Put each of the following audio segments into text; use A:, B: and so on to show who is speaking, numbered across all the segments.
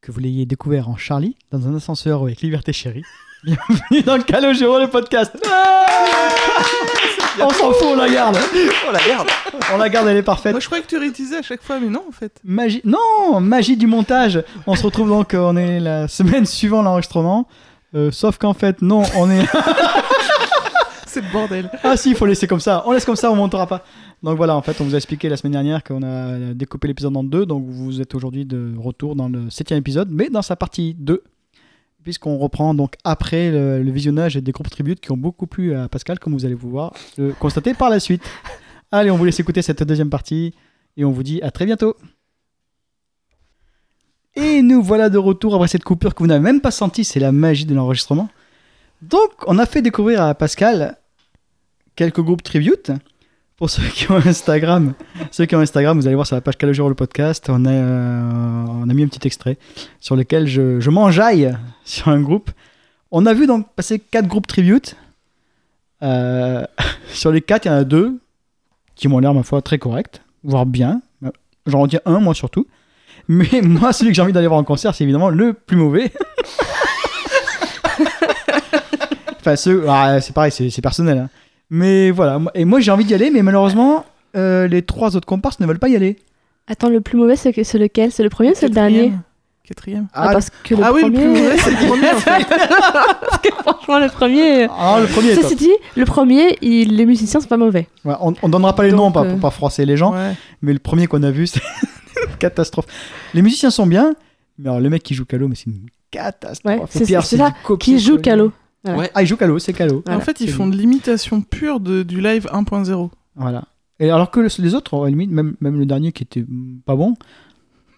A: que vous l'ayez découvert en Charlie, dans un ascenseur ou avec Liberté Chérie. Bienvenue dans le Calogero, le podcast. on s'en fout, on la garde.
B: Oh la merde
A: On la garde, elle est parfaite.
C: Moi, je croyais que tu réutilisais à chaque fois, mais non, en fait.
A: Magie... Non, magie du montage. On se retrouve donc, euh, on est la semaine suivant l'enregistrement. Euh, sauf qu'en fait, non, on est.
C: C'est le bordel.
A: Ah si, il faut laisser comme ça. On laisse comme ça, on montera pas. Donc voilà, en fait, on vous a expliqué la semaine dernière qu'on a découpé l'épisode en deux. Donc vous êtes aujourd'hui de retour dans le septième épisode, mais dans sa partie 2. Puisqu'on reprend donc après le, le visionnage des groupes tributes qui ont beaucoup plu à Pascal, comme vous allez pouvoir le constater par la suite. Allez, on vous laisse écouter cette deuxième partie et on vous dit à très bientôt. Et nous voilà de retour après cette coupure que vous n'avez même pas sentie, c'est la magie de l'enregistrement. Donc, on a fait découvrir à Pascal quelques groupes tribute. Pour ceux qui ont Instagram, ceux qui ont Instagram, vous allez voir sur la page Calogero le podcast, on a, euh, on a mis un petit extrait sur lequel je, je m'enjaille sur un groupe. On a vu donc passer quatre groupes tribute. Euh, sur les quatre, il y en a deux qui m'ont l'air, ma foi, très corrects, voire bien. J'en retiens un, moi surtout. Mais moi, celui que j'ai envie d'aller voir en concert, c'est évidemment le plus mauvais. enfin, ceux- ah, c'est pareil, c'est c'est personnel. hein. Mais voilà, moi- et moi j'ai envie d'y aller, mais malheureusement, euh, les trois autres comparses ne veulent pas y aller.
D: Attends, le plus mauvais, c'est que- c'est lequel C'est le premier ou c'est le dernier
C: Quatrième.
D: ah, parce que le
C: ah oui,
D: premier.
C: le plus mauvais, c'est le premier, en fait.
D: parce que franchement, le premier.
A: Ah, le premier est top.
D: Ceci dit, le premier, il- les musiciens sont pas mauvais.
A: Ouais, on, on donnera pas les
D: Donc,
A: noms pas-
D: euh,
A: pour pas froisser les gens,
C: Ouais.
A: mais le premier qu'on a vu, c'est une catastrophe. Les musiciens sont bien, mais alors le mec qui joue Calo, mais c'est une catastrophe.
D: Ouais,
A: Et
D: c'est-
A: puis, alors,
D: c'est ça,
A: du copier-
D: Qui joue Calo Voilà.
B: Ouais.
A: Ah, il joue Calo, c'est Calo.
C: En fait, ils font de l'imitation pure de, du live 1.0.
A: Voilà. Et alors que le- les autres, à la limite, même, même le dernier qui était mm, pas bon.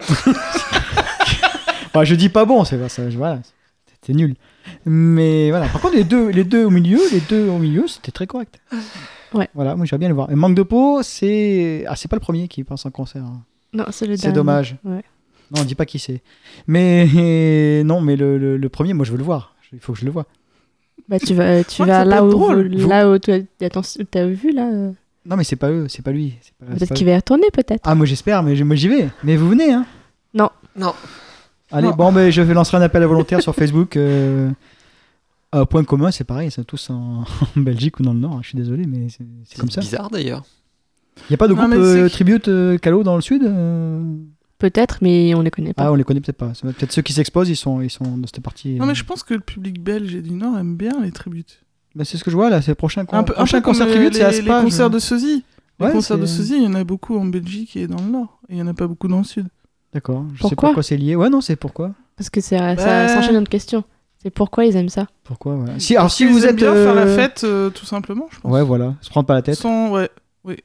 A: Enfin, je dis pas bon, c'est ça, je- voilà, c'était nul. Mais voilà. Par contre, les deux, les deux au milieu, les deux au milieu, c'était très correct.
D: Ouais.
A: Voilà, moi j'aimerais bien le voir. Et manque de peau, c'est ah, c'est pas le premier qui passe en concert. hein.
D: Non, c'est le
A: C'est
D: dernier.
A: dommage.
D: Ouais.
A: Non, on dit pas qui c'est. Mais non, mais le, le- le premier, moi je veux le voir. Il faut que je le vois.
D: Bah, tu vas, tu
C: Ouais,
D: vas
C: ça peut
D: là,
C: être
D: où,
C: drôle.
D: là où. tu- Attends, t'as vu là euh,
A: Non, mais c'est pas eux, c'est pas lui. c'est pas- c'est
D: Peut-être
A: pas
D: qu'il
A: eux.
D: va y retourner, peut-être.
A: Ah, moi j'espère, mais je- moi j'y vais. Mais vous venez, hein.
B: Non.
A: Allez,
C: Non.
A: bon, ben, je vais lancer un appel à volontaire sur Facebook. euh, euh, point commun, c'est pareil, c'est tous en, en Belgique ou dans le Nord. hein, je suis désolé, mais c'est- c'est comme ça. Il
B: bizarre d'ailleurs.
A: n'y a pas de
C: Non,
A: groupe
C: mais
A: euh,
C: c'est que-
A: tribute euh, Calo dans le Sud euh
D: Peut-être, mais on les connaît pas.
A: Ah, on les connaît peut-être pas. C'est Peut-être ceux qui s'exposent, ils sont, ils sont de cette partie.
C: Non,
A: euh,
C: mais je pense que le public belge et du Nord aime bien les tributes.
A: ben, c'est ce que je vois là, c'est le prochain, con-
C: Un peu, un
A: prochain
C: peu comme
A: concert
C: les-
A: tribute, c'est à hein.
C: les, les
A: Spa, je-
C: concerts de sosie. Les
A: Ouais,
C: concerts de
A: c'est-
C: sosie, il y en a beaucoup en Belgique et dans le Nord. Et il y en a pas beaucoup dans le Sud.
A: D'accord, je sais
D: Pourquoi
A: pas à quoi c'est lié. Ouais, non, c'est pourquoi.
D: Parce que c'est-
C: Bah.
D: ça s'enchaîne dans une question. C'est pourquoi ils aiment ça.
A: Pourquoi, voilà. Si, alors
C: Parce
A: si
C: qu'ils
A: vous
C: aiment
A: êtes.
C: bien
A: euh,
C: faire la fête, euh, tout simplement, je pense.
A: Ouais, voilà, se prendre pas la tête.
C: Sans- ouais, oui.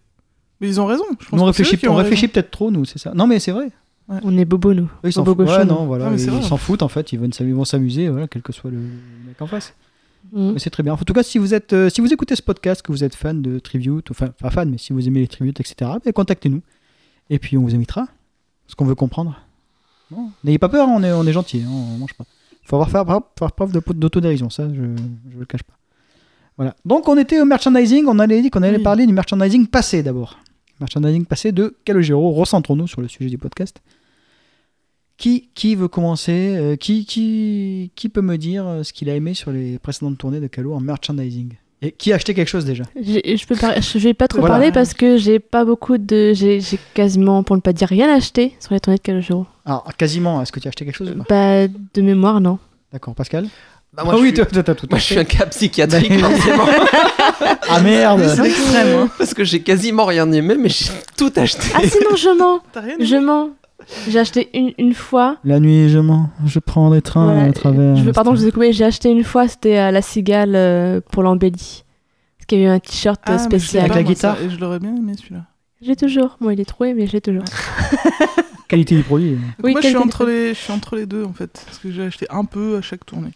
C: Mais ils ont raison. Je
A: Nous, on
C: pense que c'est eux
A: réfléchit,
C: qui
A: on
C: ont
A: réfléchit peut-être trop, nous, c'est ça. Non, mais c'est vrai.
D: On est bobo, nous.
A: Eux, Ils s'en
D: Bobo
A: foutent. Ouais,
D: cochon.
A: non, voilà,
C: Ah, mais c'est
A: ils
C: vrai.
A: s'en foutent en fait, ils veulent s'am- ils vont s'amuser, voilà, quel que soit le le mec en face.
D: Mm.
A: Mais c'est très bien. En tout cas, si vous êtes, euh, si vous écoutez ce podcast, que vous êtes fan de tribute, enfin pas fan, mais si vous aimez les tributes, etc., ben, contactez-nous et puis on vous invitera. Ce qu'on veut comprendre. Non, N'ayez pas peur, on est, on est gentil, hein, on mange pas. Faut avoir faire, preuve- faire preuve de- d'autodérision, ça, je, je le cache pas. Voilà. Donc on était au merchandising, on allait dit qu'on allait
C: Oui.
A: parler du merchandising passé d'abord. Merchandising passé de Calogero. Recentrons-nous sur le sujet du podcast. Qui, qui veut commencer euh, qui, qui, qui peut me dire euh, ce qu'il a aimé sur les précédentes tournées de Calo en merchandising Et qui a acheté quelque chose déjà
D: J'ai- Je peux par- je vais pas trop
A: Voilà.
D: parler parce que j'ai pas beaucoup de j'ai j'ai quasiment pour ne pas dire rien acheté sur les tournées de Calogero.
A: Alors, quasiment, est-ce que tu as acheté quelque chose ou pas
D: Bah de mémoire non.
A: D'accord, Pascal
B: Bah, moi,
A: Ah
B: je
A: oui,
B: suis...
A: toi, toi, t'as tout
B: moi, je suis un
A: acheté.
B: cas psychiatrique,
A: Bah,
B: forcément.
A: Ah merde
C: C'est extrême. hein.
B: Parce que j'ai quasiment rien aimé, mais j'ai tout acheté.
D: Ah sinon je mens,
C: T'as rien
D: je mens. J'ai acheté une, une fois.
A: La nuit, je mens, je prends des trains
D: Voilà,
A: à travers.
D: je veux pardon, je vous ai coupé. J'ai acheté une fois, c'était à la cigale euh, pour l'embellie. Parce qu'il y a eu un t-shirt euh,
C: Ah, mais je l'ai
D: spécial.
C: pas,
A: Avec la
C: moi, ça,
A: guitare.
C: Et je l'aurais bien aimé celui-là.
D: J'ai toujours. Moi, il est troué, mais j'ai toujours.
A: Qualité du produit.
C: Donc
D: Oui,
C: moi, je suis,
D: quel-
C: entre les, je suis entre les deux en fait. Parce que j'ai acheté un peu à chaque tournée.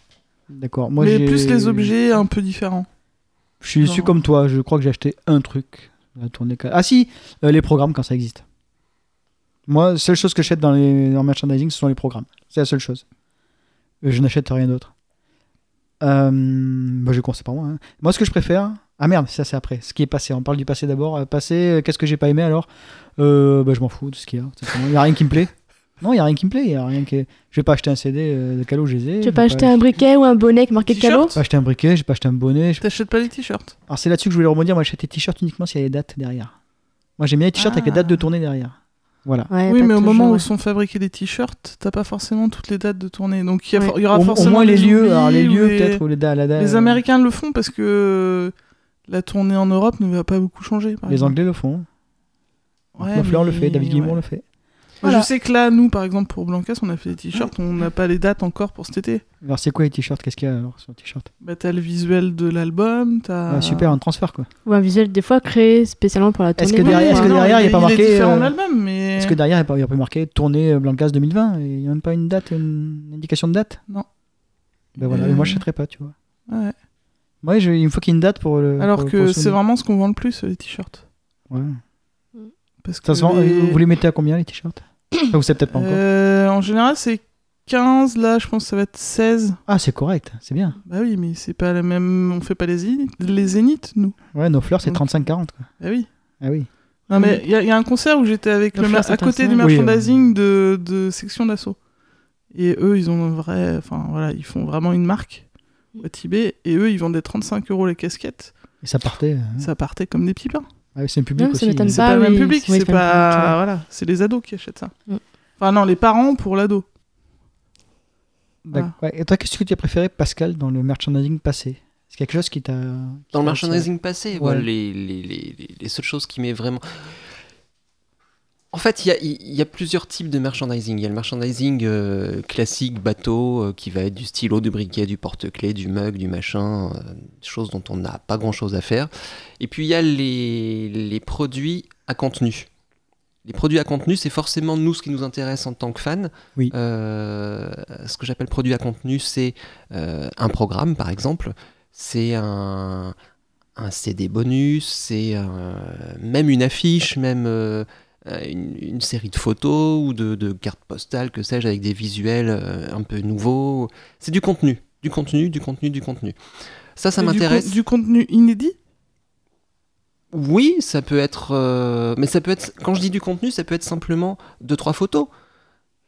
A: D'accord. Moi,
C: mais
A: j'ai-
C: plus les objets un peu différents.
A: Je suis, je suis
C: Genre.
A: comme toi, je crois que j'ai acheté un truc. La tournée Calo. Ah si, euh, les programmes quand ça existe. Moi, seule chose que j'achète dans les en merchandising, ce sont les programmes. C'est la seule chose. Euh, Je n'achète rien d'autre. Euh, bah, je commence par moi. hein. Moi, ce que je préfère. Ah merde, ça c'est après. Ce qui est passé. On parle du passé d'abord. Euh, Passé, euh, qu'est-ce que j'ai pas aimé alors Euh, bah, Je m'en fous de ce qu'il y a. Il n'y a rien qui me plaît. Non, il n'y a rien qui me plaît. y a rien qui... Je vais pas acheter un CD euh, de Calo Gésé.
D: Tu veux pas acheter un briquet ou un bonnet avec marqué
C: T-shirt
D: Calo
A: J'ai pas acheté un briquet, j'ai pas acheté un bonnet. j'ai-
C: T'achètes pas les t-shirts
A: Alors c'est là-dessus que je voulais rebondir. Moi, j'achète des t-shirts uniquement s'il y a les dates derrière. Moi, j'aime bien les t-shirts avec les
C: Ah.
A: dates de tournée derrière. Voilà.
D: Ouais,
C: Oui,
D: Eh, pas
C: mais au
D: toujours,
C: moment où
D: ouais.
C: sont fabriqués les t-shirts, t'as pas forcément toutes les dates de tournée. Donc il y, a
D: Ouais.
C: for- il y
A: Au,
C: aura
A: au
C: forcément.
A: moins les
C: des
A: lieux, alors les
C: oublis ou
A: lieux
C: des-
A: peut-être ou les dates, la date.
C: Les
A: euh,
C: Américains le font parce que euh, la tournée en Europe ne va pas beaucoup changer. par
A: Les
C: exemple.
A: Anglais le font.
C: Ouais,
A: Fleur le
C: mais-
A: fait, David Guillemot
C: ouais.
A: le fait.
C: Moi,
A: Voilà.
C: Je sais que là, nous, par exemple, pour Blancas, on a fait des t-shirts, on n'a pas les dates encore pour cet été.
A: Alors c'est quoi les t-shirts Qu'est-ce qu'il y a alors sur les t-shirts
C: Bah, t'as le visuel de l'album, t'as.
A: Ah, Super, un transfert quoi.
D: Ou un visuel des fois créé spécialement pour la
A: Est-ce
D: tournée.
A: que
D: oui,
A: derrière- est-ce
D: ouais.
A: que
C: non,
A: derrière, il y a pas
C: Il
A: marqué,
C: est différent
A: euh,
C: de l'album, mais.
A: Est-ce que derrière, il n'y a pas- il n'y a pas marqué tournée euh, Blancas 2020 et Il n'y a même pas une date, une indication de date
C: Non.
A: Ben voilà,
C: Euh.
A: mais moi je ne pas, tu vois.
C: Ouais.
A: Moi, je- il me faut qu'il y ait une date Euh, pour le.
C: Alors
A: pour-
C: que
A: pour
C: c'est
A: souvenir.
C: vraiment ce qu'on vend le plus, les t-shirts.
A: Ouais.
C: Parce que
A: Ça se vend-
C: les-
A: euh, Vous les mettez à combien les t-shirts Ah, Vous savez peut-être pas encore.
C: Euh, en général, c'est 15, là, je pense que ça va être 16.
A: Ah, c'est correct, c'est bien.
C: Bah oui, mais c'est pas la même. On fait pas les, zéniths, les zéniths, nous.
A: Ouais, nos fleurs, c'est
C: Donc-
A: 35-40. quoi.
C: Bah oui.
A: Ah oui.
C: Non, mais il y, a- il y a un concert où j'étais avec
D: La
C: le ma-
D: fleur, c'est
C: à côté du
D: un-
A: Oui, euh.
C: merchandising de, de section d'assaut. Et eux, ils ont un vrai. Enfin, voilà, ils font vraiment une marque au Tibet. Et eux, ils vendaient 35 euros la casquette.
A: Et ça partait. euh,
B: Mm.
C: Ça partait comme des petits pains.
A: ah oui, c'est un public
D: Non, ça
A: aussi.
D: m'étonne
A: euh,
C: C'est pas le
D: Ah oui,
C: même public,
D: oui,
C: c'est
D: c'est pas le même public, tu
C: pas.
D: vois.
C: Voilà, c'est les ados qui achètent ça.
D: Mm.
C: Enfin, non, les parents pour l'ado.
A: d'ac-
D: Ah.
A: ouais. Et toi, qu'est-ce que tu as préféré, Pascal, dans le merchandising passé C'est quelque chose qui t'a.
B: Dans le
A: qui t'a-
B: merchandising passé,
A: Ouais.
B: ouais, les, les, les- les- les seules choses qui m'est vraiment. En fait, il y a, il y a plusieurs types de merchandising. Il y a le merchandising euh, classique, bateau, euh, qui va être du stylo, du briquet, du porte-clés, du mug, du machin, euh, choses dont on n'a pas grand-chose à faire. Et puis il y a les, les produits à contenu. Les produits à contenu, c'est forcément nous ce qui nous intéresse en tant que fans.
A: Oui.
B: Euh, ce que j'appelle produit à contenu, c'est euh, un programme, par exemple. C'est un, un CD bonus, c'est un- même une affiche, même euh, euh, une, une série de photos ou de, de cartes postales, que sais-je, avec des visuels euh, un peu nouveaux. C'est du contenu, du contenu, du contenu, du contenu. Ça, ça
C: Et du
B: m'intéresse.
C: con- Du, contenu inédit
B: Oui, ça peut être. euh, Mais ça peut être. Quand je dis du contenu, ça peut être simplement deux, trois photos.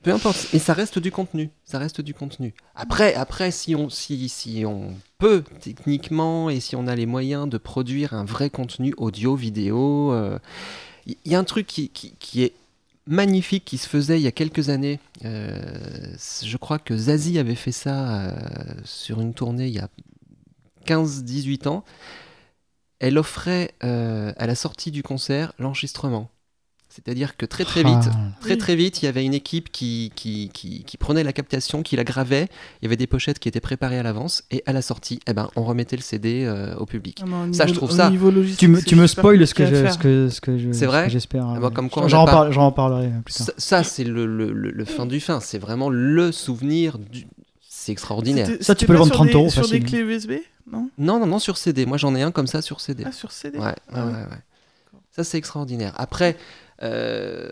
B: Peu importe. Et ça reste du contenu. Ça reste du contenu. Après, après si, on, si, si on peut, techniquement, et si on a les moyens de produire un vrai contenu audio, vidéo. euh, Il y a un truc qui, qui, qui est magnifique qui se faisait il y a quelques années. Euh, c- je crois que Zazie avait fait ça euh, sur une tournée il y a 15-18 ans elle offrait euh, à la sortie du concert l'enregistrement. C'est-à-dire que très très vite,
A: Ah,
B: très
C: Oui.
B: très vite, il y avait une équipe qui, qui, qui, qui prenait la captation, qui la gravait. Il y avait des pochettes qui étaient préparées à l'avance et à la sortie, eh ben, on remettait le CD euh, au
C: Oh,
B: public.
C: Ah
B: Ça, je trouve ça-
A: Tu me, tu me spoil ce que, je, ce, que, ce que je-
B: C'est
A: ce que
B: vrai
A: j'espère.
B: Ah,
A: ouais.
B: bah, comme quoi, on
A: J'en
B: n'a pas-
A: parle- j'en parlerai plus tard.
B: Ça, ça, c'est le, le, le- le fin du fin. C'est vraiment le souvenir du. C'est extraordinaire.
A: Ça, tu peux le vendre 30 euros
C: Sur des
A: facile.
C: clés USB Non
B: Non, non, non, sur CD. Moi, j'en ai un comme ça sur CD.
C: Ah, sur CD
B: Ouais, ouais,
C: Ah oui.
B: ouais, ouais. Ça, c'est extraordinaire. Après, euh,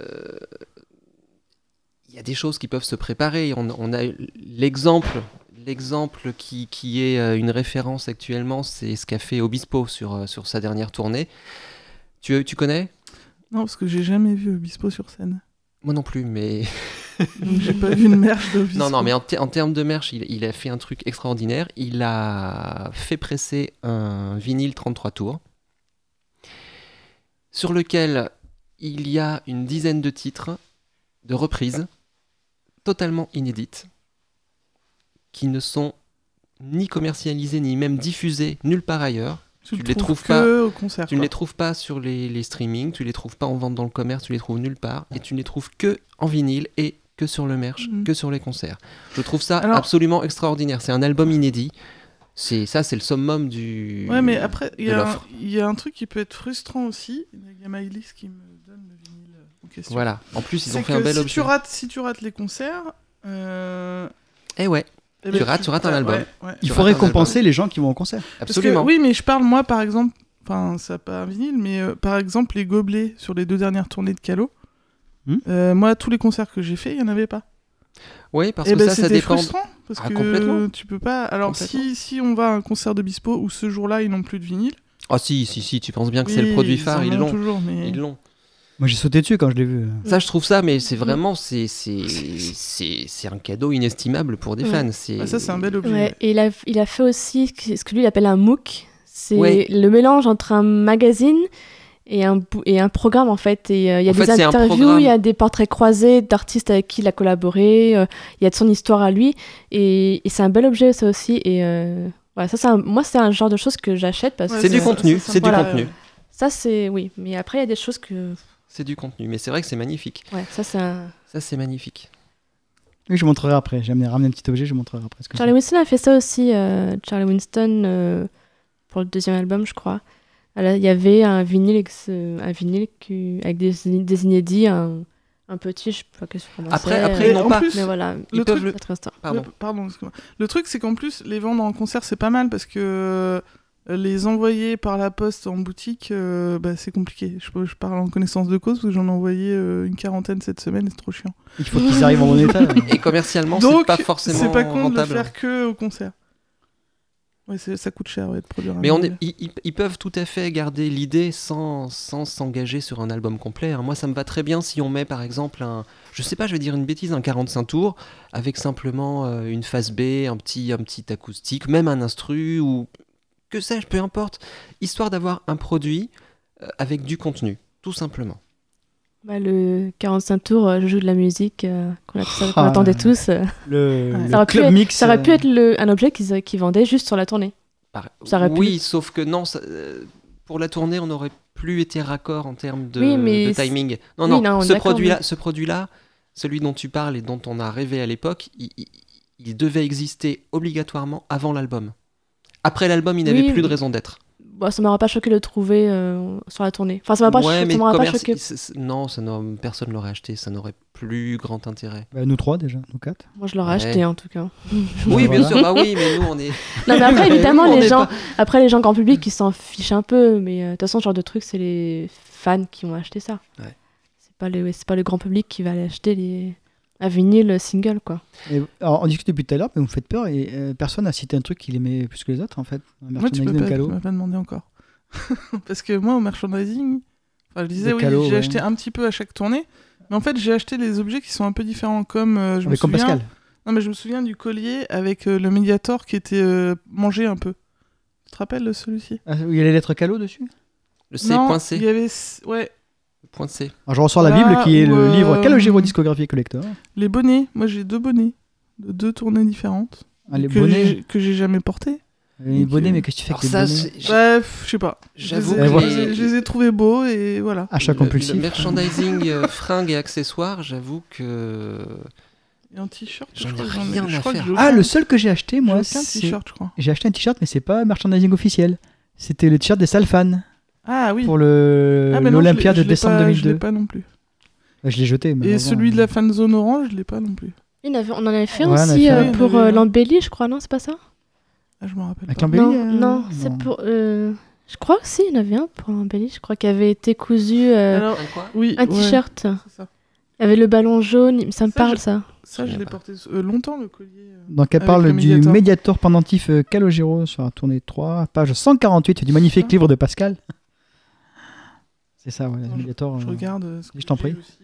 B: il y a des choses qui peuvent se préparer. On, on a l'exemple. L'exemple qui, qui est euh, une référence actuellement, c'est ce qu'a fait Obispo sur, euh, sur sa dernière tournée. Tu, tu connais
C: Non, parce que j'ai jamais vu Obispo sur scène.
B: Moi non plus, mais
C: Donc j'ai pas vu une merge d'Obispo.
B: Non, non, mais en, ter- en termes de merch, il, il a fait un truc extraordinaire. Il a fait presser un vinyle 33 tours sur lequel il y a une dizaine de titres de reprises totalement inédites qui ne sont ni commercialisés ni même diffusés nulle part ailleurs.
C: tu,
B: tu
C: le
B: les
C: trouves
B: trouves pas-
C: que au concert.
B: Tu ne
C: quoi.
B: les trouves pas sur les, les streamings, tu les trouves pas en vente dans le commerce, tu les trouves nulle part, et tu ne les trouves que en vinyle et que sur le merch,
C: Mhm.
B: que sur les concerts. Je trouve ça
C: Alors-
B: absolument extraordinaire. C'est un album inédit. C'est ça, c'est le summum du.
C: Ouais, mais après, il y,
B: de
C: a un-
B: l'offre.
C: il y a un truc qui peut être frustrant aussi. Il y a Gamma Ellis qui me donne le vinyle en question.
B: Voilà. En plus, ils ont
C: C'est
B: fait un
C: que
B: bel
C: si
B: objet.
C: Tu rates, si tu rates les concerts. euh,
B: Eh ouais,
C: eh
B: Tu
C: ben,
B: rates- tu rates un
C: ouais,
B: album.
C: ouais, ouais.
A: Il
B: Sur
A: faut
B: Internet,
A: récompenser les gens qui vont au concert.
C: Parce que,
B: absolument.
C: oui, mais je parle, moi, par exemple, enfin, ça pas un vinyle, mais euh, par exemple, les gobelets sur les deux dernières tournées de Calo.
A: Hmm.
C: euh, moi, tous les concerts que j'ai fait, il n'y en avait pas.
B: Oui, parce
C: Eh
B: que
C: ben,
B: ça, ça
C: c'était
B: dépend.
C: frustrant parce
B: Ah,
C: que
B: complètement.
C: tu peux pas. Alors,
B: Complètement.
C: si, si on va à un concert de Bispo où ce jour-là ils n'ont plus de vinyle,
B: Ah si, si, si. Tu penses bien que c'est
C: oui,
B: le produit
C: ils
B: phare.
C: en
B: Ils
C: ont
B: l'ont.
C: toujours, mais
B: Ils l'ont.
A: Moi, j'ai sauté dessus quand je l'ai vu.
B: Ça, je trouve ça, mais
C: Mhm.
B: c'est vraiment c'est c'est c'est c'est un cadeau inestimable pour des
D: Ouais.
B: fans. C'est
C: Ah, ça, c'est un bel objet.
D: Ouais, et il a, il a fait aussi ce que- ce que lui il appelle un MOOC. C'est
B: Ouais.
D: le mélange entre un magazine et un, bou- et un programme, en fait. Et, euh, il y a
B: En
D: des
B: fait, c'est un
D: interviews,
B: programme.
D: il y a des portraits croisés d'artistes avec qui il a collaboré, euh, il y a de son histoire à lui. Et, et c'est un bel objet, ça aussi. Et euh, voilà, ça, c'est un- moi, c'est un genre de choses que j'achète parce
C: Ouais,
B: c'est
D: que
B: du
C: ça-
B: contenu,
C: ça- ça-
B: c'est du
D: voilà.
B: contenu,
D: ça, c'est. Oui, mais après, il y a des choses que.
B: c'est du contenu. Mais c'est vrai que c'est magnifique.
D: Ouais, ça, c'est un.
B: Ça, c'est magnifique.
A: Oui, je vous montrerai après. J'ai amené- ramené un petit objet, je vous montrerai après. ce que
D: Charlie Winston a fait ça aussi, euh, Charlie Winston, euh, pour le deuxième album, je crois. Alors, Il y avait un vinyle, ex- euh, un vinyle qui- avec des, des inédits, un, un petit, je sais pas qu'est-ce qu'on en
B: Après-
D: sait,
B: après,
C: Et
B: ils
D: euh,
B: n'ont
C: en
B: pas-
C: plus,
D: Mais voilà,
B: Ils
C: Le
B: peuvent
C: truc-
B: le.
D: notre instant.
B: Pardon.
C: Le, pardon, excuse-moi. Le truc, c'est qu'en plus, les vendre en concert, c'est pas mal parce que euh, les envoyer par la poste en boutique, euh, bah, c'est compliqué. Je, je parle en connaissance de cause parce que j'en ai envoyé euh, une quarantaine cette semaine et c'est trop chiant.
A: Il faut qu'ils arrivent en bon état.
B: Et commercialement, c'est
C: Donc,
B: pas forcément
C: c'est pas con de le
B: rentable.
C: faire que au concert. Ouais, c'est- ça coûte cher ouais, de produire un
B: Mais on est-
C: vinyle.
B: ils, ils- ils peuvent tout à fait garder l'idée sans sans s'engager sur un album complet. hein. Moi, ça me va très bien si on met par exemple un, je sais pas, je vais dire une bêtise, un 45 tours avec simplement euh, une phase B, un petit un petit acoustique, même un instru ou que sais-je, peu importe, histoire d'avoir un produit euh, avec du contenu, tout simplement.
D: Bah, le 45 tours, euh, je joue de la musique, euh, qu'on appelle ça- qu'on
A: Ah.
D: attendait tous. euh.
A: Le,
C: Ouais.
A: le
D: ça aurait, pu
A: club
D: être,
A: mix.
D: ça aurait pu
A: euh,
D: être le- un objet qu'ils euh, qu'ils vendaient juste sur la tournée.
B: Par-
D: Ça aurait pu-
B: oui, sauf que non, ça- euh, pour la tournée, on n'aurait plus été raccord en termes de,
D: Oui, mais
B: de
D: c'est-
B: timing. Non,
D: Oui,
B: non,
D: non,
B: ce
D: d'accord,
B: produit-là, ce produit-là, celui dont tu parles et dont on a rêvé à l'époque, il, il- il devait exister obligatoirement avant l'album. Après l'album, il n'avait
D: Oui,
B: plus de
D: mais-
B: raison d'être.
D: Bon, ça m'aura pas choqué de le trouver euh, sur la tournée. Enfin, ça m'aura pas,
B: Ouais,
D: cho-
B: mais
D: ça m'aura pas
B: commerce-
D: choqué.
B: c'est- c'est- non, ça n'a- personne l'aurait acheté, ça n'aurait plus grand intérêt.
A: bah, nous trois déjà, nous quatre.
D: Moi, je l'aurais
B: Ouais.
D: acheté en tout cas.
B: Oui, bien
A: Voilà.
B: sûr, bah oui, mais nous on est.
D: Non, mais après, évidemment,
B: Nous, on
D: les
B: est
D: gens,
B: pas-
D: après, les gens grand public, ils s'en fichent un peu, mais euh, de toute façon, ce genre de truc, c'est les fans qui ont acheté ça.
B: Ouais.
D: C'est pas, le- c'est pas le grand public qui va aller acheter les... un vinyle single, quoi.
A: Et, alors, on discute depuis tout à l'heure, mais vous me faites peur. Et euh, personne n'a cité un truc qu'il aimait plus que les autres, en fait. Un
C: Moi, tu
A: merchandising
C: peux
A: de
C: pas, tu
A: Calo.
C: m'as pas demandé encore. Parce que moi, au merchandising, enfin, je disais,
A: De
C: oui,
A: Calo,
C: j'ai
A: ouais.
C: acheté un petit peu à chaque tournée. Mais en fait, j'ai acheté les objets qui sont un peu différents, comme euh,
A: Ah,
C: je me
A: mais comme
C: souviens-
A: Pascal.
C: Non, mais je me souviens du collier avec euh, le Mediator qui était euh, mangé un peu. Tu te rappelles de celui-ci
A: Ah, il y a les lettres Calo dessus.
B: Le C,
C: Non,
B: point C,
C: Il y avait c- ouais,
B: point C.
A: Alors, je ressors la
C: Là
A: Bible qui est
C: où,
A: le
C: euh,
A: livre Calogero Discographie Collector.
C: les bonnets. Moi, j'ai deux bonnets de deux tournées différentes
A: Ah, les
C: que
A: bonnets.
C: j'ai- que j'ai jamais portés.
A: Les
C: Ok.
A: bonnets, mais qu'est-ce que tu fais
B: Alors
A: avec les
B: ça,
A: bonnets
B: c'est-
C: Bref, je sais pas.
B: J'avoue
C: Je les ai-
A: que
C: je les ai-
B: les-
C: je les ai trouvés beaux et voilà.
A: Achat
B: Le-
A: compulsif.
B: Le merchandising euh, fringues et accessoires, j'avoue que.
C: Et un t-shirt, je
B: J'en ai
C: crois que j'en ai-
B: rien
C: je
B: à
C: crois que
B: faire.
C: j'ai
A: Ah,
C: aucun-
A: le seul que j'ai acheté,
C: j'ai
A: moi,
C: aucun
A: c'est.
C: t-shirt, je crois.
A: J'ai acheté un t-shirt, mais c'est pas merchandising officiel. C'était le t-shirt des sales fans
C: Ah oui.
A: pour le
C: Ah, bah non,
A: l'Olympia de
C: je l'ai- je l'ai
A: décembre
C: pas- Je
A: 2002.
C: l'ai pas non plus.
A: Ouais, Bah, Je l'ai jeté. euh,
C: Et
A: malheureusement.
C: celui de la fan zone orange, je l'ai pas non plus.
D: Il y en avait- On en avait fait
A: Ouais, on en avait
D: aussi
A: fait
D: euh,
A: un.
C: Oui, on
D: pour
C: en avait
D: euh,
C: un.
D: l'embellie, je crois, non C'est pas ça
C: Ah, je me rappelle
A: Avec
C: pas.
A: l'embellie,
D: Non,
A: euh,
D: non, c'est pour. euh, Je crois aussi, il y en avait un pour l'embellie, je crois, qui avait été cousu euh,
C: Alors,
B: Un quoi
C: oui, ouais,
D: un t-shirt
C: c'est ça.
D: avec le ballon jaune. Ça me
C: Ça,
D: parle,
C: je-
D: ça.
C: Ça, je
B: Je
C: l'ai
B: l'ai pas.
C: porté euh, longtemps le collier. euh.
A: Donc elle
C: Avec
A: parle
C: le
A: du
C: Mediator.
A: Mediator pendentif euh, Calogero sur la tournée 3, page 148 du magnifique
C: Ah.
A: livre de Pascal. C'est ça, ouais, le
C: Attends,
B: Oh.
A: Mediator.
C: Je
A: euh.
C: regarde. euh, ce que
A: je t'en
C: j'ai
A: prie.
C: aussi.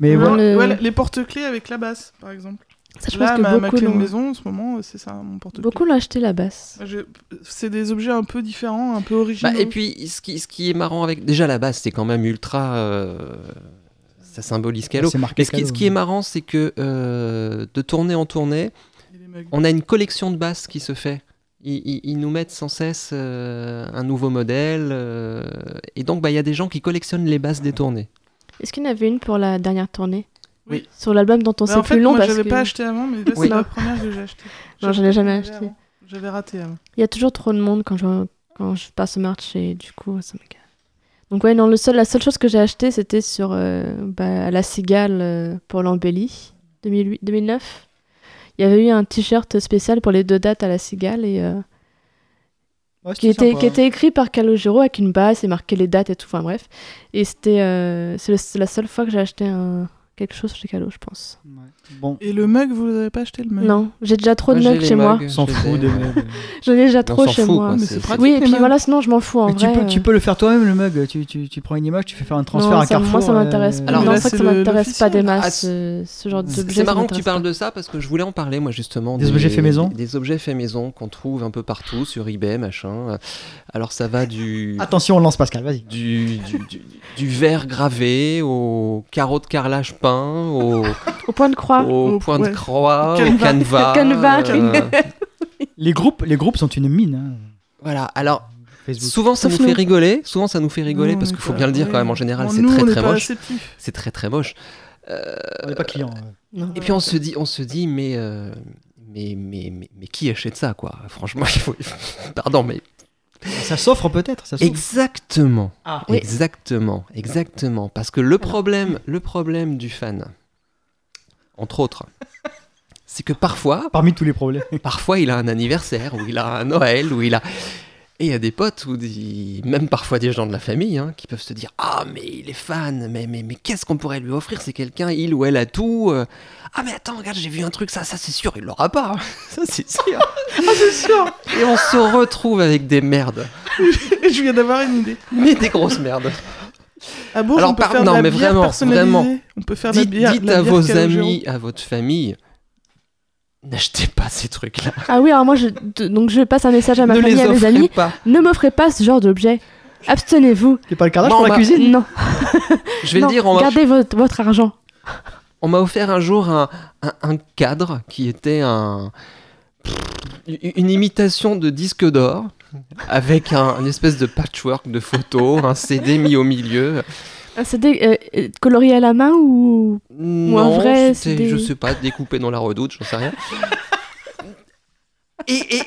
A: Mais
C: Non,
A: voilà.
D: le-
C: ouais, les porte-clés avec la basse, par exemple.
D: Ça, je
C: Là,
D: pense
C: ma,
D: que
C: ma
D: beaucoup
C: clé de
D: l'ont-
C: maison, en ce moment, euh, c'est ça, mon porte-clés.
D: beaucoup l'ont acheté la basse.
C: Ah, je- C'est des objets un peu différents, un peu originaux.
B: Bah, et puis, ce qui, ce qui est marrant avec. Déjà, la base, c'est quand même ultra. euh, Ça symbolise Calo.
A: c'est marqué
B: Mais ce qui, ce qui est marrant, c'est que euh, de tournée en tournée,
C: Et les mugs.
B: on a une collection de basses qui se fait. Ils, ils- ils nous mettent sans cesse euh, un nouveau modèle. euh, et donc, bah, il y a des gens qui collectionnent les basses des tournées.
D: Est-ce qu'il y en avait une pour la dernière tournée
C: Oui.
D: Sur l'album dont on
C: Bah,
D: sait
C: en fait,
D: plus long
C: moi,
D: parce
C: j'avais
D: que
C: pas acheté avant, mais là, c'est
B: Oui.
C: la première que j'ai acheté.
D: Non, je l'ai jamais
C: j'avais
D: acheté.
C: avant. J'avais raté avant.
D: il y a toujours trop de monde quand je, quand je passe au marché et du coup ça me gave. Donc ouais, non, le seul, la seule chose que j'ai acheté c'était sur euh, bah, à la cigale euh, pour l'embellie 2008 2009. Il y avait eu un t-shirt spécial pour les deux dates à la cigale et euh, qui était, qui était écrit par Calogero avec une base et marqué les dates et tout. Enfin bref. Et c'était euh, c'est le- c'est la seule fois que j'ai acheté un, quelque chose chez Calo, je pense.
A: Bon,
C: Et le mug, vous n'avez pas acheté le mug
D: Non, j'ai déjà trop de
B: Moi, j'ai
D: mugs
B: les
D: chez moi.
B: mugs,
A: on s'en
B: j'ai
A: fout
B: des-
A: des mugs.
D: J'en ai déjà
B: On
D: trop
B: s'en
D: chez
B: fout,
D: moi.
B: quoi,
C: Mais c'est pratique.
D: Oui, et puis
C: même.
D: voilà, sinon je m'en fous en
A: Mais tu
D: vrai.
A: peux, tu
D: euh.
A: peux le faire toi-même le mug. Tu, tu, tu prends une image, tu fais faire un transfert
D: Non,
A: à
D: ça-
A: Carrefour.
D: Moi, ça m'intéresse.
A: euh,
B: Alors,
D: Alors, non,
C: là,
D: c'est vrai que
C: c'est
D: ça
C: le-
D: m'intéresse pas des
C: l'officiel.
B: Ah,
D: masses, euh, ce genre
A: c'est-
D: d'objet.
B: C'est
D: ça
B: marrant que tu
D: m'intéresse
B: parles
D: pas.
B: de ça parce que je voulais en parler moi justement.
A: Des objets faits maison
B: Des, des objets faits maison qu'on trouve un peu partout sur eBay machin. Alors ça va du
A: Attention, on lance Pascal, vas-y.
B: du, du, du- du verre gravé au carreau de carrelage peint au,
D: euh, Au point de croix.
B: au
C: Au-
B: point de
C: Ah. Oh, ouais.
B: croix au
C: Canevas.
B: canevas. euh,
D: Canevas,
A: Les groupes, les groupes sont une mine. hein,
B: voilà. Alors
A: Facebook.
B: souvent ça
D: Sauf
B: nous fait
D: nous.
B: rigoler. Souvent ça nous fait rigoler
C: Non,
B: parce
C: on
B: qu'il
C: est
B: faut
C: pas-
B: bien le dire
C: ouais.
B: quand même. En général
C: Bon,
B: c'est
C: nous,
B: très
C: on est
B: très
C: pas
B: moche.
C: réceptifs.
B: C'est très très moche.
A: On n'est pas euh. client.
C: Ah
D: Non.
B: Et puis on se dit, on se dit, mais, euh, mais, mais, mais, mais qui achète ça, quoi Franchement, il faut... pardon, mais
A: Ça s'offre peut-être. Ça s'offre.
B: exactement,
A: Ah.
D: Oui.
B: exactement, exactement, parce que le problème, le problème du fan, entre autres, c'est que parfois,
A: Parmi tous les problèmes.
B: parfois il a un anniversaire, ou il a un Noël, ou il a et il y a des potes ou des- même parfois des gens de la famille hein, qui peuvent se dire ah mais il est fan mais mais mais qu'est-ce qu'on pourrait lui offrir c'est quelqu'un il ou elle a tout euh, ah mais attends regarde j'ai vu un truc ça ça c'est sûr il l'aura pas hein. ça c'est sûr
C: Ah,
B: et on se retrouve avec des merdes
C: je viens d'avoir une idée.
B: mais des grosses merdes
C: Ah bon,
B: Alors,
C: on peut
B: par-
C: faire
B: non,
C: de la
B: mais
C: bière
B: vraiment,
C: personnalisée.
B: vraiment.
C: On peut faire de la
B: dites,
C: bière.
B: dites
C: la
B: à
C: bière
B: vos
C: Calogero.
B: amis à votre famille n'achetez pas ces trucs là
D: Ah oui, alors moi, je, de- donc je passe un message à ma
B: ne
D: famille,
B: les
D: à mes
B: offrez
D: amis.
B: pas
D: Ne m'offrez pas ce genre d'objet. Abstenez-vous.
A: C'est pas le carrelage
B: Bon,
A: pour la
B: bah,
A: Ah, cuisine.
D: Non.
B: je vais
D: non,
B: le dire on va-
D: Gardez votre, votre argent.
B: On m'a offert un jour un, un- un cadre qui était un, une imitation de disque d'or avec un, une espèce de patchwork de photos, un CD mis au milieu.
D: Un CD euh, euh, coloré à la main ou.
B: Non,
D: vrai
B: c'était,
D: CD.
B: je sais pas, découpé dans la redoute, j'en sais rien. Et, et,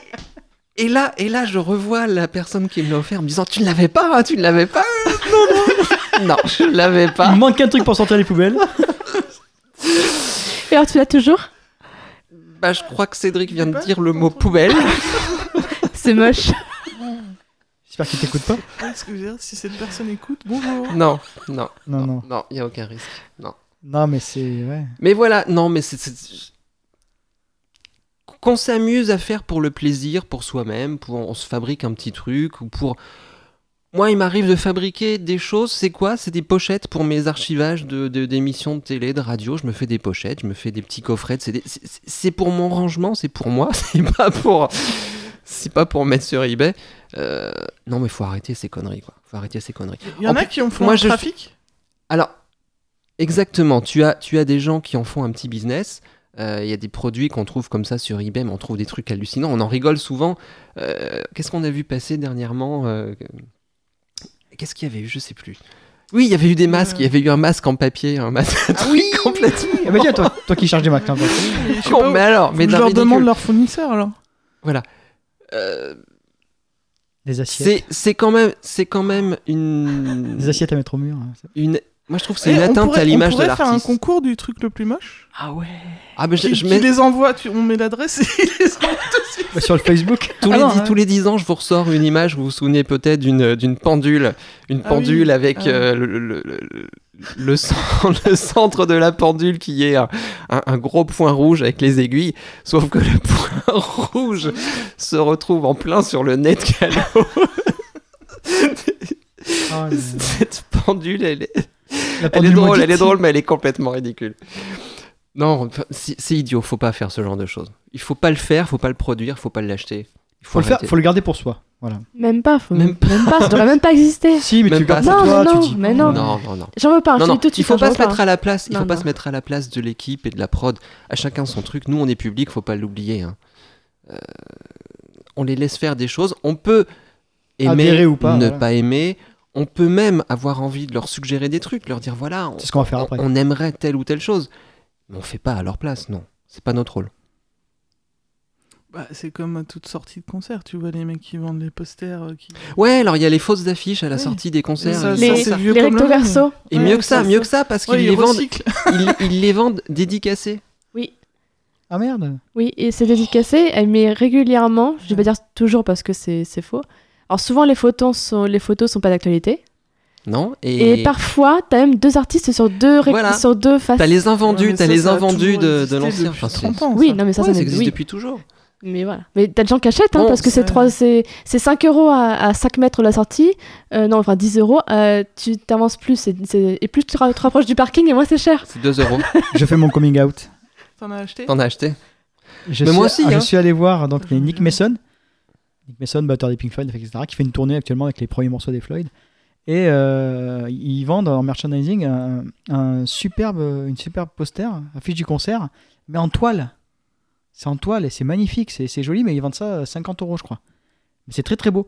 B: et là, et là, je revois la personne qui me l'a offert en me disant Tu ne l'avais pas, hein, tu ne l'avais pas euh, Non, Mm. non, non, je ne l'avais
A: Il
B: pas.
A: manque un truc pour sortir les poubelles.
D: Et alors tu l'as toujours
B: Bah, je crois que Cédric vient de dire le mot poubelle.
D: C'est moche.
A: J'espère qu'il t'écoute pas.
C: Ouais, Ah, ce que je veux dire, si cette personne écoute, bonjour.
B: Non, non,
A: Non, non.
B: non, il n'y a aucun risque. Non.
A: Non, mais c'est. Ouais.
B: Mais voilà, non, mais c'est. c'est- Qu'on s'amuse à faire pour le plaisir, pour soi-même, pour on se fabrique un petit truc, ou pour. Moi, il m'arrive de fabriquer des choses, c'est quoi C'est des pochettes pour mes archivages d'émissions de, d'émissions de télé, de radio. Je me fais des pochettes, je me fais des petits coffrets de CD. C'est- c'est- C'est pour mon rangement, c'est pour moi, c'est pas pour. C'est pas pour mettre sur eBay. Euh, Non, mais faut arrêter ces conneries, quoi. Faut arrêter ces conneries.
C: Il y en
B: En
C: a
B: plus,
C: qui en font
B: moi,
C: un
B: je-
C: trafic.
B: Alors, exactement, tu as, tu as des gens qui en font un petit business. Euh, Il y a des produits qu'on trouve comme ça sur eBay, mais on trouve des trucs hallucinants. On en rigole souvent. Euh, Qu'est-ce qu'on a vu passer dernièrement euh, Qu'est-ce qu'il y avait eu Je sais plus. Oui, il y avait eu des masques.
C: Euh.
B: Il y avait eu un masque en papier, un masque un truc complètement.
A: Eh ben, tiens, toi, toi qui charges des Macs. tiens, toi.
C: Et Ah je sais
B: con,
C: pas où-
B: mais alors, Oh, mais
C: je
B: d'un
C: leur
B: ridicule.
C: demande leur fournisseur alors.
B: Euh,
A: Des assiettes.
B: c'est c'est quand même, c'est quand même une,
A: Des assiettes à mettre au mur. hein. C'est-
B: une. Moi, je trouve que c'est
C: Eh,
B: une
C: on
B: atteinte
C: pourrait-
B: à l'image
C: On
B: de
C: pourrait faire un
B: l'artiste.
C: concours du truc le plus moche.
B: Ah ouais. Ah ben, je,
C: Qui,
B: je
C: qui
B: mets-
C: les envoie, tu- on met l'adresse et ils les envoie.
A: Bah, Sur le Facebook.
B: Tous,
A: Ah
B: les,
A: non,
B: dix-
A: hein.
B: tous les 10 ans, je vous ressors une image, vous vous souvenez peut-être d'une euh, d'une pendule, une
C: Ah
B: pendule
C: oui,
B: avec
C: ah oui.
B: euh, le, le- le- le- le cen- le centre de la pendule qui est un, un- un gros point rouge avec les aiguilles, sauf que le point rouge se retrouve en plein sur le nez de Calo.
A: Ah, le-
B: Cette pendule, elle est,
A: la
B: elle est
A: pendule
B: drôle,
A: maudite.
B: elle est drôle, mais elle est complètement ridicule. Non, enfin, c'est c'est idiot, faut pas faire ce genre de choses. Il faut pas le faire, faut pas le produire, faut pas l'acheter. Il
A: Faut le faire,
B: arrêter.
A: faut le garder pour soi. Voilà.
D: Même pas, faut...
B: Même
D: même pas. ça devrait même pas exister.
A: Si, mais
B: Même
A: tu
B: pas.
A: gardes ça
D: Non,
A: Ah, toi,
D: mais
A: tu
D: non,
A: dis.
D: mais non.
B: Non, non, non.
D: J'en veux pas, je
B: Non,
D: te
B: non,
D: dis tout de
B: il
D: suite.
B: faut
D: hein,
B: pas
D: j'en
B: se
D: veux
B: mettre à la place, il
D: Non,
B: faut pas
D: non.
B: se mettre à la place de l'équipe et de la prod. À chacun son truc. Nous, on est public, faut pas l'oublier. hein. Euh, on les laisse faire des choses. On peut aimer
A: Adhérer ou pas,
B: ne
A: voilà.
B: pas aimer. On peut même avoir envie de leur suggérer des trucs, leur dire voilà, on,
A: C'est ce qu'on va faire
B: on-
A: après.
B: on aimerait telle ou telle chose, mais on fait pas à leur place. Non, c'est pas notre rôle.
C: Bah, c'est comme à toute sortie de concert, tu vois les mecs qui vendent les posters. euh, qui-
B: Ouais, alors il y a les fausses affiches à la
C: Oui.
B: sortie des concerts.
C: Ça,
B: ils
C: ça,
B: font
D: Les,
C: c'est vieux
D: les
C: comme le
D: recto
C: monde.
D: verso.
B: Et
C: Ouais,
B: mieux que ça,
C: ça,
B: mieux
C: ça.
B: que ça, parce qu'ils
C: Ouais,
B: les
C: ils
B: vendent,
C: recyclent.
B: ils, ils les vendent dédicacés.
A: Ah merde.
D: Oui, et c'est dédicacé, elle met régulièrement, je vais pas dire toujours parce que c'est c'est faux. Alors souvent les photos sont les photos sont pas d'actualité.
B: Non
D: Et,
B: Et,
D: parfois, t'as même deux artistes sur deux, ré-
B: Voilà.
D: sur deux faces.
B: t'as les invendus,
C: Ouais, mais
B: t'as
C: ça,
B: les
C: ça a
B: invendus
C: toujours
B: de, de
C: existé
B: l'ancien.
C: depuis
B: Enfin, c'est-
C: 30 ans,
D: Oui,
C: ça.
D: non, mais ça,
B: Ouais,
D: ça
B: ça
D: m'est-
B: existe
D: oui.
B: depuis toujours.
D: Mais voilà. Mais t'as des gens qui achètent, hein,
B: Bon,
D: parce que c'est
C: ça-
D: trois- c'est c'est 5 euros à, à 5 mètres la sortie. Euh, non, enfin 10 euros. Euh, tu t'avances plus c'est- c'est- et plus tu ra- te rapproches du parking et moins c'est cher.
B: C'est 2 euros.
A: Je fais mon coming out.
C: T'en as acheté
B: T'en as
A: Ah,
B: acheté.
A: Je
B: Mais
A: suis,
B: moi aussi,
A: ah, Je
B: hein.
A: suis allé voir donc, les Nick
C: J'aime bien.
A: Mason, Nick Mason, batteur des Pink Floyd, etc., qui fait une tournée actuellement avec les premiers morceaux des Floyd. Et euh, ils vendent en merchandising un, un superbe, une superbe poster, affiche du concert, mais en toile. C'est en toile et c'est magnifique, c'est c'est joli, mais ils vendent ça euh, 50 euros, je crois. Mais c'est très très beau.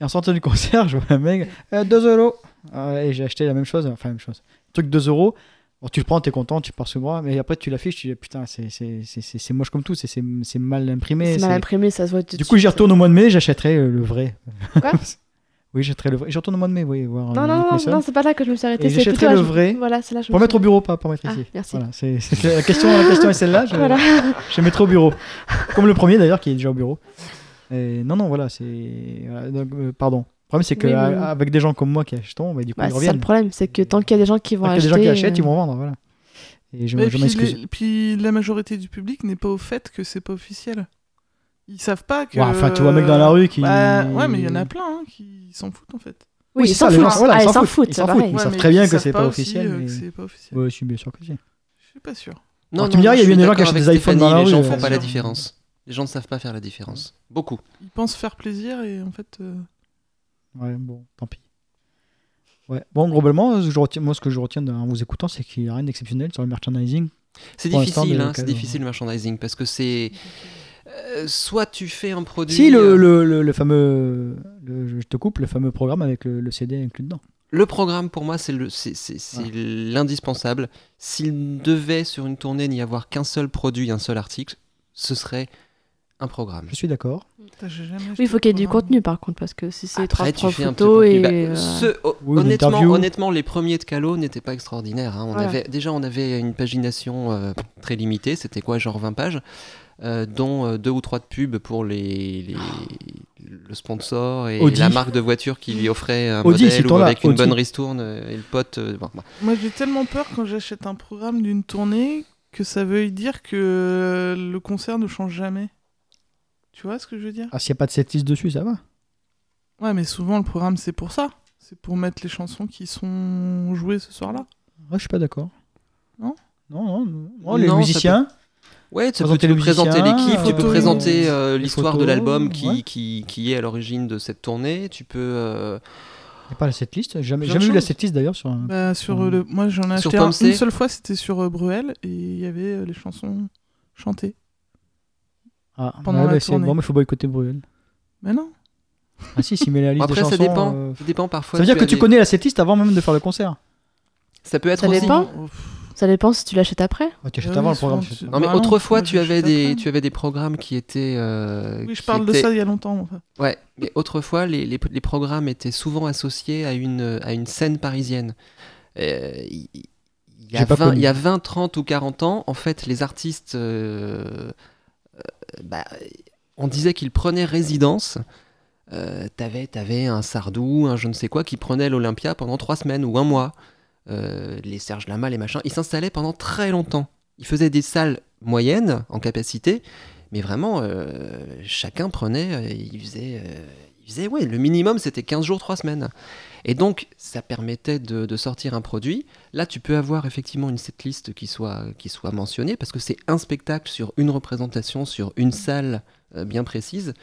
A: Et en sortant du concert, je vois un mec, euh, 2 euros. Euh, et j'ai acheté la même chose, enfin la même chose. Truc 2 euros, Bon, tu le prends, t'es content, tu pars ce bras, mais après tu l'affiches, tu dis putain, c'est- c'est c'est- c'est- c'est moche comme tout, c'est- c'est c'est mal imprimé.
D: C'est mal
A: c'est-
D: imprimé, ça se voit. tout de
A: Du coup,
D: suite.
A: j'y retourne au mois de mai, j'achèterai euh, le vrai.
D: Quoi
A: Oui, j'achèterai le vrai. J'y retourne au mois de mai, oui, voir. euh,
D: Non, non,
A: Nick
D: non, non,
A: Mason.
D: non, c'est pas là que je me suis arrêtée.
A: Et
D: c'est
A: j'achèterai
D: plutôt à-
A: le vrai
D: Voilà, c'est là. je me
A: Pour mettre au
D: suis-
A: bureau, pas pour mettre
D: Ah,
A: ici.
D: merci.
A: Voilà, c'est c'est- la question, la question est celle-là. Je,
D: Voilà.
A: je mettrai au bureau. Comme le premier d'ailleurs, qui est déjà au bureau. Et non, non, voilà, c'est. voilà, donc, euh, pardon. Le problème, c'est
D: Oui, oui,
A: qu'avec
D: oui.
A: des gens comme moi qui achetons, bah, du coup,
D: Bah,
A: ils
D: c'est ça
A: reviennent.
D: le problème, c'est que tant qu'il y a des gens qui vont
A: Tant qu'il y a
D: acheter.
A: des gens qui achètent,
D: euh,
A: ils vont vendre, voilà. Et je
C: Mais
A: je
C: puis,
A: m'excuse.
C: les- puis la majorité du public n'est pas au fait que c'est pas officiel. Ils savent pas que.
A: Ouais, enfin, tu vois un mec dans la rue qui-
C: Bah, ouais, mais il y en a plein hein, qui s'en foutent en fait.
A: Oui,
D: Oui, ils
A: c'est ça,
D: s'en
A: les
D: foutent.
A: gens- voilà,
D: Ah, ils s'en foutent.
A: ils s'en
D: c'est
A: foutent,
D: pareil.
A: mais
C: Ouais,
A: savent
C: mais
A: très bien
C: ils
A: que
C: savent
A: c'est pas
C: aussi,
A: officiel,
C: euh,
A: mais-
C: que c'est pas officiel.
A: Ouais, je suis bien sûr que si.
C: Je suis pas sûr.
A: Alors, tu me diras, il y a
B: je suis
A: bien des gens
B: d'accord
A: qui achètent
B: avec
A: des iPhones dans la
B: Stéphanie, Les
A: rue,
B: gens font
A: euh,
B: pas la
C: sûr.
B: différence. Les gens ne savent pas faire la différence. Beaucoup.
C: Ils pensent faire plaisir et en fait. euh,
A: Ouais, bon, tant pis. Ouais. Bon, globalement, ce que je retiens- moi, ce que je retiens d'un- en vous écoutant, c'est qu'il n'y a rien d'exceptionnel sur le merchandising.
B: C'est
A: Pour l'instant,
B: difficile,
A: des
B: hein,
A: locales,
B: c'est difficile le merchandising parce que c'est. euh, soit tu fais un produit.
A: Si, le,
B: euh,
A: le, le, le fameux. le- je te coupe, le fameux programme avec le, le CD inclus dedans.
B: le programme pour moi, c'est le- c'est- c'est- c'est l'indispensable. S'il devait sur une tournée n'y avoir qu'un seul produit, un seul article, ce serait un programme.
A: Je suis d'accord.
C: putain, j'ai jamais
D: Oui,
C: acheté
D: il faut
C: de
D: qu'il y ait du
C: programme.
D: contenu par contre, parce que si c'est trois
B: Après, tu
D: trois
B: fais un petit
D: photos
B: contenu.
D: et.
B: Bah,
D: euh,
B: ce- ho-
A: Oui, une
B: honnêtement,
A: interview.
B: honnêtement, les premiers de Calo n'étaient pas extraordinaires. hein. On
D: Voilà.
B: avait, déjà, on avait une pagination euh, très limitée. C'était quoi, genre 20 pages, euh, dont euh, deux ou trois de pubs pour les, les- le sponsor et
A: Audi.
B: la marque de voiture qui lui offrait un
A: Audi,
B: modèle
A: ce
B: ou
A: temps-là,
B: avec une
A: Audi.
B: bonne ristourne euh, et le pote. euh, bon, bon.
C: Moi, j'ai tellement peur quand j'achète un programme d'une tournée que ça veuille dire que le concert ne change jamais. Tu vois ce que je veux dire
A: Ah, s'il n'y a pas de setlist dessus, ça va.
C: Ouais, mais souvent le programme c'est pour ça. C'est pour mettre les chansons qui sont jouées ce soir-là.
A: Ouais, je suis pas d'accord.
C: Non
A: Non, non, non. Non, les
B: Non, ça
A: musiciens.
B: Ouais, tu peux,
A: Présenter
B: tu peux
A: le
B: présenter
A: musicien,
B: l'équipe, tu peux
C: euh,
B: présenter euh,
A: les
B: l'histoire de
A: photos,
B: l'album qui,
A: ouais.
B: qui, qui est à l'origine de cette tournée. Tu peux euh,
A: Il n'y a pas la setlist. Jamais,
C: Plein de
A: jamais vu la
C: choses.
A: setlist d'ailleurs sur un.
C: Bah, sur
A: Hum.
C: le... Moi, j'en ai
B: Mmh. Sur
C: acheté
B: Tom
C: un-
B: C.
C: une seule fois, c'était sur euh, Bruel, et il y avait euh, les chansons chantées.
A: Ah,
C: pendant
A: ouais,
C: la
A: bah, c'est-
C: tournée.
A: Bon, mais il faut boycotter Bruel.
C: Mais non,
A: Ah, si, s'il met la liste
B: Après,
A: des
B: ça
A: chansons.
B: dépend.
A: euh,
B: ça dépend parfois.
A: Ça veut dire que
B: as
A: tu
B: des-
A: connais la setlist avant même de faire le concert.
B: Ça peut être
D: Ça
B: aussi.
D: dépend.
C: Oh, pff,
D: Ça dépend si tu l'achètes après.
A: Ah, tu achètes
C: Ah oui,
A: avant le
C: souvent,
A: programme.
C: tu-
A: c'est-
B: Non mais
C: Bah non,
B: autrefois
C: moi,
B: tu
C: j'ai
B: avais
C: juste
B: des
C: après.
B: tu avais des programmes qui étaient euh,
C: oui, je
B: qui
C: parle de
B: étaient-
C: ça il y a longtemps. enfin.
B: ouais mais autrefois les, les, les programmes étaient souvent associés à une à une scène parisienne Euh, il il y, a
A: J'ai pas
B: 20
A: connu.
B: il y a 20 30 ou 40 ans en fait les artistes euh, euh, bah, on disait qu'ils prenaient résidence euh, t'avais t'avais un Sardou un je ne sais quoi qui prenait l'Olympia pendant trois semaines ou un mois euh, les Serge Lama, les machins, ils s'installaient pendant très longtemps. Ils faisaient des salles moyennes en capacité, mais vraiment, euh, chacun prenait, euh, il faisait, euh, il faisait, ouais, le minimum c'était 15 jours, 3 semaines. Et donc, ça permettait de, de sortir un produit. Là, tu peux avoir effectivement une setlist qui soit, qui soit mentionnée, parce que c'est un spectacle sur une représentation, sur une salle euh, bien précise.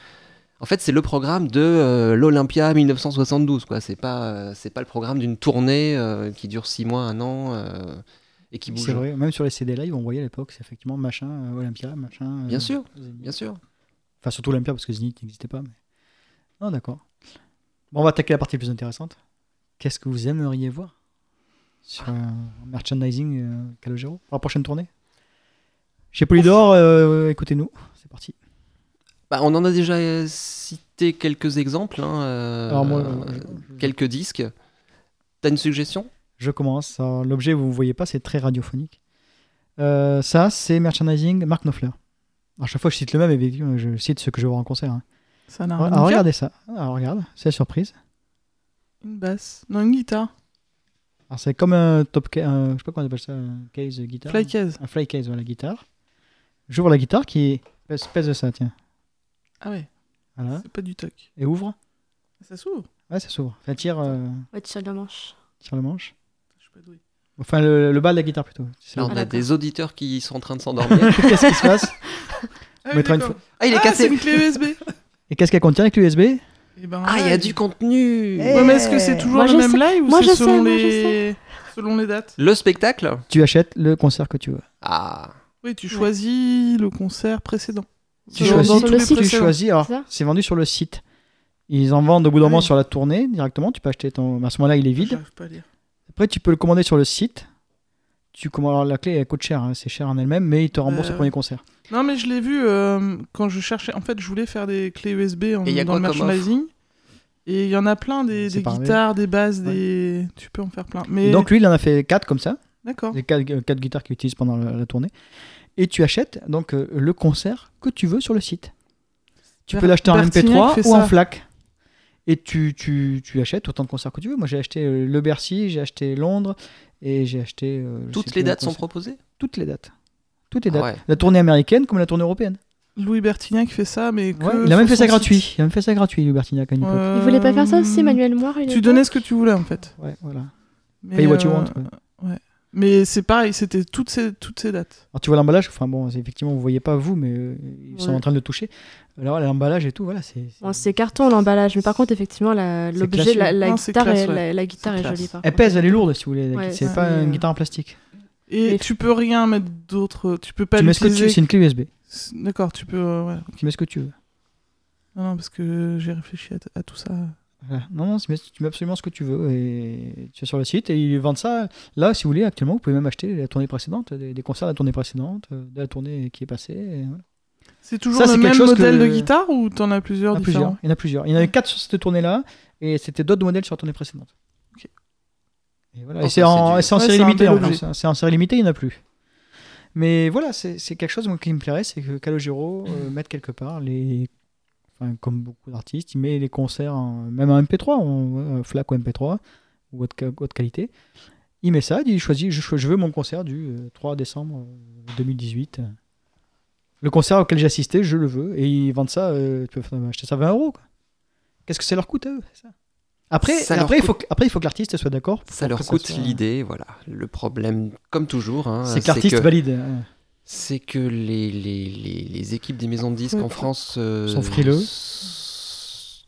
B: En fait, c'est le programme de euh, l'Olympia 1972, quoi. C'est pas, euh, c'est pas le programme d'une tournée euh, qui dure 6 mois, un an, euh, et qui bouge.
A: C'est vrai, même sur les CD live, on voyait à l'époque, c'est effectivement machin, euh, Olympia, machin. euh,
B: Bien sûr,
A: Zénith.
B: bien sûr.
A: Enfin, surtout Olympia parce que Zenith n'existait pas. mais- Non, d'accord. Bon, on va attaquer la partie plus intéressante. Qu'est-ce que vous aimeriez voir sur un merchandising euh, Calogero pour la prochaine tournée Chez Polydor, euh, écoutez-nous, c'est parti.
B: Bah, on en a déjà euh, cité quelques exemples, hein, euh,
A: Alors, moi,
B: euh,
A: je-
B: quelques disques. T'as une suggestion
A: Je commence. Alors, L'objet, vous ne voyez pas, c'est très radiophonique. Euh, ça, c'est merchandising Mark Knopfler. À chaque fois, je cite le même, mais je cite ce que je vois en concert. hein.
B: Ah,
C: Ça n'a rien
A: Alors
C: à dire.
A: regardez ça. Alors regarde, c'est la surprise.
C: Une basse. Non, une guitare.
A: Alors, c'est comme un top ca- un- je sais pas comment on appelle ça, un case de guitare.
C: Fly case.
A: Un fly case, voilà, guitare. J'ouvre la guitare qui pèse, pèse ça, tiens.
C: Ah ouais,
A: Voilà.
C: c'est pas du toc.
A: Et ouvre.
C: Ça s'ouvre.
A: Ouais, ça s'ouvre. Enfin, tire, euh,
D: Ouais, tu la manche.
A: tire le manche.
C: Je suis pas doué.
A: Enfin, le, le bas de la guitare plutôt. C'est
B: Là,
A: le-
B: on a
D: d'accord.
B: des auditeurs qui sont en train de s'endormir.
A: Qu'est-ce qui se passe
C: Ah,
A: On mettra une
C: d'accord.
B: ah, il est
C: Ah, c'est
B: cassé.
C: une clé USB.
A: Et qu'est-ce qu'elle contient avec l'USB
C: Eh ben,
B: Ah, il y
C: ouais.
B: a du contenu.
A: Eh.
C: Ouais, mais est-ce que c'est toujours
D: Moi,
C: le
D: je
C: même
D: sais.
C: live ou
D: Moi,
C: c'est
D: je
C: selon
D: sais, moi, je
C: les selon les dates
B: Le spectacle
A: Tu achètes le concert que tu veux.
B: Ah,
C: Oui, tu choisis le concert précédent.
A: Tu
D: Sur-
A: choisis,
D: sur
C: tous
D: le
C: les
D: site.
A: tu
C: précédents.
A: choisis. Alors,
D: hein. C'est ça
A: c'est vendu sur le site. Ils en vendent au bout d'un
C: Ah
A: moment
C: oui.
A: sur la tournée directement. Tu peux acheter ton. À ce moment-là, il est vide.
C: J'arrive pas à lire.
A: Après, tu peux le commander sur le site. Tu commandes alors, la clé, elle coûte cher. hein. C'est cher en elle-même, mais ils te remboursent
C: Euh,
A: le premier concert.
C: Non, mais je l'ai vu euh, quand je cherchais. En fait, je voulais faire des clés USB en,
B: Et y a
C: dans le
B: quoi comme offre
C: merchandising. Et il y en a plein, des,
A: C'est
C: des
A: pareil.
C: guitares, des basses, des. Tu peux en faire plein. Mais...
A: Donc lui, il en a fait 4 comme ça,
C: D'accord.
A: les 4, guitares qu'il utilise pendant la, la tournée. Et tu achètes donc euh, le concert que tu veux sur le site. Tu peux
C: Ber-
A: l'acheter en
C: Bertignac
A: MP3
C: fait
A: ou en
C: ça.
A: FLAC. Et tu, tu, tu achètes autant de concerts que tu veux. Moi, j'ai acheté euh, le Bercy, j'ai acheté Londres et j'ai acheté. euh, je sais
B: toutes
A: plus
B: les
A: le
B: dates sont
A: concert.
B: proposées
A: Toutes les dates. Toutes les
B: Ah
A: dates.
B: ouais.
A: La tournée américaine comme la tournée européenne.
C: Louis Bertignac fait ça, mais. que
A: Ouais, il a même
C: sur
A: fait ça
C: son
A: gratuit.
C: site.
A: Il a même fait ça gratuit, le Bertignac à une époque.
C: Euh,
D: Il voulait pas faire ça aussi, Manuel Moir une
C: Tu
D: époque
C: donnais ce que tu voulais en fait.
A: Ouais, voilà.
C: Mais,
A: Pay what you
C: euh,
A: want, ouais.
C: Mais c'est pareil, c'était toutes ces, toutes ces dates.
A: Alors tu vois l'emballage, enfin bon, c'est- effectivement vous voyez pas vous, mais euh, ils sont
D: Ouais.
A: en train de le toucher. Alors l'emballage et tout, voilà, c'est. c'est-
D: Bon, c'est carton l'emballage, mais par contre, effectivement, la-
A: C'est
D: l'objet, la,
A: classique.
D: la
C: Non, c'est
D: guitare,
C: classe,
D: est,
C: ouais.
D: la, la guitare
B: C'est
D: est
B: classe.
D: jolie. Par
A: Elle
D: contre.
A: pèse, elle est lourde si vous voulez. la
D: Ouais,
A: guitare. c'est
D: c'est-
A: pas
C: euh,
A: une guitare en plastique.
C: Et
D: Mais-
C: tu peux rien mettre d'autre. Tu peux pas
A: tu mets ce que tu veux,
C: l'utiliser.
A: c'est une clé USB.
C: D'accord, tu peux. euh, ouais.
A: Tu mets ce que tu veux.
C: Non, non, parce que j'ai réfléchi à, t- à tout ça.
A: Voilà. Non, non, tu mets, tu mets absolument ce que tu veux. Et tu es sur le site et ils vendent ça. Là, si vous voulez, actuellement, vous pouvez même acheter la tournée précédente, des, des concerts de la tournée précédente, euh, de la tournée qui est passée. et voilà.
C: C'est toujours
A: Ça,
C: le
A: c'est quelque
C: même
A: chose
C: modèle
A: que-
C: de guitare ou t'en as
A: Il y
C: plusieurs
A: en a plusieurs.
C: différents
A: Il y en a plusieurs. Il y en avait quatre sur cette tournée-là et c'était d'autres modèles sur la tournée précédente.
C: Ok.
A: Et voilà.
B: Oh,
A: Et c'est
B: ça,
A: en,
B: c'est du-
A: et c'est en
C: Ouais,
A: série
C: c'est un
A: limitée
C: bel
A: en
C: objet.
A: plus, hein. C'est en série limitée, il n'y en a plus. Mais voilà, c'est c'est quelque chose moi, qui me plairait, c'est que Calogero euh,
C: Mm.
A: mette quelque part les. enfin, comme beaucoup d'artistes, il met les concerts, en- même en MP3, en, ouais, FLAC ou MP3, ou haute, ca- haute qualité. Il met ça, il dit choisis, je, cho- je veux mon concert du euh, 3 décembre euh, 2018. Le concert auquel j'ai assisté, je le veux. Et ils vendent ça, euh, tu peux acheter ça 20 euros. quoi. Qu'est-ce que ça leur coûte à eux ça après,
B: Ça leur
A: après, il
B: coûte-
A: faut que, après, il faut que l'artiste soit d'accord.
B: Ça leur
A: que ça
B: coûte
A: soit-
B: l'idée, voilà. Le problème, comme toujours, hein,
A: c'est que l'artiste
B: que-
A: valide. hein.
B: c'est que les, les, les, les équipes des maisons de disques
C: Ouais.
B: en France euh,
A: Sont frileux.
B: s-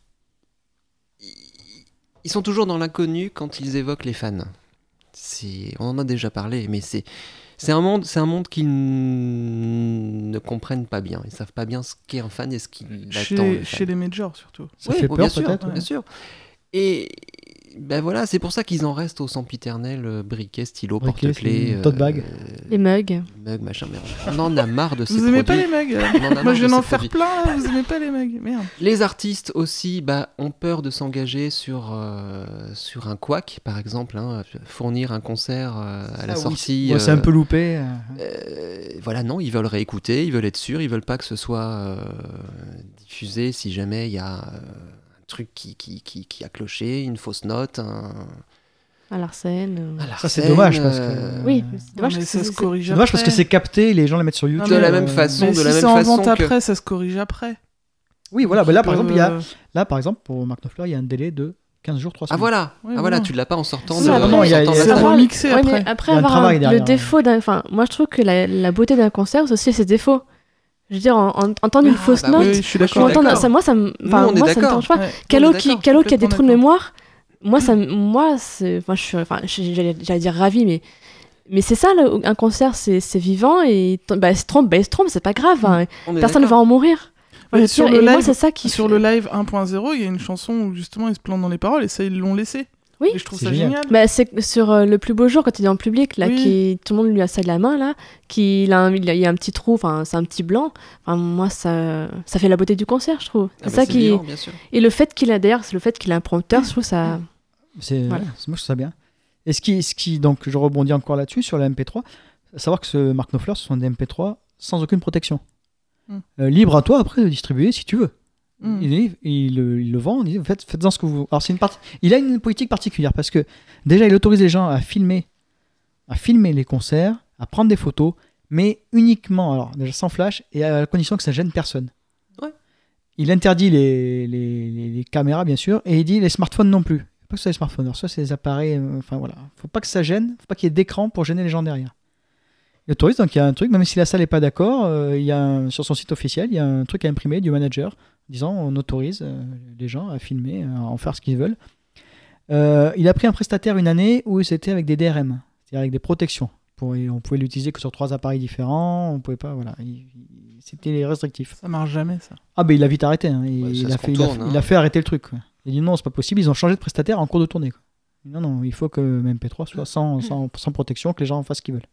B: Ils- Ils sont toujours dans l'inconnu quand ils évoquent les fans. C'est, on en a déjà parlé, mais c'est, c'est un monde, c'est un monde qu'ils n- ne comprennent pas bien. Ils savent pas bien ce qu'est un fan et ce qu'il attend.
C: Chez,
B: le fan.
C: chez les majors surtout.
A: Ça
B: Oui,
A: fait
B: bon,
A: peur
B: bien sûr,
A: peut-être.
C: ouais.
B: bien sûr. Et ben voilà, c'est pour ça qu'ils en restent au sempiternel euh, briquet, stylo,
A: Briquet,
B: porte-clés, euh,
A: c'est- tote bag.
D: Les mugs.
B: mug, machin. Mais on en a marre de ces
C: Vous aimez pas les
B: produits.
C: mugs là
B: On en a
C: Moi
B: marre
C: je
B: de
C: viens d'en
B: ces
C: faire
B: produits.
C: plein là, vous aimez pas les mugs Merde.
B: Les artistes aussi bah, ont peur de s'engager sur, euh, sur un quack, par exemple, hein, fournir un concert euh, à la
A: Ah oui,
B: sortie.
A: Ouais, c'est un
B: euh,
A: peu loupé. euh.
B: euh, voilà, non, ils veulent réécouter, ils veulent être sûrs, ils veulent pas que ce soit euh, diffusé si jamais il y a euh, un truc qui, qui, qui, qui a cloché, une fausse note. Un...
D: À l'arsène.
B: à la
A: Ça, c'est
B: scène,
A: dommage, parce que-
B: euh,
D: Oui, mais c'est dommage
C: Non,
D: que
C: mais ça
D: c'est-
C: se
D: c'est-
C: corrige
A: C'est dommage parce que
C: après.
A: c'est capté, les gens les mettent sur YouTube.
B: De la
A: euh,
B: même façon,
C: Mais
B: de la
C: si
B: même
C: c'est en
B: façon
C: vente
B: que-
C: après, ça se corrige après.
A: Oui, voilà. bah là, par
C: Euh,
A: exemple, il y a, là, par exemple, pour Marc Knopfler, il y a un délai de 15 jours, 3
B: Ah
A: semaines.
B: voilà,
C: Ouais,
B: ah voilà,
C: voilà.
B: tu l'as pas en sortant
D: Oui,
B: de.
D: après,
B: en
A: il y a- il y
B: sortant
A: a-
B: de la
C: C'est
B: salle.
C: vraiment mixé
D: Ouais,
C: après.
D: mais
A: Il
D: après
A: y a un
D: avoir un-
A: travail
D: le
A: derrière.
D: défaut d'un. Enfin, moi je trouve que la, la beauté d'un concert, c'est aussi ses défauts. Je veux dire, en- en- entendre une
B: Ah,
D: fausse
B: bah
D: note,
B: oui,
C: je suis
B: je suis
D: ou
C: d'accord.
B: d'accord.
D: entendre- ça, moi ça me.
B: Nous,
D: Enfin,
B: on est
D: moi ça me
B: d'accord.
D: dérange pas.
C: Ouais.
D: Calo
B: On est
D: qui,
B: d'accord,
D: Calo qui a des
C: complètement
D: trous de
C: d'accord.
D: mémoire, moi, ça, me- moi c'est, enfin, je suis, enfin, j'ai- j'allais j'allais dire ravi, mais, mais c'est ça, le- un concert, c'est, c'est vivant et t- bah, il se trompe, bah, il se trompe, c'est pas grave, hein.
B: On est
D: personne va en mourir.
C: Ouais,
D: Je veux
C: sur
D: dire,
C: le
D: et moi,
C: live-
D: c'est ça qui.
C: Sur le live 1.0, il y a une chanson où justement ils se plantent dans les paroles et ça ils l'ont laissé.
D: Oui.
C: Et je trouve
A: C'est
C: ça
A: génial.
C: génial.
D: Bah, c'est sur euh, le plus beau jour quand il est en public là,
C: Oui.
D: qui tout le monde lui a ça de la main là, qu'il a, un- il a, il y a un petit trou, enfin c'est un petit blanc. Enfin moi ça, ça fait la beauté du concert je trouve.
B: Ah bah,
D: c'est ça
B: c'est
D: qui
B: vivant, bien sûr.
D: et le fait qu'il a d'ailleurs c'est le fait qu'il a un prompteur je trouve ça.
A: C'est
D: Voilà.
A: ouais, c'est- moi je trouve ça bien. Et ce qui, ce qui donc je rebondis encore là-dessus sur la MP3, à savoir que ce Mark Knopfler ce sont des MP3 sans aucune protection.
C: Hmm.
A: Euh, libre à toi après de distribuer si tu veux.
C: Mm.
A: Il, est- il le- il le vend, on dit, en fait, faites-en ce que vous. Alors, c'est une partie. Il a une politique particulière parce que déjà, il autorise les gens à filmer, à filmer les concerts, à prendre des photos, mais uniquement, alors déjà sans flash et à la condition que ça gêne personne.
B: Ouais.
A: Il interdit les, les- les- les caméras, bien sûr, et il dit les smartphones non plus. Faut Pas que ce soit les smartphones, alors ça, c'est les appareils. euh, Enfin, voilà. Faut pas que ça gêne, faut pas qu'il y ait d'écran pour gêner les gens derrière. Il autorise, donc il y a un truc, même si la salle n'est pas d'accord, euh, il y a un- sur son site officiel, il y a un truc à imprimer du manager disant on autorise euh, les gens à filmer, à en faire ce qu'ils veulent. Euh, il a pris un prestataire une année où c'était avec des DRM, c'est-à-dire avec des protections. Pour, et on pouvait l'utiliser que sur trois appareils différents, on pouvait pas, voilà, il- il- c'était restrictif.
C: Ça marche jamais, ça.
A: Ah ben il a vite arrêté, hein, il,
B: Ouais, ça
A: il
B: se
A: a fait, il a-
B: contourne, hein.
A: il a fait arrêter le truc. quoi. Il a dit non c'est pas possible, ils ont changé de prestataire en cours de tournée. quoi. Non non, il faut que MP3 soit
B: Mm.
A: sans, sans, sans protection, que les gens en fassent ce qu'ils veulent.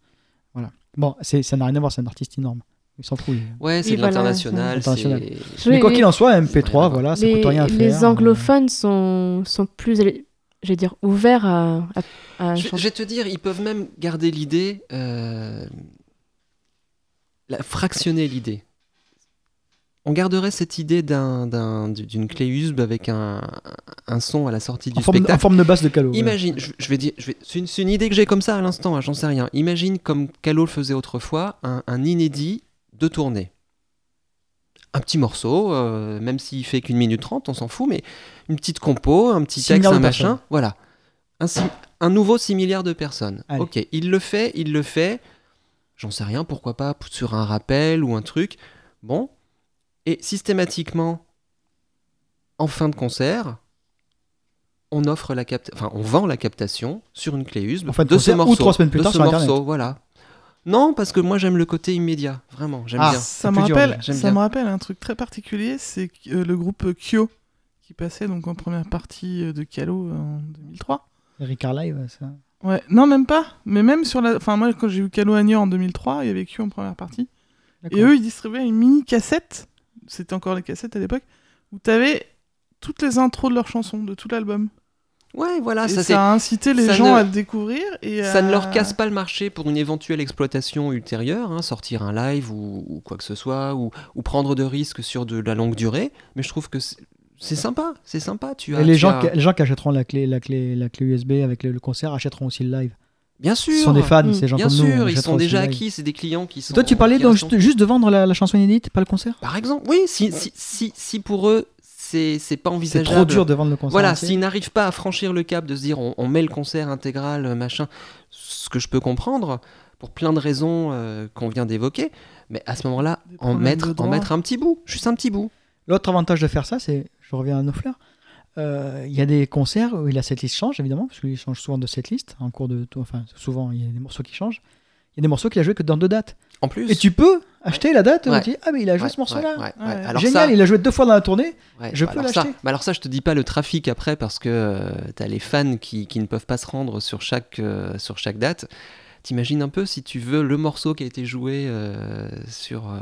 A: Voilà. Bon, c'est- ça n'a rien à voir, c'est un artiste énorme. Il s'en fout. lui.
B: Ouais, c'est
D: Oui,
B: de
D: voilà,
B: l'international.
A: ça-
B: c'est-
D: Je-
A: Mais quoi
D: les-
A: qu'il en soit,
B: Rien à
A: MP3,
B: voir.
A: voilà, ça
D: les,
A: coûte rien à faire. hein.
D: les anglophones sont, sont plus, allez, je vais dire, ouverts à, à- à-
B: Je, je vais te dire, ils peuvent même garder l'idée, euh, la, fractionner l'idée. On garderait cette idée d'un- d'un- d'une clé USB avec un, un son à la sortie du
A: En forme,
B: spectacle.
A: en forme de basse de Calo. ouais.
B: Imagine, je, je vais dire, je vais- c'est une, c'est une idée que j'ai comme ça à l'instant, hein, j'en sais rien. Imagine comme Calo le faisait autrefois, un, un inédit de tournée. Un petit morceau, euh, même s'il fait qu'une minute trente, on s'en fout, mais une petite compo, un petit
A: Six
B: texte,
A: milliards
B: un
A: de
B: machin,
A: personnes.
B: voilà. Un, sim- un nouveau similaire de personnes.
A: Allez.
B: Ok, il le fait, il le fait. J'en sais rien, pourquoi pas p- sur un rappel ou un truc. Bon, et systématiquement, en fin de concert, on offre la capta- enfin, on vend la captation sur une clé USB
A: En fin de
B: de ce
A: concert ou
B: morceau,
A: trois semaines plus
B: de
A: tard
B: ce
A: sur
B: morceau,
A: Internet.
B: voilà. Non, parce que moi j'aime le côté immédiat, vraiment, j'aime
A: Ah.
B: bien.
A: C'est
C: Ça me
A: plus dur,
C: rappelle,
A: mais
B: j'aime
C: ça
B: bien.
C: me rappelle un truc très particulier, c'est que, euh, le groupe Kyo qui passait donc en première partie euh, de Calo euh, en 2003.
A: Eric Carly, ouais, ça.
C: Ouais, non même pas, mais même sur la, enfin moi quand j'ai eu Calo à Niort en 2003, il y avait Kyo en première partie. Et eux, ils distribuaient une mini cassette, c'était encore les cassettes à l'époque, où t'avais toutes les intros de leurs chansons, de tout l'album.
B: Ouais, voilà,
C: Et
B: Ah, ça,
C: ça,
B: c'est.
C: a incité les
B: ça
C: gens
B: ne-
C: à le découvrir. Et
B: Ça
C: à-
B: ne leur casse pas le marché pour une éventuelle exploitation ultérieure, hein, sortir un live ou, ou quoi que ce soit, ou, ou prendre de risques sur de la longue durée. Mais je trouve que c'est c'est sympa, c'est sympa. Tu as,
A: Et les
B: tu
A: gens,
B: as-
A: qui, les gens qui achèteront la clé, la clé, la clé USB avec le, le concert achèteront aussi le live.
B: bien sûr,
A: Ils sont des fans,
D: Mm.
A: ces gens
B: bien
A: comme nous.
B: sûr, ils
A: achèteront
B: sont
A: aussi
B: déjà
A: le live.
B: acquis, c'est des clients qui sont.
A: Toi, tu parlais
B: qui
A: donc
B: restent-
A: juste- juste de vendre la, la chanson inédite, pas le concert
B: Par exemple, oui, si, si, si, si pour eux, c'est c'est pas
A: C'est
B: envisageable.
A: trop dur de vendre le concert.
B: Voilà,
A: entier.
B: s'ils n'arrivent pas à franchir le cap de se dire on, on met le concert intégral, euh, machin, ce que je peux comprendre, pour plein de raisons euh, qu'on vient d'évoquer, mais à ce moment-là,
C: Des
B: en
C: problèmes de
B: mettre, en
C: droit.
B: mettre un petit bout, juste un petit bout.
A: L'autre avantage de faire ça, c'est, je reviens à Nofleur, euh, il y a des concerts où la setlist change, évidemment, parce qu'il change souvent de setlist, en cours de tour, enfin, souvent, il y a des morceaux qui changent. Il y a des morceaux qu'il a joué que dans deux dates.
B: En plus.
A: Et tu peux acheter la date, où
B: Ouais.
A: tu dis, ah, mais il a joué
B: Ouais,
A: ce morceau-là.
B: ouais, ouais,
C: Ouais.
B: ouais. Alors
A: Génial,
B: ça,
A: il a joué deux fois dans la tournée.
B: ouais,
A: je
B: bah
A: peux
B: alors ça-
A: l'acheter.
B: bah alors ça, je te dis pas le trafic après parce que euh, t'as les fans qui, qui ne peuvent pas se rendre sur chaque, euh, sur chaque date. T'imagines un peu si tu veux le morceau qui a été joué euh, sur. euh,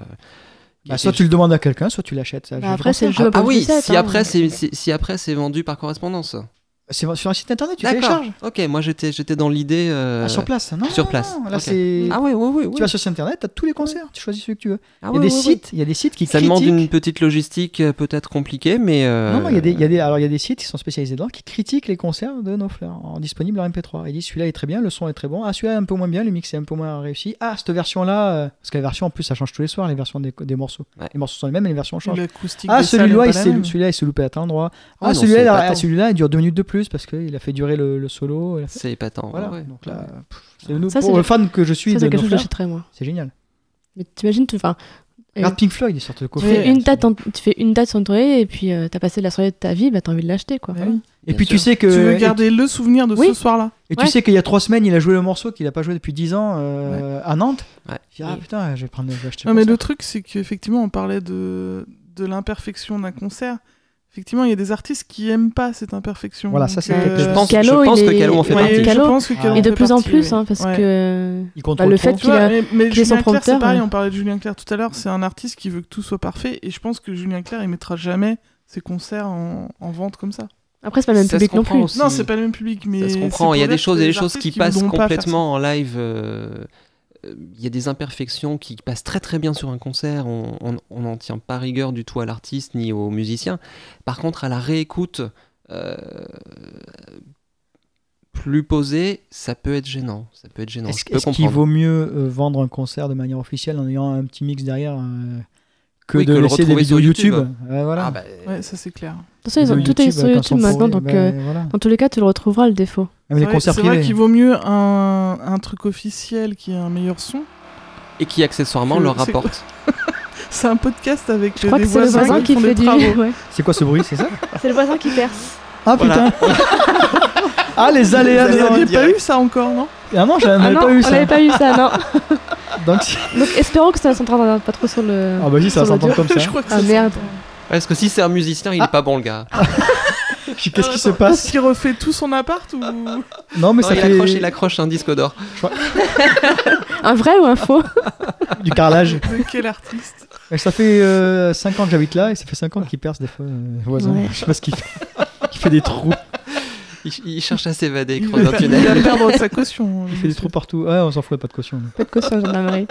B: qui a
A: Bah,
B: été
A: soit tu le demandes à quelqu'un, soit tu l'achètes. ça,
D: Bah,
A: je vais
D: après,
A: penser.
D: c'est le jeu.
B: Ah,
D: Bah,
B: ah oui,
D: recette,
B: si
D: hein.
B: après c'est si, si après c'est vendu par correspondance.
A: C'est sur un site internet, tu
B: D'accord.
A: télécharges.
B: Ok, moi j'étais j'étais dans l'idée. euh,
A: Ah, sur place, non
B: sur
A: non,
B: place,
A: non, Là,
B: ok.
A: c'est.
B: Ah ouais, ouais, ouais. ouais.
A: Tu vas sur site internet, t'as tous les concerts, tu choisis celui que tu veux. Il
B: Ah
A: y a
B: ouais,
A: des
B: ouais, ouais.
A: sites, il y a des sites qui
B: Ça demande
A: critiquent.
B: une petite logistique euh, peut-être compliquée, mais. euh,
A: Non, non, il y a des, il y a des, alors il y a des sites qui sont spécialisés dedans qui critiquent les concerts de nos fleurs en disponible en MP3. Ils disent celui-là est très bien, le son est très bon. Ah, celui-là est un peu moins bien, le mix est un peu moins réussi. Ah, cette version-là, euh, parce que la version en plus ça change tous les soirs, les versions des, des morceaux.
B: Ouais.
A: Les morceaux sont les mêmes, mais les versions changent.
C: L'acoustique
A: Ah,
C: des salles
A: celui-là,
C: est
A: il
C: pas la
A: s'est
C: même.
A: celui-là, il s'est loupé à tel endroit.
B: Ah
A: Ah,
B: non, c'est
A: celui-là, il a-
B: épatant.
A: celui-là, il dure deux minutes de plus parce qu'il a fait durer le, le solo. il a fait-
B: C'est épatant.
A: Voilà.
B: ouais, ouais.
A: Donc là, pff, c'est le-
D: Ça, c'est
A: pour le
D: le-
A: fan que je suis
D: Ça,
A: de
D: c'est quelque chose que
A: Nofleur,
D: j'achèterais, moi.
A: c'est génial.
D: Mais t'imagines, tu, enfin, Et-
A: Regarde Pink Floyd, ils sortent de
D: tu,
A: coffret.
D: fais une date en- tu fais une date sur une tournée et puis euh, t'as passé la soirée de ta vie, bah t'as envie de l'acheter, quoi.
C: Bah oui.
A: Et
B: Bien
A: puis tu
B: sûr.
A: sais Ah que.
C: Tu veux garder le souvenir de
D: Oui.
C: ce soir-là.
A: Et tu
D: Ouais.
A: sais qu'il y a trois semaines, il a joué le morceau qu'il n'a pas joué depuis 10 ans euh, à Nantes.
B: Ouais.
A: Tu dis, ah
D: Oui.
A: putain, je vais prendre, je vais acheter.
C: Non, mais
A: le
C: le
A: concert.
C: truc, c'est qu'effectivement, on parlait de, de l'imperfection d'un concert. Effectivement, il y a des artistes qui aiment pas cette imperfection.
A: Voilà, ça,
C: Donc,
A: c'est
C: euh,
A: quelque chose.
B: Je pense,
D: Calo,
B: je pense
D: il
B: que
D: est-
B: Calo en
D: il
B: fait
D: est-
C: ouais,
B: partie.
C: je
D: Calo.
C: pense que Calo
A: Ah.
C: en
D: Et de
C: fait
D: plus en
C: partie,
D: plus,
C: ouais.
D: hein, parce
C: Ouais.
D: que.
A: Il contrôle
D: Bah, le
A: trop.
D: fait
C: Tu
D: qu'il
C: vois,
D: a.
C: mais, mais
D: qu'il ait son
C: Julien Clerc, c'est
D: prompteur,
C: pareil,
D: euh.
C: on parlait de Julien Clerc tout à l'heure, c'est un artiste qui veut que tout soit parfait, et je pense que Julien Clerc, il mettra jamais ses concerts en, en vente comme ça.
D: Après, c'est pas le même
B: Ça se
D: public non
B: comprend
D: plus.
B: aussi.
C: Non, c'est pas le même public, mais...
B: Ça se
C: c'est
B: comprend.
C: pour
B: Il y a
C: dire
B: des
C: que
B: choses, il y a des
C: les
B: choses qui
C: artistes
B: passent
C: voudront pas faire ça.
B: complètement en live. euh, euh, il y a des imperfections qui passent très très bien sur un concert. On- On on n'en tient pas rigueur du tout à l'artiste ni au musicien. Par contre, à la réécoute euh, plus posée, ça peut être gênant. Ça peut être gênant.
A: Est-ce
B: Je peux
A: est-ce qu'il
B: comprendre.
A: vaut mieux euh, vendre un concert de manière officielle en ayant un petit mix derrière euh, que
B: Oui,
A: de
B: que le
A: laisser des
B: retrouver
A: vidéos
B: sur
A: YouTube,
B: YouTube.
A: Ouais, voilà.
B: Ah bah,
C: Ouais, ça c'est clair.
D: toute façon, ils ont,
A: Vidéos
D: tout est sur
A: euh, quand
D: YouTube
A: on s'en
D: maintenant,
A: fout,
D: donc
A: bah,
D: euh,
A: voilà.
D: dans tous les cas, tu le retrouveras le défaut.
A: Ah, mais les
C: Ouais,
A: concerts
C: c'est vrai
A: privés.
C: qu'il vaut mieux un, un truc officiel qui a un meilleur son.
B: Et qui accessoirement
C: Je-
B: leur
C: c'est-
B: rapporte.
C: C'est un podcast avec
D: Je crois
C: des
D: que c'est le
C: voisins
D: voisin qui
C: font
D: fait
C: des
D: du.
C: travaux.
D: ouais.
A: C'est quoi ce bruit, c'est ça
D: C'est le voisin qui perce.
A: Ah
B: Voilà.
A: putain Ah les aléas
C: Vous
A: de la
C: n'aviez
A: radio.
C: pas eu ça encore, non
A: Ah non, j'avais
D: Ah non,
A: pas eu
D: on
A: ça.
D: n'avait pas eu ça, non.
A: Donc, si-
D: Donc espérons que ça s'entendra pas trop sur le.
A: ah bah si, ça va
D: Sur l'audio.
A: s'entendre comme ça.
C: Je crois que
D: Ah,
C: ça
D: merde.
C: s'entend.
B: Parce que si c'est un musicien, il est pas bon le gars.
A: Je- Qu'est-ce
C: Alors,
A: qui se
C: attends,
A: passe
C: Est-ce qu'il refait tout son appart ou
A: Non, mais
B: Non,
A: ça
B: il,
A: fait
B: accroche, il accroche un disque d'or.
D: Un vrai ou un faux
A: du carrelage.
C: de quel artiste
A: Et ça fait 5 ans que j'habite là et ça fait 5 ans qu'il perce des fois euh, voisin.
D: Ouais.
A: Je sais pas ce qu'il fait. Il fait des trous,
B: Il, il cherche à s'évader, il
C: il
B: creuse un
C: va, il va
B: tunnel.
C: perdre sa caution.
A: il fait des trous partout. Ouais, on s'en fout, pas de caution. nous.
D: Pas de caution, gendarmerie.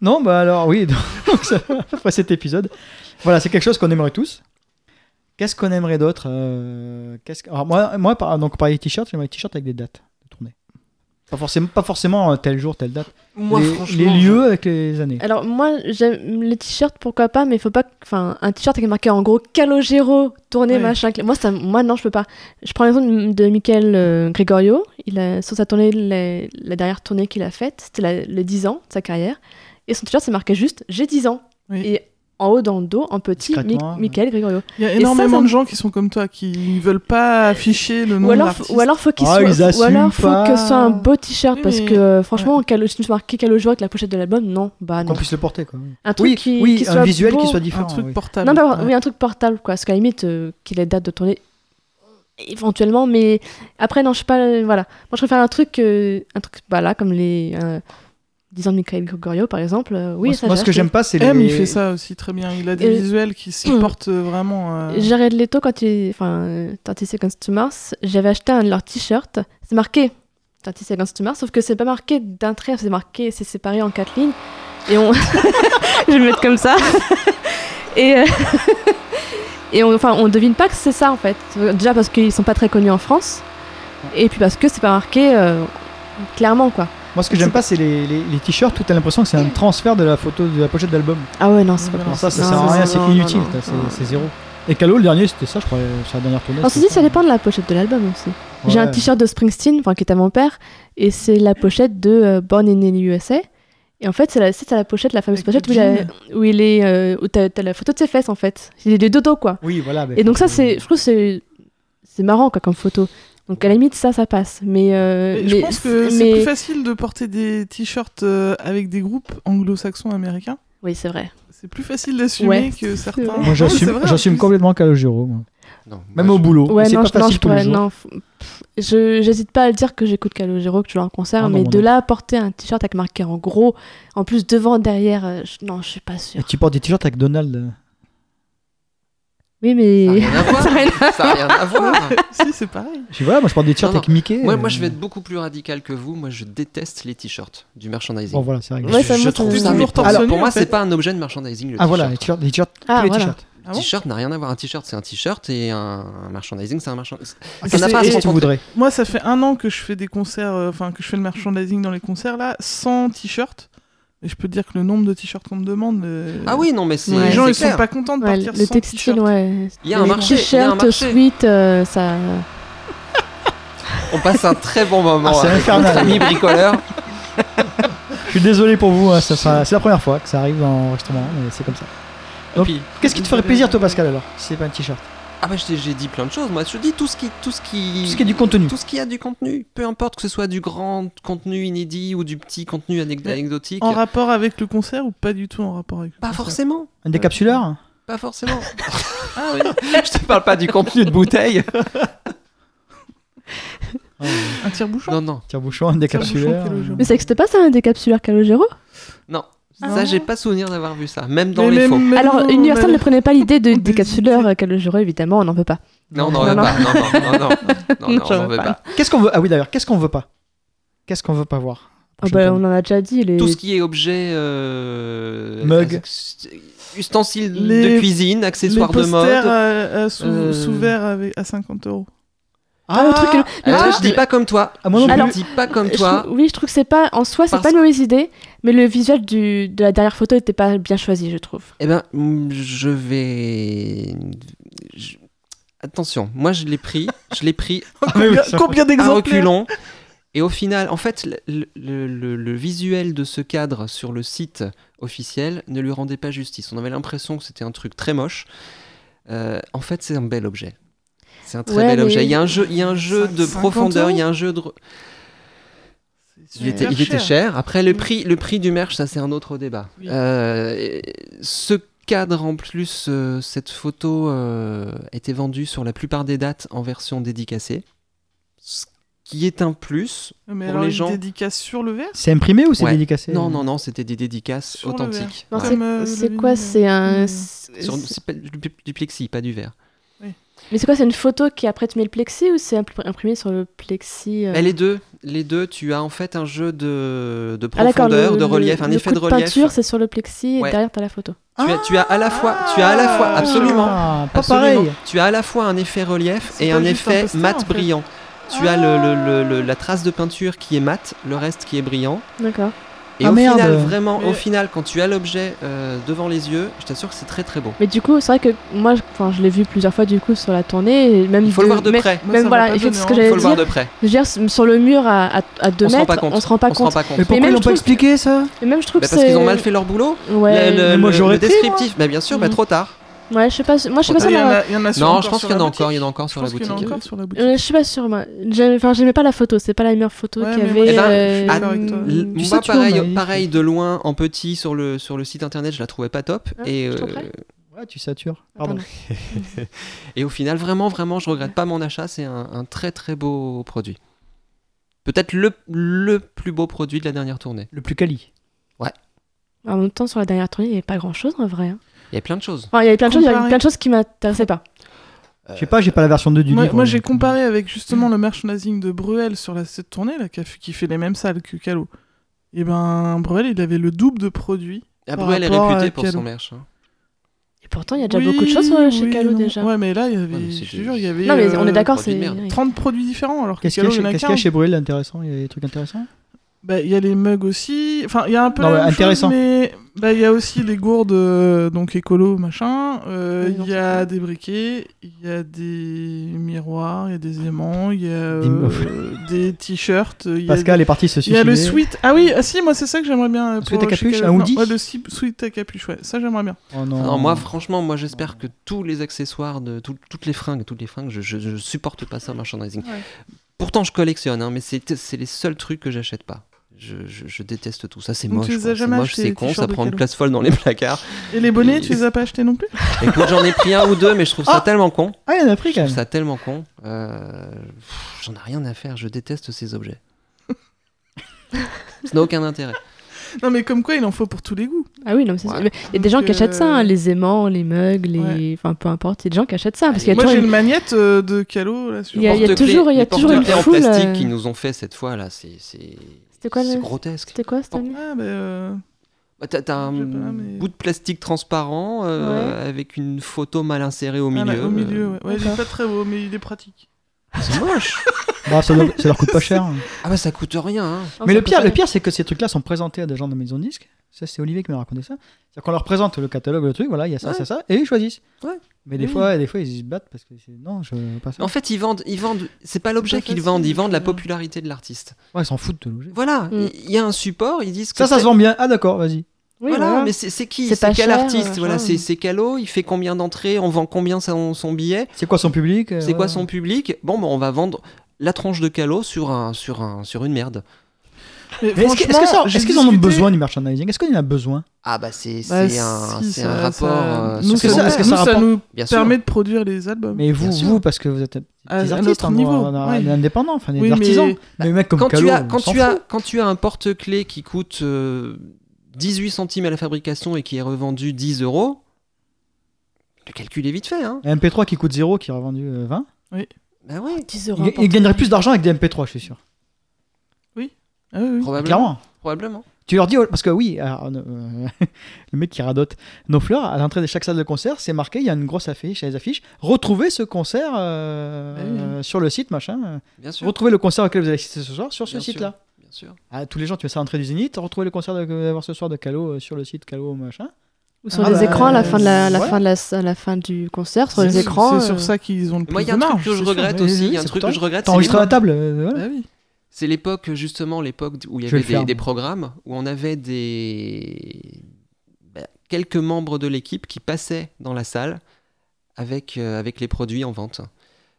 A: Non, bah alors oui, donc ça- après cet épisode, voilà, c'est quelque chose qu'on aimerait tous. Qu'est-ce qu'on aimerait d'autre euh, qu'est-ce que- alors, moi, moi, par- donc par les t-shirts, j'aimerais les t-shirts avec des dates de tournée. Pas forcément, pas forcément euh, tel jour, telle date.
B: Moi,
A: les,
B: franchement,
A: les
B: je-
A: lieux
D: euh,
A: avec les années.
D: Alors moi, j'aime les t-shirts, pourquoi pas, mais il faut pas. que- Enfin, un t-shirt qui est marqué en gros Calogero, tournée
C: Ouais.
D: machin. clé- Moi, ça, moi, non, je peux pas. Je prends l'exemple de- de Michael euh, Gregorio. Il a, sur sa tournée, la, la dernière tournée qu'il a faite, c'était la- les 10 ans de sa carrière. Et son t-shirt, c'est marqué juste J'ai 10 ans.
C: Oui.
D: Et en haut, dans le dos, en petit, Mi-
A: Discrètement, ouais.
D: Michael Gregorio.
C: Il y a
D: ça,
C: énormément
D: ça-
C: de gens qui sont comme toi, qui veulent pas afficher le nom
D: Ou alors,
C: de l'artiste.
D: ou alors faut qu'il
A: Ah,
D: soit,
A: ils
D: ou alors
A: assument
D: faut que ce soit un
A: pas.
D: beau t-shirt
C: Oui,
D: parce
C: mais-
D: que euh, franchement, Calo- si tu marquais Calogero avec la pochette de l'album, non, bah non.
A: Qu'on puisse le porter, quoi.
D: Un truc
A: oui,
D: qui,
A: oui
D: qui
A: un
D: soit
A: visuel
D: beau.
A: qui soit
C: un
A: différent.
C: truc
A: Ah, oui.
C: portable.
D: Non, bah,
C: Ah, Ouais.
D: oui, un truc portable, quoi. Parce qu'à la limite, euh, qu'il ait date de tournée, éventuellement, mais après, non, je sais pas. euh, voilà. Moi, je préfère un truc, euh, un truc bah, là, comme les euh, 10 ans de Michael Gregorio, par exemple. euh, oui,
A: moi,
D: ça
A: moi,
D: j'ai
A: ce que
D: acheté.
A: j'aime pas, c'est les.
C: M, il fait ça aussi très bien. Il a des
D: Et-
C: visuels qui s'y portent vraiment. euh,
D: Jared Leto, quand il. Enfin, euh, 30 Seconds to Mars, j'avais acheté un de leurs t-shirts. C'est marqué 30 Seconds to Mars, sauf que c'est pas marqué d'un trait, c'est marqué, c'est séparé en quatre lignes. Et on. je vais le mettre comme ça. Et. euh, Et on, enfin, on devine pas que c'est ça en fait. Déjà parce qu'ils sont pas très connus en France. Et puis parce que c'est pas marqué euh, clairement quoi.
A: Moi, ce que j'aime pas, c'est les, les, les t-shirts où t'as l'impression que c'est un transfert de la photo de la pochette d'album.
D: Ah ouais, non, c'est pas
C: Non,
A: Alors
D: possible.
A: ça, ça sert
D: Non, non,
A: à rien,
D: non,
A: c'est
D: non,
A: inutile,
D: non,
A: ça,
D: non.
A: c'est c'est zéro. Et Calo, le dernier, c'était ça, je crois, sur la dernière tournée.
D: Alors, ceci
A: c'était
D: dit, Ah, ça dépend de la pochette de l'album aussi.
A: Ouais.
D: J'ai un t-shirt de Springsteen, enfin qui est à mon père, et c'est la pochette de euh, Born in the USA. Et en fait, c'est la, c'est la pochette, la fameuse
C: Avec le
D: pochette où il, a-
C: jean.
D: où il est, euh, où t'as, t'as la photo de ses fesses en fait. Il est des dodos quoi.
A: Oui, voilà. ben,
D: Et donc ça,
A: faut-
D: c'est, je trouve que c'est, c'est marrant quoi comme photo. Donc à la limite ça, ça passe. Mais, euh,
C: Et je
D: mais-
C: pense que c'est
D: mais-
C: plus facile de porter des t-shirts euh, avec des groupes anglo-saxons américains.
D: oui c'est vrai.
C: C'est plus facile d'assumer
D: Ouais.
C: que certains.
D: Moi,
A: Moi, j'assume
C: C'est vrai, en
A: j'assume
C: plus.
A: complètement Calogero, moi.
B: Non, moi,
A: Même
B: je-
A: au boulot.
D: Ouais
A: c'est
D: non,
A: pas
D: je, non, je
A: facile tous les
D: pourrais-
A: jours.
D: non, f- pff, je- j'hésite pas à le dire que j'écoute Calogero, que je vois en concert,
A: Ah non,
D: mais
A: moi
D: de
A: non.
D: là à porter un t-shirt avec marqué en gros, en plus devant derrière, euh, je- non je suis pas
A: Et
D: sûre.
A: tu portes des t-shirts avec Donald. euh.
D: Oui mais
B: Ça n'a rien à
D: Ça a rien
B: voir. Ça n'a rien à voir.
C: si, c'est pareil.
A: Je dis, voilà, moi, je porte des t-shirts
B: Non,
A: avec Mickey.
B: Moi,
A: euh.
B: moi, je vais être beaucoup plus radical que vous. Moi, je déteste les t-shirts du merchandising.
A: Bon, voilà, c'est réglé.
D: Ouais,
B: je,
D: ça,
B: je
D: moi, ça
B: trouve
D: me-
B: ça.
D: Toujours
B: mais pour-
C: torse
B: alors,
C: nu,
B: pour moi,
C: en fait.
B: c'est pas un objet de merchandising. Le
A: Ah, voilà, les
B: t-shirt.
A: t-shirts, les t-shirts,
D: Ah,
A: tous les
D: voilà.
A: t-shirts.
C: Ah
B: Un
C: bon
B: t-shirt n'a rien à voir. Un t-shirt, c'est un t-shirt et un, un merchandising, c'est un merchandising.
C: Euh,
A: Qu'est-ce
B: Ça n'a pas à
A: que
B: se
A: tu
B: rencontrer.
A: voudrais
C: Moi, ça fait un an que je fais des concerts, euh, enfin que je fais le merchandising dans les concerts là, sans t-shirt. Et je peux te dire que le nombre de t-shirts qu'on me demande. euh,
B: Ah oui, non, mais c'est.
D: Ouais.
C: Les gens,
B: c'est
C: ils sont
B: clair.
C: pas contents de
D: Ouais,
C: partir
D: le
C: sans t-shirt.
D: textile, ouais.
B: Il y a un
D: Les
B: marché, il y a un
D: T-shirts,
B: marché.
D: suites, euh, ça.
B: On passe un très bon moment.
A: Ah, c'est
B: avec
A: infernal.
B: notre ami bricoleur.
A: Je suis désolé pour vous, hein, ça sera- c'est la première fois que ça arrive dans l'enregistrement, mais c'est comme ça. Donc,
B: Puis-
A: Qu'est-ce qui te ferait plaisir, toi, Pascal, alors Si c'est pas un t-shirt.
B: ah bah, je t'ai- j'ai dit plein de choses. Moi, je dis tout ce qui, tout ce
A: Tout
B: qui,
A: ce qui est du contenu.
B: tout ce qui a du contenu. Peu importe que ce soit du grand contenu inédit ou du petit contenu anec-
C: Mais
B: anecdotique.
C: En rapport avec le concert ou pas du tout en rapport avec. le
B: Pas
C: concert
B: forcément.
A: Un décapsuleur hein?
B: Pas forcément. ah oui. Je te parle pas du contenu de bouteille.
C: Un tire-bouchon.
B: Non, non.
A: Tire-bouchon, Oh, un décapsuleur.
C: Tire-bouchon,
A: euh,
D: Mais ça n'existe pas, ça, un décapsuleur Calogero
B: Ça, j'ai pas souvenir d'avoir vu ça, même dans
C: Mais
B: les
C: même-
B: faux.
C: mais
D: Alors,
C: non,
D: Universal ne
C: mais-
D: prenait pas l'idée de
C: on
D: décapsuleur euh, Calogero, évidemment, on n'en peut pas.
B: Non, non,
D: Non, non.
B: on veut pas. non, non, non, non, non, non,
D: Non,
B: on
D: j'en veux
B: veut
D: pas.
B: pas.
A: Qu'est-ce qu'on veut Ah oui, d'ailleurs, qu'est-ce qu'on veut pas Qu'est-ce qu'on veut pas voir
D: Ah
A: prochaine
D: bah,
A: fois.
D: on en a déjà dit. Les...
B: Tout ce qui est objet. euh,
A: Mug.
B: as- Ustensiles de
C: Les-
B: cuisine, accessoires
C: les
B: de
C: posters
B: mode.
C: euh, euh, sous,
B: Euh.
C: sous verre avec- à 50 euros.
D: Ah, le truc, le- le
B: Ah,
D: truc-
B: je dis pas comme toi.
A: Ah, moi non
B: je
A: plus.
B: ne dis pas comme
D: Je
B: toi.
D: trouve- oui, je trouve que c'est pas. En soi, c'est
B: Parce
D: pas une mauvaise idée, mais le visuel du, de la dernière photo était pas bien choisi, je trouve.
B: Eh ben, mm, je vais. je- Attention, moi je l'ai pris, je l'ai pris
A: oui,
C: combien
A: ça-
C: combien
B: à
C: d'exemplaires
B: reculons. Et au final, en fait, le, le- le- le visuel de ce cadre sur le site officiel ne lui rendait pas justice. On avait l'impression que c'était un truc très moche. Euh, en fait, c'est un bel objet. C'est un très
D: Ouais,
B: bel
D: mais-
B: objet. Il y a un jeu, il y a un jeu de
C: 50
B: profondeur,
C: euros
B: il y a un jeu de. Il,
C: C'est
B: était,
C: hyper
B: il était cher. Après, le prix, le prix du merch, ça c'est un autre débat.
C: Oui.
B: Euh, et ce cadre en plus, euh, cette photo euh, était vendue sur la plupart des dates en version dédicacée, ce qui est un plus.
C: Mais
B: pour
C: alors,
B: les
C: les
B: gens-
C: dédicace sur le verre
A: C'est imprimé ou c'est
B: Ouais.
A: dédicacé
B: Non, non, non, c'était des dédicaces
C: Sur le
B: authentiques.
D: Non,
B: Ouais.
D: c'est-
C: Comme, euh,
D: c'est
C: le
D: quoi
C: vinyle.
D: C'est un.
C: Mmh.
D: c'est-
B: Sur- c'est pas du, du plexi, pas du verre.
D: Mais c'est quoi C'est une photo qui après tu mets le plexi ou c'est impr- imprimé sur le plexi euh,
B: Mais les deux, les deux, tu as en fait un jeu de, de
D: Ah, d'accord,
B: profondeur,
D: le-
B: de
D: le-
B: relief, un
D: le
B: effet
D: coup
B: de relief.
D: peinture, c'est sur le plexi
B: Ouais.
D: et derrière t'as la photo.
B: Tu as, tu as à la fois, tu as à la fois,
C: Ah.
B: absolument.
A: Ah, pas
B: Absolument.
A: pareil.
B: Tu as à la fois un effet relief
C: C'est
B: et
C: pas
B: un
C: juste un
B: effet
C: poster,
B: mat
C: en fait.
B: brillant. Tu as le- le- le- le- la trace de peinture qui est mat, le reste qui est brillant.
D: D'accord.
B: Et
A: Ah,
B: au
A: merde.
B: final, vraiment, au
C: Mais-
B: final, quand tu as l'objet euh, devant les yeux, je t'assure que c'est très très beau.
D: Mais du coup, c'est vrai que moi, je, enfin, je l'ai vu plusieurs fois du coup sur la tournée. et Même
B: Il faut le voir de
D: mais-
B: près.
C: Moi,
D: Même
C: ça m'a
D: voilà,
C: pas
D: il fait
C: donné
D: ce que
C: envie.
B: Il
D: j'allais
B: faut le voir
D: dire.
B: de près.
D: Je veux dire, sur le mur à, à, à deux
B: On se rend
D: mètres,
B: pas compte.
D: on se rend pas
B: On se
D: compte.
B: rend pas compte.
A: Mais pourquoi
D: même,
A: ils l'ont
D: je
A: pas
D: trouve-
A: expliqué ça
D: Mais même je trouve
B: Bah,
D: que
B: parce
D: c'est-
B: qu'ils ont mal fait leur boulot.
D: Ouais,
B: Le, le-
A: moi,
B: le
A: j'aurais pris,
B: descriptif, bah, bien sûr, bah,
D: Mhm.
B: trop tard.
D: ouais, je sais pas, moi je sais pas
C: Ah,
D: ça.
C: Il y en
D: m'a-
C: a- il y en a sur-
B: Non,
C: encore
B: je pense
C: sur
B: qu'il y en a
C: la
B: encore, il y en a
C: boutique.
B: encore
C: Je
B: sur la
C: pense qu'il y en
B: boutique.
C: a encore sur la boutique.
D: euh, je suis pas sûre, moi. J'ai- Enfin, j'aimais pas la photo, c'est pas la meilleure photo
C: Ouais,
D: qu'il
C: mais
D: y
C: moi,
D: avait.
B: Eh ben,
D: euh,
C: je suis d'accord avec toi.
D: hum,
B: L-
A: Tu
B: moi,
A: sais, tu vois,
B: pareil,
A: mais-
B: pareil, de loin, en petit, sur le, sur le site internet, je la trouvais pas top.
D: Ah,
B: et,
D: je t'en
B: euh,
D: prie.
A: Ouais, tu satures.
D: Ah, pardon.
A: Pardon.
B: et au final, vraiment, vraiment, je regrette pas mon achat. C'est un, un très, très beau produit. Peut-être le, le plus beau produit de la dernière tournée.
A: Le plus quali.
D: En même temps, sur la dernière tournée, il y avait pas grand chose en vrai. hein.
B: Il y a plein de choses.
D: Enfin, il y avait plein de choses, il y avait
C: Comparé.
D: plein de choses qui m'intéressaient pas.
A: Je sais pas, j'ai pas la version 2 du
C: Moi,
A: livre.
C: moi,
A: donc,
C: j'ai
A: euh,
C: comparé avec justement le merchandising de Bruel sur la, cette tournée là, qui, a fait- qui fait les mêmes salles que Calo. Et ben Bruel, il avait le double de produits.
B: La
C: Par
B: Bruel est
C: rapport à
B: réputée pour
C: Calo.
B: son merch. hein.
D: Et pourtant, il y a déjà
C: Oui,
D: beaucoup de choses euh, chez
C: oui,
D: Calo
C: non.
D: déjà.
C: Ouais, mais là, il y avait,
B: Ouais, mais c'est
C: je te
B: du-
C: jure, il y avait.
D: non, mais
C: euh,
D: on est d'accord,
B: produit
D: c'est.
B: de merde.
D: oui.
C: 30 produits différents alors que
A: Qu'est-ce qu'il y
C: Calo,
A: a
C: il y
A: chez-
C: en a
A: qu'est-ce qu'il y a
C: 15.
A: chez Bruel d'intéressant Il y a des trucs intéressants
C: Bah, il y a les mugs aussi. Enfin, il y a un peu
A: Non,
C: la
A: mais
C: même chose,
A: intéressant.
C: mais bah, il y a aussi les gourdes, euh, donc écolo, machin. Euh,
D: Oui,
C: Il
D: non,
C: y
D: c'est
C: a
D: vrai.
C: des briquets, il y a des miroirs, il y a des aimants, il y a
A: Des
C: euh,
A: meufs.
C: des t-shirts. il y a
A: Pascal est parti se
C: Il y a
A: suicider.
C: le sweat. Ah oui, ah si, moi c'est ça que j'aimerais bien. euh,
A: sweat à
C: chez
A: capuche,
C: Caleb.
A: un
C: Non,
A: hoodie
C: Ouais, le si- sweat à capuche, ouais. Ça j'aimerais bien.
A: Oh
B: Non,
A: non.
B: moi, franchement, moi, j'espère que tous les accessoires, de, tout- toutes les fringues, toutes les fringues, je, je- je supporte pas ça, merchandising.
C: Ouais.
B: Pourtant, je collectionne, hein, mais c'est c'est les seuls trucs que j'achète pas. Je, je- je déteste tout ça, c'est
C: Donc,
B: moche,
C: tu les
B: quoi.
C: as
B: c'est
C: jamais
B: moche,
C: achetés,
B: c'est
C: les
B: con, ça
C: t-shirts de
B: prend une
C: Calo
B: place folle dans les placards.
C: Et les bonnets, tu les as pas achetés non plus
B: Et moi j'en ai pris un ou deux, mais je
D: Oh
B: trouve ça tellement con.
A: Ah, il y en a
B: Je
A: pris quand
B: trouve
A: même.
B: ça tellement con. Euh, pff, J'en ai rien à faire, je déteste ces objets. ça n'a aucun intérêt.
C: Non, mais comme quoi, il en faut pour tous les goûts.
D: Ah oui, non, mais c'est
B: Ouais.
D: sûr. Mais Il y a des gens
C: Donc,
D: qui achètent ça, hein,
C: euh,
D: les aimants, les mugs, les.
C: Ouais.
D: Enfin, peu importe, il y a des gens qui achètent ça. Parce qu'il y a
C: Moi,
D: toujours
C: j'ai
D: une-
C: une magnette euh, de Calo là sur.
D: Il y a- il y a
B: Porte-clés-
D: toujours- il y a
B: les
D: toujours une
B: porte-clés en
D: foule,
B: plastique
D: euh,
B: qu'ils nous ont fait cette fois là, c'est c'est-
D: C'était quoi,
B: c'est
D: le-
B: grotesque.
D: C'était quoi cette année
C: Ah, bah, euh,
B: Bah, T'as t'as un
C: Je sais pas, mais-
B: bout de plastique transparent euh, avec une photo mal insérée au
C: ah,
B: milieu.
C: là, au milieu,
B: euh,
C: ouais. Ouais, il est
D: D'accord.
C: pas très beau, mais il est pratique.
B: C'est moche.
A: Bah, ça, doit- ça leur coûte pas cher. hein.
B: ah bah ça coûte rien. hein.
D: Non,
A: Mais
D: ça
A: le pire,
D: peut
A: le
D: pas-
A: pire, c'est que ces trucs-là sont présentés à des gens de maison de disques. Ça, c'est Olivier qui m'a raconté ça. C'est-à-dire qu'on leur présente le catalogue, le truc, voilà, il y a ça,
B: Ouais.
A: ça, ça, et ils choisissent.
B: Ouais.
A: Mais des
B: Oui.
A: fois, des fois, ils se battent parce que c'est- non, je veux pas ça.
B: En fait, ils vendent, ils vendent. C'est pas l'objet
C: pas
B: qu'ils
C: facile,
B: vendent, ils vendent la
C: euh.
B: popularité de l'artiste.
A: Ouais, ils s'en foutent de l'objet.
B: Voilà,
D: Mm.
B: il y a un support, ils disent que
A: Ça, ça
B: c'est-
A: se vend bien. Ah, d'accord, vas-y.
D: Oui,
B: voilà,
D: voilà.
B: mais c'est c'est qui
D: C'est
B: C'est
D: pas
B: quel
D: cher, euh,
B: artiste
D: machin.
B: Voilà, c'est c'est Calo, il fait combien d'entrées On vend combien son, son billet
A: C'est quoi son public euh,
B: C'est quoi
A: voilà.
B: son public Bon, bah, on va vendre la tranche de Calo sur, un, sur, un, sur une merde.
A: Mais est-ce que- est-ce que ça-
C: franchement, j'ai
A: est-ce qu'ils en ont
C: discuté-
A: besoin du merchandising Est-ce qu'on en a besoin
B: Ah bah c'est c'est
C: Bah,
B: un,
C: si,
B: c'est
C: ça-
B: un rapport
C: ça-
B: euh,
C: nous,
A: que ça-
B: supplémentaire,
A: est-ce que
C: nous,
A: ça
C: ça
A: rapporte-
C: nous
B: bien sûr.
C: permet de produire les albums.
A: Mais vous,
B: Bien sûr. Euh,
A: vous, parce que vous êtes des
C: À- à
A: artistes,
C: notre
A: hein,
C: niveau,
A: on- on- on est
C: oui.
A: indépendants, enfin des
C: Oui, mais-
A: artisans. Mais... les mecs comme
B: bah, quand
A: Calo,
B: tu as
A: on
B: quand
A: s'en
B: tu as
A: fout.
B: quand tu as un porte-clé qui coûte euh, 18 centimes à la fabrication et qui est revendu 10 euros, le calcul est vite fait, hein.
A: Un MP3 qui coûte 0, qui est revendu euh, 20,
B: Ben oui.
D: 10 euros.
A: il, il gagnerait plus d'argent avec des MP3, je suis sûr.
C: Ah oui, oui.
B: Probablement.
A: Clairement.
B: Probablement.
A: Tu leur dis, oh, parce que oui, alors, euh, le mec qui radote nos fleurs, à l'entrée de chaque salle de concert, c'est marqué, il y a une grosse affiche, les affiches, retrouvez ce concert euh,
C: Ben oui.
A: euh, sur le site, machin. euh,
B: Eh Bien sûr.
A: Retrouvez le concert auquel vous allez assister ce soir sur ce
B: Bien sûr.
A: site-là.
B: Bien sûr.
A: Ah, tous les gens, tu mets ça à l'entrée du Zénith, retrouvez le concert de- que vous allez voir ce soir de Calo euh, sur le site Calo, machin.
D: Ou sur
A: Ah
D: les
A: bah,
D: écrans à la fin de la, la
A: voilà.
D: fin de la, à la fin du concert, sur
C: C'est-
D: les écrans.
C: C'est
D: euh,
C: sur ça qu'ils ont le
B: Et
C: plus
B: Moi, il y a un
C: de
B: truc
C: marge,
B: que je
C: c'est
B: regrette
A: sûr.
B: aussi.
A: Oui,
B: Il y a un
A: c'est
B: truc
A: pour
B: que
A: toi.
B: je regrette. c'est
A: T'enregistres à
B: les-
A: la table euh, voilà.
C: sûr. Bah oui.
B: C'est l'époque, justement, l'époque où il y
A: Je vais
B: avait
A: le faire,
B: des, des
A: moi.
B: programmes, où on avait des. bah, quelques membres de l'équipe qui passaient dans la salle avec, euh, avec les produits en vente.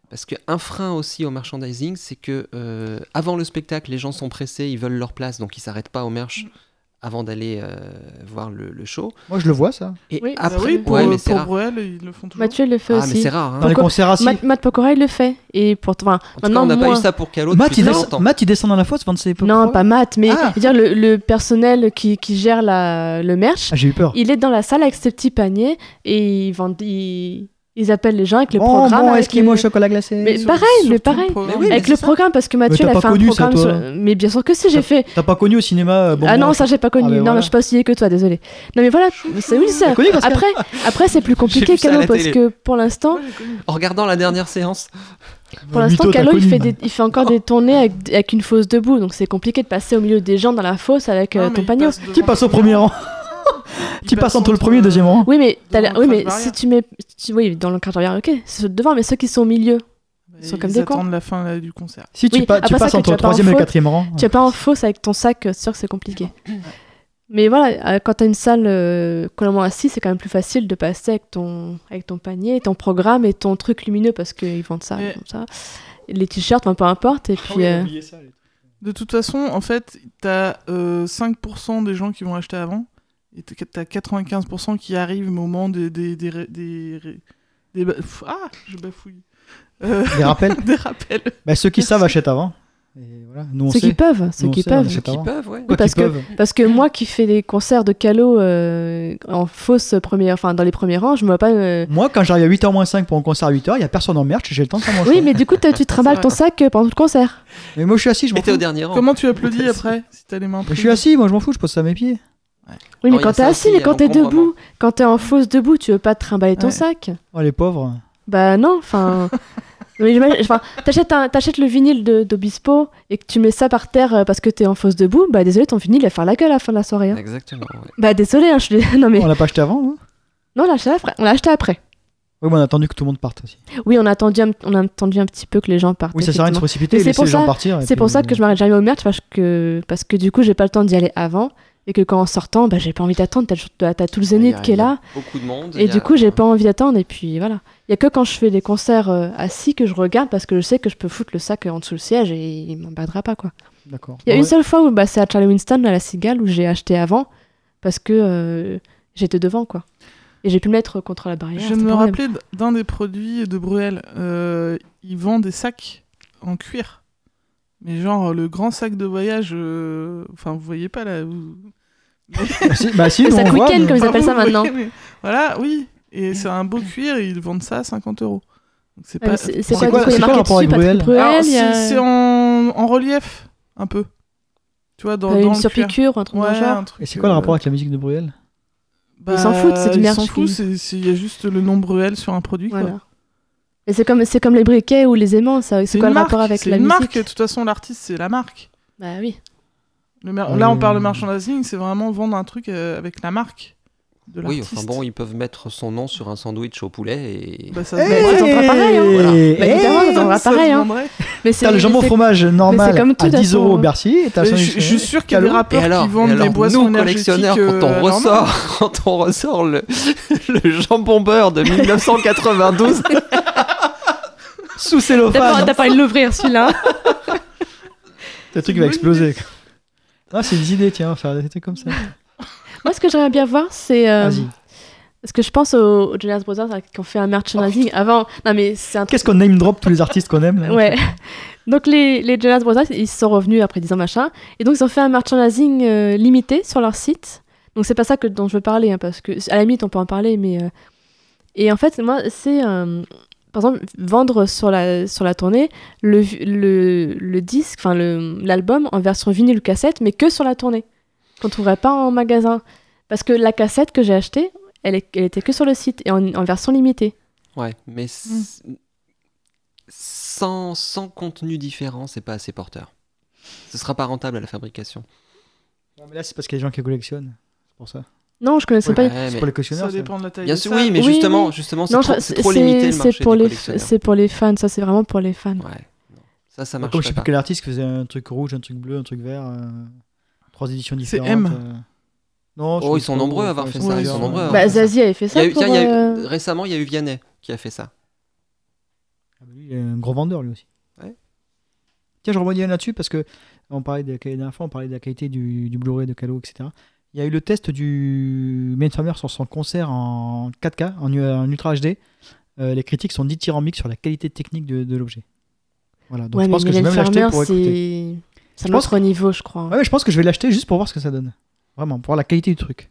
B: Parce qu'un frein aussi au merchandising, c'est que euh, avant le spectacle, les gens sont pressés, ils veulent leur place, donc ils s'arrêtent pas au merch avant d'aller euh, voir le, le show.
A: Moi, je le vois, ça.
B: Et
D: Oui.
C: Bah
B: après,
C: oui, pour,
B: ouais, mais c'est
C: pour
B: rare.
C: Bruel, ils le font toujours.
D: Mathieu le fait
B: Ah, mais
D: aussi.
B: c'est rare. hein.
A: Dans les
D: Pourquoi-
A: concerts assis.
D: Matt, Matt Pokora, il le fait. Et pour, enfin,
B: En tout cas, on
D: maintenant,
B: n'a pas
D: moins.
B: eu ça pour Calo
A: Matt
B: depuis
A: il,
B: très
A: descend,
B: longtemps.
A: Matt, il descend dans la fosse, vendre ses
D: Non, pas Matt, mais
A: Ah.
D: je veux dire, le, le personnel qui, qui gère la, le merch,
A: Ah, j'ai eu peur.
D: il est dans la salle avec ses petits paniers et ils, vendent, ils, ils appellent les gens avec le
A: bon,
D: programme.
A: bon,
D: avec
A: est-ce qu'il est
D: le-
A: Oh, au chocolat glacé
D: Mais
C: Sur-
D: pareil,
C: sur tout
D: mais
C: le
D: pareil.
C: programme.
B: Mais oui,
D: Avec
B: c'est
D: le
B: ça.
D: programme, parce que
A: t'as
D: Mathieu, il a
A: pas
D: fait un
A: connu ça,
D: programme.
A: toi, hein
D: sur- Mais bien sûr que si,
A: Ça-
D: j'ai fait.
A: T'as pas connu au cinéma euh,
D: ah
A: Bonbon
D: non, ça, j'ai pas connu.
A: Ah, mais
D: non,
A: voilà.
D: je suis pas aussi vieille que toi, désolé. Non, mais voilà, c'est oui, ça.
A: T'as connu, Pascal
D: Après, après c'est plus compliqué
B: vu ça à
D: Calo,
B: la
D: parce
B: télé.
D: que pour l'instant,
C: Moi, j'ai connu.
B: En regardant la dernière séance,
D: pour
A: Mytho,
D: l'instant,
A: t'as
D: Calo, il
A: connu.
D: fait, des- il fait encore des tournées avec, avec une fosse debout, donc c'est compliqué de passer au milieu des gens dans la fosse avec euh,
A: Ah,
C: Non, mais
D: ton
C: ils
D: panier.
A: Qui
C: devant
A: passe au
C: tout le
A: premier
C: monde.
A: rang
C: Ils
A: Qui passe
C: passent
A: entre le premier et le deuxième rang
D: Oui, mais, t'as
C: Devant
D: la- oui,
C: le
D: mais
C: crâne
D: si tu mets. tu- Oui, dans le quart d'arrière, ok, ceux de devant, mais ceux qui sont au milieu.
C: Bah,
D: Ils sont
C: ils
D: comme des
C: attendent
D: cons.
C: la fin là, du concert.
A: Si tu,
D: Oui,
A: pas-
D: à
A: tu
D: part ça
A: passes
D: que
A: entre
D: tu
A: le
D: vas pas en
A: troisième et le
D: faute.
A: quatrième rang.
D: Tu vas pas en fosse avec ton sac, euh, c'est sûr que c'est compliqué. Mais voilà, euh, quand t'as une salle euh, complètement assise, c'est quand même plus facile de passer avec ton, avec ton panier, ton programme et ton truc lumineux parce qu'ils vendent ça,
C: Mais-
D: comme ça. Les t-shirts, enfin, peu importe.
B: Ah
D: Et puis, euh,
C: De toute façon, en fait, t'as euh, 5% des gens qui vont acheter avant, et t'as t'as 95% qui arrivent au moment des... des, des, ré- des, ré- des ba- Pff, ah, je bafouille. Euh,
A: Les rappels
C: des rappels.
A: Bah, Ceux qui
C: Merci.
A: savent achètent avant. Et voilà, nous on
D: ceux
A: sait.
D: qui peuvent, ceux
A: on
D: qui
A: sait, on
D: peuvent.
A: achète
B: qui
A: avant.
B: peuvent, ouais.
A: Quoi
D: parce
A: qu'ils
D: que-
A: peuvent.
D: Parce que moi qui fais des concerts de calo euh, en fausse première, enfin dans les premiers rangs, je me vois pas. euh,
A: Moi, quand j'arrive à 8h moins 5 pour un concert à 8h, il n'y a personne en merch, j'ai le temps de faire mon
D: Oui,
A: choix.
D: mais du coup, t'as- tu trimbales
C: vrai.
D: ton sac euh, pendant tout le concert.
A: Mais moi, je suis assis, je m'en
B: Mais t'es au
A: fous.
B: dernier rang.
C: Comment tu applaudis après, si t'as les mains
A: Mais Oh. je suis assis, moi, je m'en fous, je pose ça à mes pieds.
D: Oui,
B: Non,
D: mais
B: il y
D: quand
B: a
D: t'es
B: Ah ça
D: assis,
B: aussi,
D: mais
B: il y a
D: quand t'es
B: l'encombrement.
D: debout, quand t'es en fausse debout, tu veux pas te trimballer ton
C: Ouais.
D: sac.
A: Oh, les pauvres.
D: Bah non, enfin. mais j'imagine- enfin, t'achètes un- t'achètes le vinyle de- d'Obispo et que tu mets ça par terre euh, parce que t'es en fausse debout, bah désolé, ton vinyle il va faire la gueule à la fin de la soirée. hein.
B: Exactement. ouais.
D: Bah désolé, hein, je suis dés- non mais
A: On l'a pas acheté avant, hein
D: non, on l'a acheté après. On l'a acheté après.
A: Oui, mais on a attendu que tout le monde parte aussi.
D: Oui, on a attendu un, on a attendu un petit peu que les gens partent.
A: Oui, ça sert à rien de se
D: effectivement.
A: précipiter
D: Mais
A: et
D: c'est
A: laisser
D: pour
A: les gens
D: ça-
A: partir. et puis-
D: C'est pour ça que je m'arrête jamais au merch parce que parce que du coup j'ai pas le temps d'y aller avant et que quand en sortant, bah j'ai pas envie d'attendre. T'as toujours- T'as t'as tout le
B: Il y
D: zénith
B: a-
D: qui est
B: il y a
D: là.
B: Beaucoup de monde.
D: Et
B: il y a-
D: du coup, j'ai pas envie d'attendre. Et puis voilà. Il y a que quand je fais des concerts euh, assis que je regarde parce que je sais que je peux foutre le sac euh, en dessous le siège et il m'embêtera pas quoi.
A: euh, D'accord.
C: Ah
D: Il y a une
A: Ouais.
D: seule fois où bah, c'est à Charlie Winston à la Cigale où j'ai acheté avant parce que euh, j'étais devant quoi. Et j'ai pu me mettre contre la barrière.
C: Je
D: c'était
C: viens de me
D: pas grave.
C: rappeler d- d'un des produits de Bruel. Euh, ils vendent des sacs en cuir. Mais genre, le grand sac de voyage... euh, Enfin, vous voyez pas, là vous-
A: Si- Bah, si,
D: Le
A: nous, on
D: sac
A: voit,
D: week-end,
A: mais-
D: comme ils appellent ça
C: Vous voyez,
D: maintenant.
C: mais- Voilà, oui. Et c'est un beau cuir et ils vendent ça à 50 euros. Donc c'est
D: Ouais,
C: pas.
D: mais C'est c'est
A: C'est
D: quoi,
A: quoi-
D: du coup, il y
A: c'est quoi le
D: a marqué
A: rapport
D: dessus,
A: avec
D: Patrick
A: Bruel
D: Bruel,
C: Alors,
D: il y a
C: c'est c'est en, en relief, un peu. Tu vois, dans,
D: euh,
C: dans
D: une
C: le cuir.
D: surpiqûre, un truc dans
C: Ouais,
D: le genre.
C: un truc,
A: Et c'est quoi le
C: euh,
A: rapport avec la musique de Bruel
C: bah,
D: Ils s'en foutent, c'est du
C: Ils
D: merch
C: s'en foutent,
D: qui-
C: c'est- c'est- il y a juste le nom Bruel sur un produit. quoi.
D: Voilà. Et c'est comme, c'est comme les briquets ou les aimants, ça. C'est
C: C'est
D: quoi
C: une
D: le rapport
C: marque,
D: avec
C: c'est
D: la
C: une
D: musique
C: marque, de toute façon, l'artiste, c'est la marque.
D: Bah oui.
C: Le mer-
A: Ouais.
C: Là, on parle de merchandising, c'est vraiment vendre un truc euh, avec la marque de
B: Oui,
C: l'artiste.
B: enfin bon, ils peuvent mettre son nom sur un sandwich au poulet et.
C: Bah, ça se
A: Hey
D: ils ont pas pareil, hein.
B: Voilà.
D: Bah, évidemment,
A: Hey
D: ils ont-
C: vendrait.
D: va
C: Ça se
D: pareil, hein.
C: vendrait.
D: Mais c'est
A: Eh T'as le jambon
D: c'est-
A: fromage normal
D: c'est comme tout, hein.
A: à
D: de
A: 10 euros au
D: toute façon.
A: Bercy. Et t'as
C: Mais
A: un
C: Je
A: sandwich-
C: je suis sûr qu'il y a des
A: Calo.
B: Et
C: rappeurs
B: alors,
C: qui vendent
B: et alors,
C: des boissons
B: nous
C: énergétiques,
B: collectionneurs, quand
C: euh,
B: on
C: normales.
B: ressort, quand on ressort le, le jambon beurre de 1992,
A: sous
D: T'as pas-
A: cellophane.
D: t'as pas envie de l'ouvrir celui-là. hein.
A: Le truc va exploser. Ah, c'est des idées, tiens, faire des trucs comme ça.
D: Euh, Moi, ce que j'aimerais bien voir, c'est. euh,
A: Vas-y.
D: Parce que je pense aux, aux Jonas Brothers là, qui ont fait un merchandising avant. Non, mais c'est un truc.
A: Qu'est-ce qu'on name drop tous les artistes qu'on aime là
D: Ouais. Donc, les, les Jonas Brothers, ils sont revenus après 10 ans, machin. Et donc, ils ont fait un merchandising euh, limité sur leur site. Donc, c'est pas ça que, dont je veux parler, hein, parce que à la limite, on peut en parler, mais. euh, Et en fait, moi, c'est. euh, par exemple, vendre sur la, sur la tournée le, vi- le, le disque, enfin le- l'album en version vinyle ou cassette, mais que sur la tournée, qu'on trouverait pas en magasin. Parce que la cassette que j'ai achetée, elle, est- elle était que sur le site et en, en version limitée.
B: Ouais, mais s-
D: Mm.
B: sans, sans contenu différent, c'est pas assez porteur. Ce sera pas rentable à la fabrication.
A: Non, mais là, c'est parce qu'il y a des gens qui collectionnent. C'est pour ça.
D: Non, je connaissais
A: Ouais,
D: pas.
A: bah,
B: Ouais,
A: c'est
B: mais-
A: pour les
C: Ça
A: collectionneurs. ça.
C: dépend de la taille
B: Bien
C: de
B: sûr,
C: salle.
B: oui, mais
D: Oui,
B: justement,
D: oui.
B: justement, c'est
D: Non,
B: trop,
D: je-
B: c'est trop limité le
D: c'est
B: marché
D: pour
B: des
D: les,
B: collectionneurs.
D: c'est pour les fans, ça c'est vraiment pour les fans.
B: Ouais, non. ça, ça marche
A: Bah, Comme je sais
B: pas.
A: plus quel artiste faisait un truc rouge, un truc bleu, un truc vert. euh, Trois éditions
C: C'est
A: différentes.
C: M.
A: euh. Non, je
B: Oh, ils
A: sais
B: sont
A: pas,
B: nombreux
A: enfin,
B: à avoir fait
A: sont
C: ça, ils
A: plusieurs,
C: sont nombreux à
A: euh.
B: avoir
D: Bah,
B: Ouais, c'est
D: Zazie avait fait
B: Il y
D: ça
B: a eu-
D: pour.
B: tiens, il y a eu-
D: euh,
B: Récemment, il y a eu Vianney qui a fait ça.
A: Ah bah lui, il est un gros vendeur lui aussi.
B: Ouais.
A: Tiens, je rebondis là-dessus parce que on parlait de, la dernière fois, on parlait de la qualité du, du Blu-ray de Calo, etc. Il y a eu le test du Mainframer sur son concert en 4K, en, U- en Ultra HD. Euh, les critiques sont dithyrambiques sur la qualité technique de, de l'objet. Voilà, donc
D: ouais,
A: je
D: mais
A: pense que je vais
D: Mylène
A: même l'acheter
D: Farmer,
A: pour écouter.
D: c'est. C'est
A: Je
D: un
A: pense
D: autre niveau, je crois.
A: Ouais, mais je pense que je vais l'acheter juste pour voir ce que ça donne. Vraiment, pour voir la qualité du truc.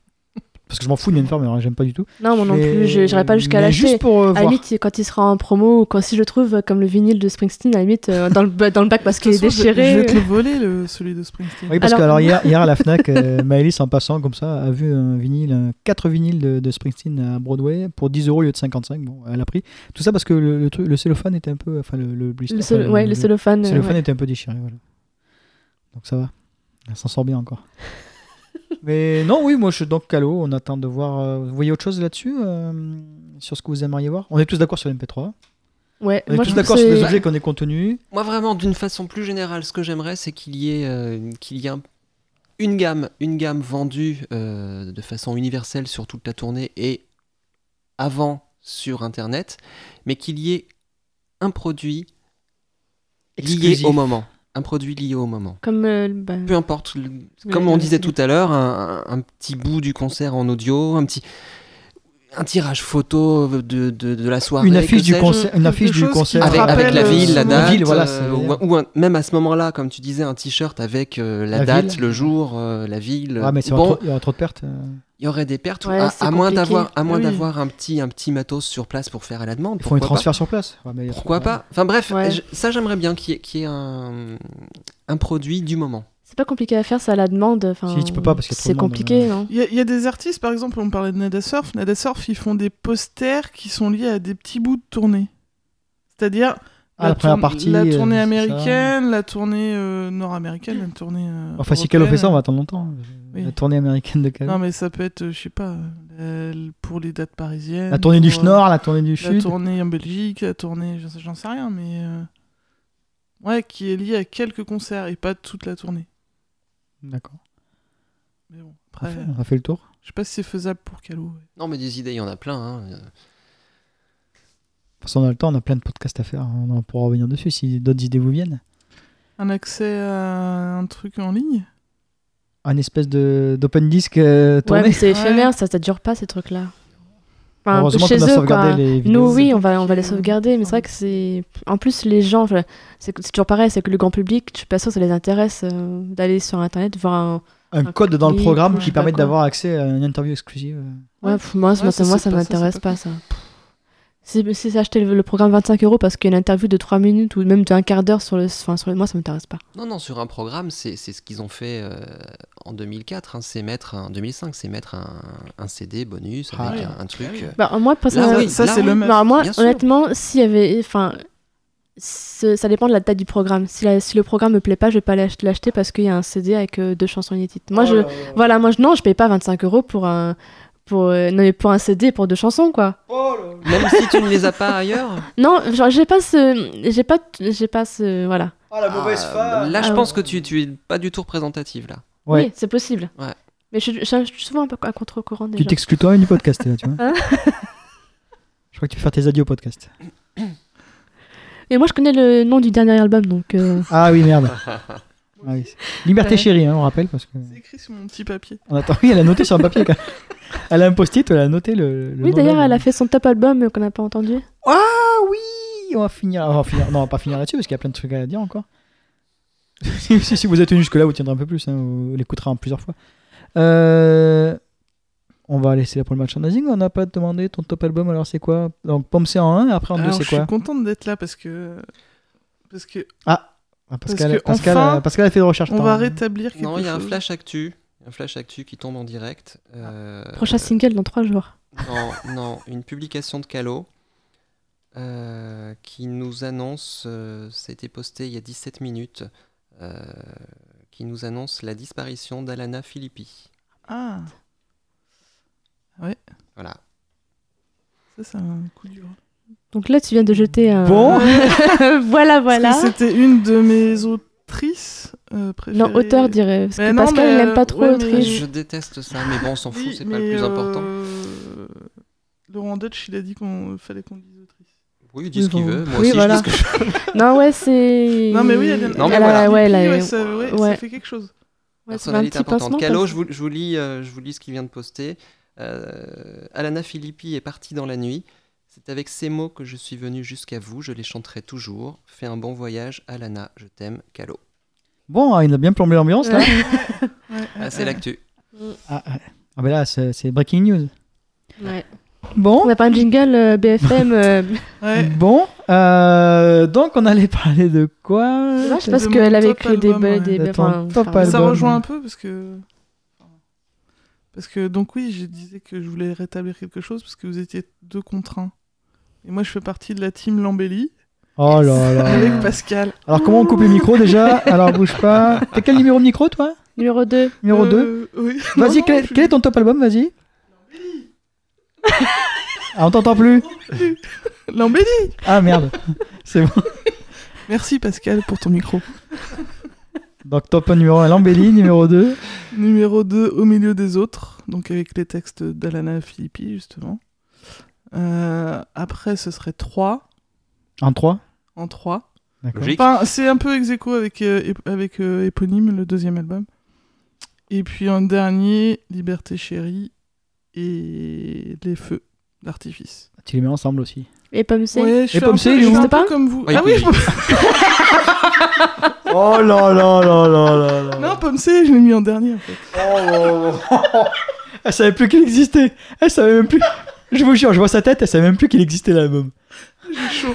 A: Parce que je m'en fous de Mainframer, hein, j'aime pas du tout.
D: Non, moi non
A: Mais-
D: plus, je- j'irai pas jusqu'à
A: mais
D: l'acheter.
A: Juste pour euh,
D: À la
A: voir.
D: limite, quand il sera en promo ou quand si je le trouve euh, comme le vinyle de Springsteen, à la limite, euh, dans, le, ba- dans le bac parce qu'il
C: De
D: est
C: toute façon, je-
D: déchiré. euh,
C: Je vais te le voler, le- celui de Springsteen.
A: Oui, parce
D: Alors-
A: que alors, hier, hier à la Fnac, euh, Maëlys, en passant comme ça, a vu un vinyle, un- quatre vinyles de, de Springsteen à Broadway pour 10 euros au lieu de 55. Bon, elle a pris. Tout ça parce que le, le truc- le cellophane était un peu. Enfin, le, le, blister,
D: Le, sol-
A: enfin,
D: ouais, le cellophane.
A: le
D: euh,
A: cellophane
D: ouais.
A: était un peu déchiré. Voilà. Donc ça va. Elle s'en sort bien encore. Mais non, oui, moi je suis donc calo. On attend de voir. euh, vous voyez autre chose là-dessus euh, Sur ce que vous aimeriez voir On est tous d'accord sur l'MP3.
D: Ouais,
A: On est
D: moi, je
A: tous
D: trouve
A: d'accord
D: que
A: sur les
D: c'est-
A: objets qu'on est contenus.
B: Moi, vraiment, d'une façon plus générale, ce que j'aimerais, c'est qu'il y ait, euh, qu'il y ait un- une gamme, une gamme vendue euh, de façon universelle sur toute la tournée et avant sur Internet, mais qu'il y ait un produit lié
A: Exclusif.
B: au moment. Un produit lié au moment.
D: Comme. euh, le- bah,
B: Peu importe, le-
D: Oui,
B: comme
D: oui,
B: on
D: oui.
B: disait tout à l'heure, un, un- un petit bout du concert en audio, un petit un tirage photo de, de- de la soirée.
A: Une
B: que
A: affiche, du
B: sais-je.
A: concert, une
C: Quelque
A: affiche du
C: chose qui
A: concert.
C: te
B: avec,
C: rappelle,
B: avec la
C: euh,
B: ville, la
C: son
B: date,
A: ville, voilà,
B: euh,
A: c'est-
B: ou, ou un- même à ce moment-là, comme tu disais, un t-shirt avec euh, la,
A: La
B: date,
A: ville.
B: le jour, euh, la ville.
A: Ah, mais c'est
B: bon,
A: trop- il y aura trop de pertes. euh.
B: il y aurait des pertes, ou-
D: Ouais,
B: à,
D: c'est
B: à moins
D: compliqué.
B: d'avoir, à moins
D: Oui.
B: d'avoir un petit, un petit matos sur place pour faire à la demande.
A: Ils font les
B: pourquoi pas.
A: transferts sur place. Ouais, mais-
B: Pourquoi pas Enfin bref,
D: Ouais.
B: je- ça j'aimerais bien qu'il y ait, qu'il y ait un, un produit du moment.
D: C'est pas compliqué à faire, ça à la demande. enfin,
A: Si, tu peux pas parce qu'il y a trop
D: C'est
A: de monde,
D: compliqué,
A: euh.
D: non
C: Il y, a- il y a des artistes, par exemple, on parlait de Nada Surf. Nada Surf, ils font des posters qui sont liés à des petits bouts de tournée. C'est-à-dire
A: Ah, la première
C: tourne-
A: partie,
C: la
A: euh,
C: tournée
A: c'est
C: américaine, la tournée euh, nord-américaine, la tournée. euh,
A: Enfin, si Calo fait ça, on
C: européenne.
A: va attendre longtemps.
C: Oui.
A: La tournée américaine de Calo.
C: Non, mais ça peut être, euh, je sais pas, euh, pour les dates parisiennes.
A: La tournée du
C: pour, euh,
A: Nord, la tournée du
C: La
A: Sud.
C: tournée en Belgique, la tournée, j'en sais, j'en sais rien, mais. euh, Ouais, qui est liée à quelques concerts et pas toute la tournée.
A: D'accord.
C: Mais bon, après,
A: Parfait,
C: euh,
A: On a fait le tour.
C: je sais pas si c'est faisable pour Calou. ouais.
B: Non mais des idées, il y en a plein. hein.
A: De toute façon, on a le temps, on a plein de podcasts à faire. hein. On en pourra revenir dessus si d'autres idées vous viennent.
C: Un accès à un truc en ligne
A: Un espèce de- d'open disc euh,
D: Ouais,
A: tournée.
D: mais c'est
C: Ouais.
D: éphémère, ça, ça dure pas ces trucs-là. Enfin,
A: Heureusement
D: chez
A: qu'on a
D: eux,
A: sauvegardé
D: quoi.
A: les vidéos.
D: Nous, oui,
C: C'est
D: on va, on va les
C: compliqué,
D: sauvegarder, mais c'est vrai que c'est. En plus, les gens, enfin, c'est c'est toujours pareil, c'est que le grand public, je suis pas sûre que ça les intéresse euh, d'aller sur Internet, de voir un.
A: Un
D: Un
A: code dans le
D: clip,
A: programme
D: ouais,
A: qui
D: je sais
A: permet
D: pas quoi.
A: d'avoir accès à une interview exclusive.
D: Ouais,
C: Ouais.
D: pff, moi,
C: Ouais,
D: ça,
C: ça,
D: moi,
C: c'est
D: ça
C: pas- ça,
D: m'intéresse
C: c'est
D: pas, ça. Si, si c'est acheter le, le programme 25 euros parce qu'il y a une interview de 3 minutes ou même d'un quart d'heure sur le, enfin, sur le. Moi, ça m'intéresse pas.
B: Non, non, sur un programme, c'est c'est ce qu'ils ont fait euh, en 2004, hein, c'est mettre, un- en 2005, c'est mettre un, un CD bonus
A: Ah
B: avec
A: ouais.
B: un, un truc. euh,
D: Bah, moi,
B: Ah
C: Ça,
D: personnellement.
B: oui,
C: ça,
B: là,
C: c'est
B: oui.
C: le même.
D: Non, moi,
B: bien sûr.
D: honnêtement, s'il y avait. Enfin, ce- ça dépend de la taille du programme. Si, la- si le programme me plaît pas, je vais pas l'ach- l'acheter parce qu'il y a un CD avec euh, deux chansons inédites.
A: Oh
D: Moi, je. Voilà, moi, je- non, je paye pas 25 euros pour un. Pour, euh, non, mais pour un CD et pour deux chansons, quoi.
B: euh. Même si tu ne les as pas ailleurs.
D: Non, genre, j'ai pas ce. J'ai pas. J'ai pas ce. Voilà.
A: la
B: Ah, Là, je
D: Ah
B: pense que tu, tu es pas du tout représentative là.
A: Ouais.
D: Oui, c'est possible.
B: Ouais.
D: Mais je, je- je suis souvent un peu à contre-courant déjà.
A: Tu t'exclus toi-même du podcast, là, tu vois.
D: Hein
A: Je crois que tu veux faire tes adieux au podcast.
D: Et moi, je connais le nom du dernier album, donc. euh,
A: Ah oui, merde. Ah oui, c'est- Liberté
D: Ouais.
A: chérie, hein, on rappelle, parce que
C: C'est écrit sur mon petit papier.
A: On attend, oui, elle a noté sur un papier. quand même. Elle a un post-it, elle a noté le. le
D: Oui,
A: nom
D: d'ailleurs,
A: de-
D: elle a fait son top album euh, qu'on n'a pas entendu.
A: Ah oui, on va finir. On va finir. Non, on va pas finir là-dessus parce qu'il y a plein de trucs à dire encore. si, si vous êtes venu jusque-là, vous tiendrez un peu plus. hein, vous l'écouterez en plusieurs fois. Euh, on va laisser là pour le merchandising. On n'a pas demandé ton top album, alors c'est quoi Donc, Pomme c'est en 1 et après en 2,
C: Alors,
A: c'est
C: je suis
A: quoi
C: contente d'être là parce que. Parce que
A: Ah, Pascal,
C: parce que
A: Pascal,
C: enfin,
A: euh, Pascal a fait des
D: Ah,
A: recherches.
C: on
A: par-
C: va rétablir quelque
B: Non, il y a un
C: chose.
B: flash actu. Un flash actu qui tombe en direct. Euh,
D: Prochain single dans trois jours.
B: Non, non, une publication de Calo euh, qui nous annonce, euh, c'était posté il y a 17 minutes, euh, qui nous annonce la disparition d'Alana Filippi.
C: Ah,
B: Voilà.
C: ça, c'est un coup dur.
D: Donc là, tu viens de jeter un.
A: Bon.
D: voilà,
C: Parce que
D: voilà.
C: C'était une de mes autrices euh, préférées.
D: Non, auteur dirait. Parce
C: Mais
D: que
C: non,
D: Pascal, il
C: mais, euh,
D: n'aime pas trop
C: ouais, mais-
D: Autriche.
B: Je déteste ça, mais bon, on s'en
C: Oui,
B: fout, c'est pas le
C: mais,
B: plus important.
C: euh, Laurent Dutch, il a dit qu'on fallait qu'on dise autrice.
B: Oui, dis ce qu'il
A: bon.
B: veut. Moi
A: Oui,
B: aussi, je
A: voilà.
B: dis ce que je
D: Non, ouais, c'est.
C: Non, mais oui, elle,
B: Non, mais
D: a-
B: voilà.
D: ouais, elle a-
C: ouais, ça, ouais, ça
D: ouais.
C: fait quelque chose.
D: Ouais, c'est
B: Personnalité importante. Calo,
D: parce-
B: je vous, je vous lis, euh, je vous lis ce qu'il vient de poster. Euh, Alana Filippi est partie dans la nuit. C'est avec ces mots que je suis venu jusqu'à vous. Je les chanterai toujours. Fais un bon voyage, Alana. Je t'aime, Calo.
A: Bon, ah, il a bien plombé l'ambiance là.
C: Ouais,
B: Ah,
C: ouais,
B: c'est l'actu.
A: Ah, ah, ah, mais là, c'est c'est breaking news.
D: Ouais. On
A: Bon,
D: n'a pas un jingle euh, BFM. euh,
C: ouais.
A: bon. euh, donc, on allait parler de quoi
D: C'est dommage
C: de
D: parce
C: mon
D: qu'elle avait
C: top
D: que des.
C: album,
D: bo-
C: ouais.
D: des
A: De ton
D: enfin,
A: top
D: enfin,
A: album.
C: Ça
A: Album.
C: rejoint un peu parce que. Parce que, donc, oui, je disais que je voulais rétablir quelque chose parce que vous étiez deux contre un. Et moi, je fais partie de la team Lambelli
A: Oh là
C: avec
A: là.
C: Pascal.
A: Alors, comment on coupe les micros déjà Alors, bouge pas. T'as quel numéro de micro toi
D: Numéro 2.
A: Numéro 2
C: Euh, oui. Non,
A: Vas-y,
C: non,
A: quel,
C: je-
A: quel est ton top album Vas-y. Ah, on t'entend plus
C: Lambelli
A: Ah merde, c'est bon.
C: Merci Pascal pour ton micro.
A: Donc top numéro 1, l'embellie, numéro 2.
C: Numéro 2, Au milieu des autres, donc avec les textes d'Alana Filippi, justement. Euh, après, ce serait 3,
A: En 3,
C: en 3.
A: d'accord.
B: Logique.
C: Enfin, c'est un peu ex aequo avec, euh, ép- avec euh, Éponyme, le deuxième album. Et puis en dernier, Liberté chérie et Les feux d'artifice.
A: Tu les mets ensemble aussi.
D: Et Pomme C.
C: Ouais, je suis un
A: Pomme
C: peu,
A: C, il est
C: je
A: où
C: suis un
D: C'était
C: peu
D: pas
C: comme vous.
B: Oui,
C: ah oui,
B: oui,
C: je-
A: Oh là là là là là là.
C: non, Pomme C, je l'ai mis en dernier. en fait.
A: Elle savait plus qu'il existait. Elle savait même plus. Je vous jure, je vois sa tête, elle savait même plus qu'il existait l'album.
C: J'ai chaud.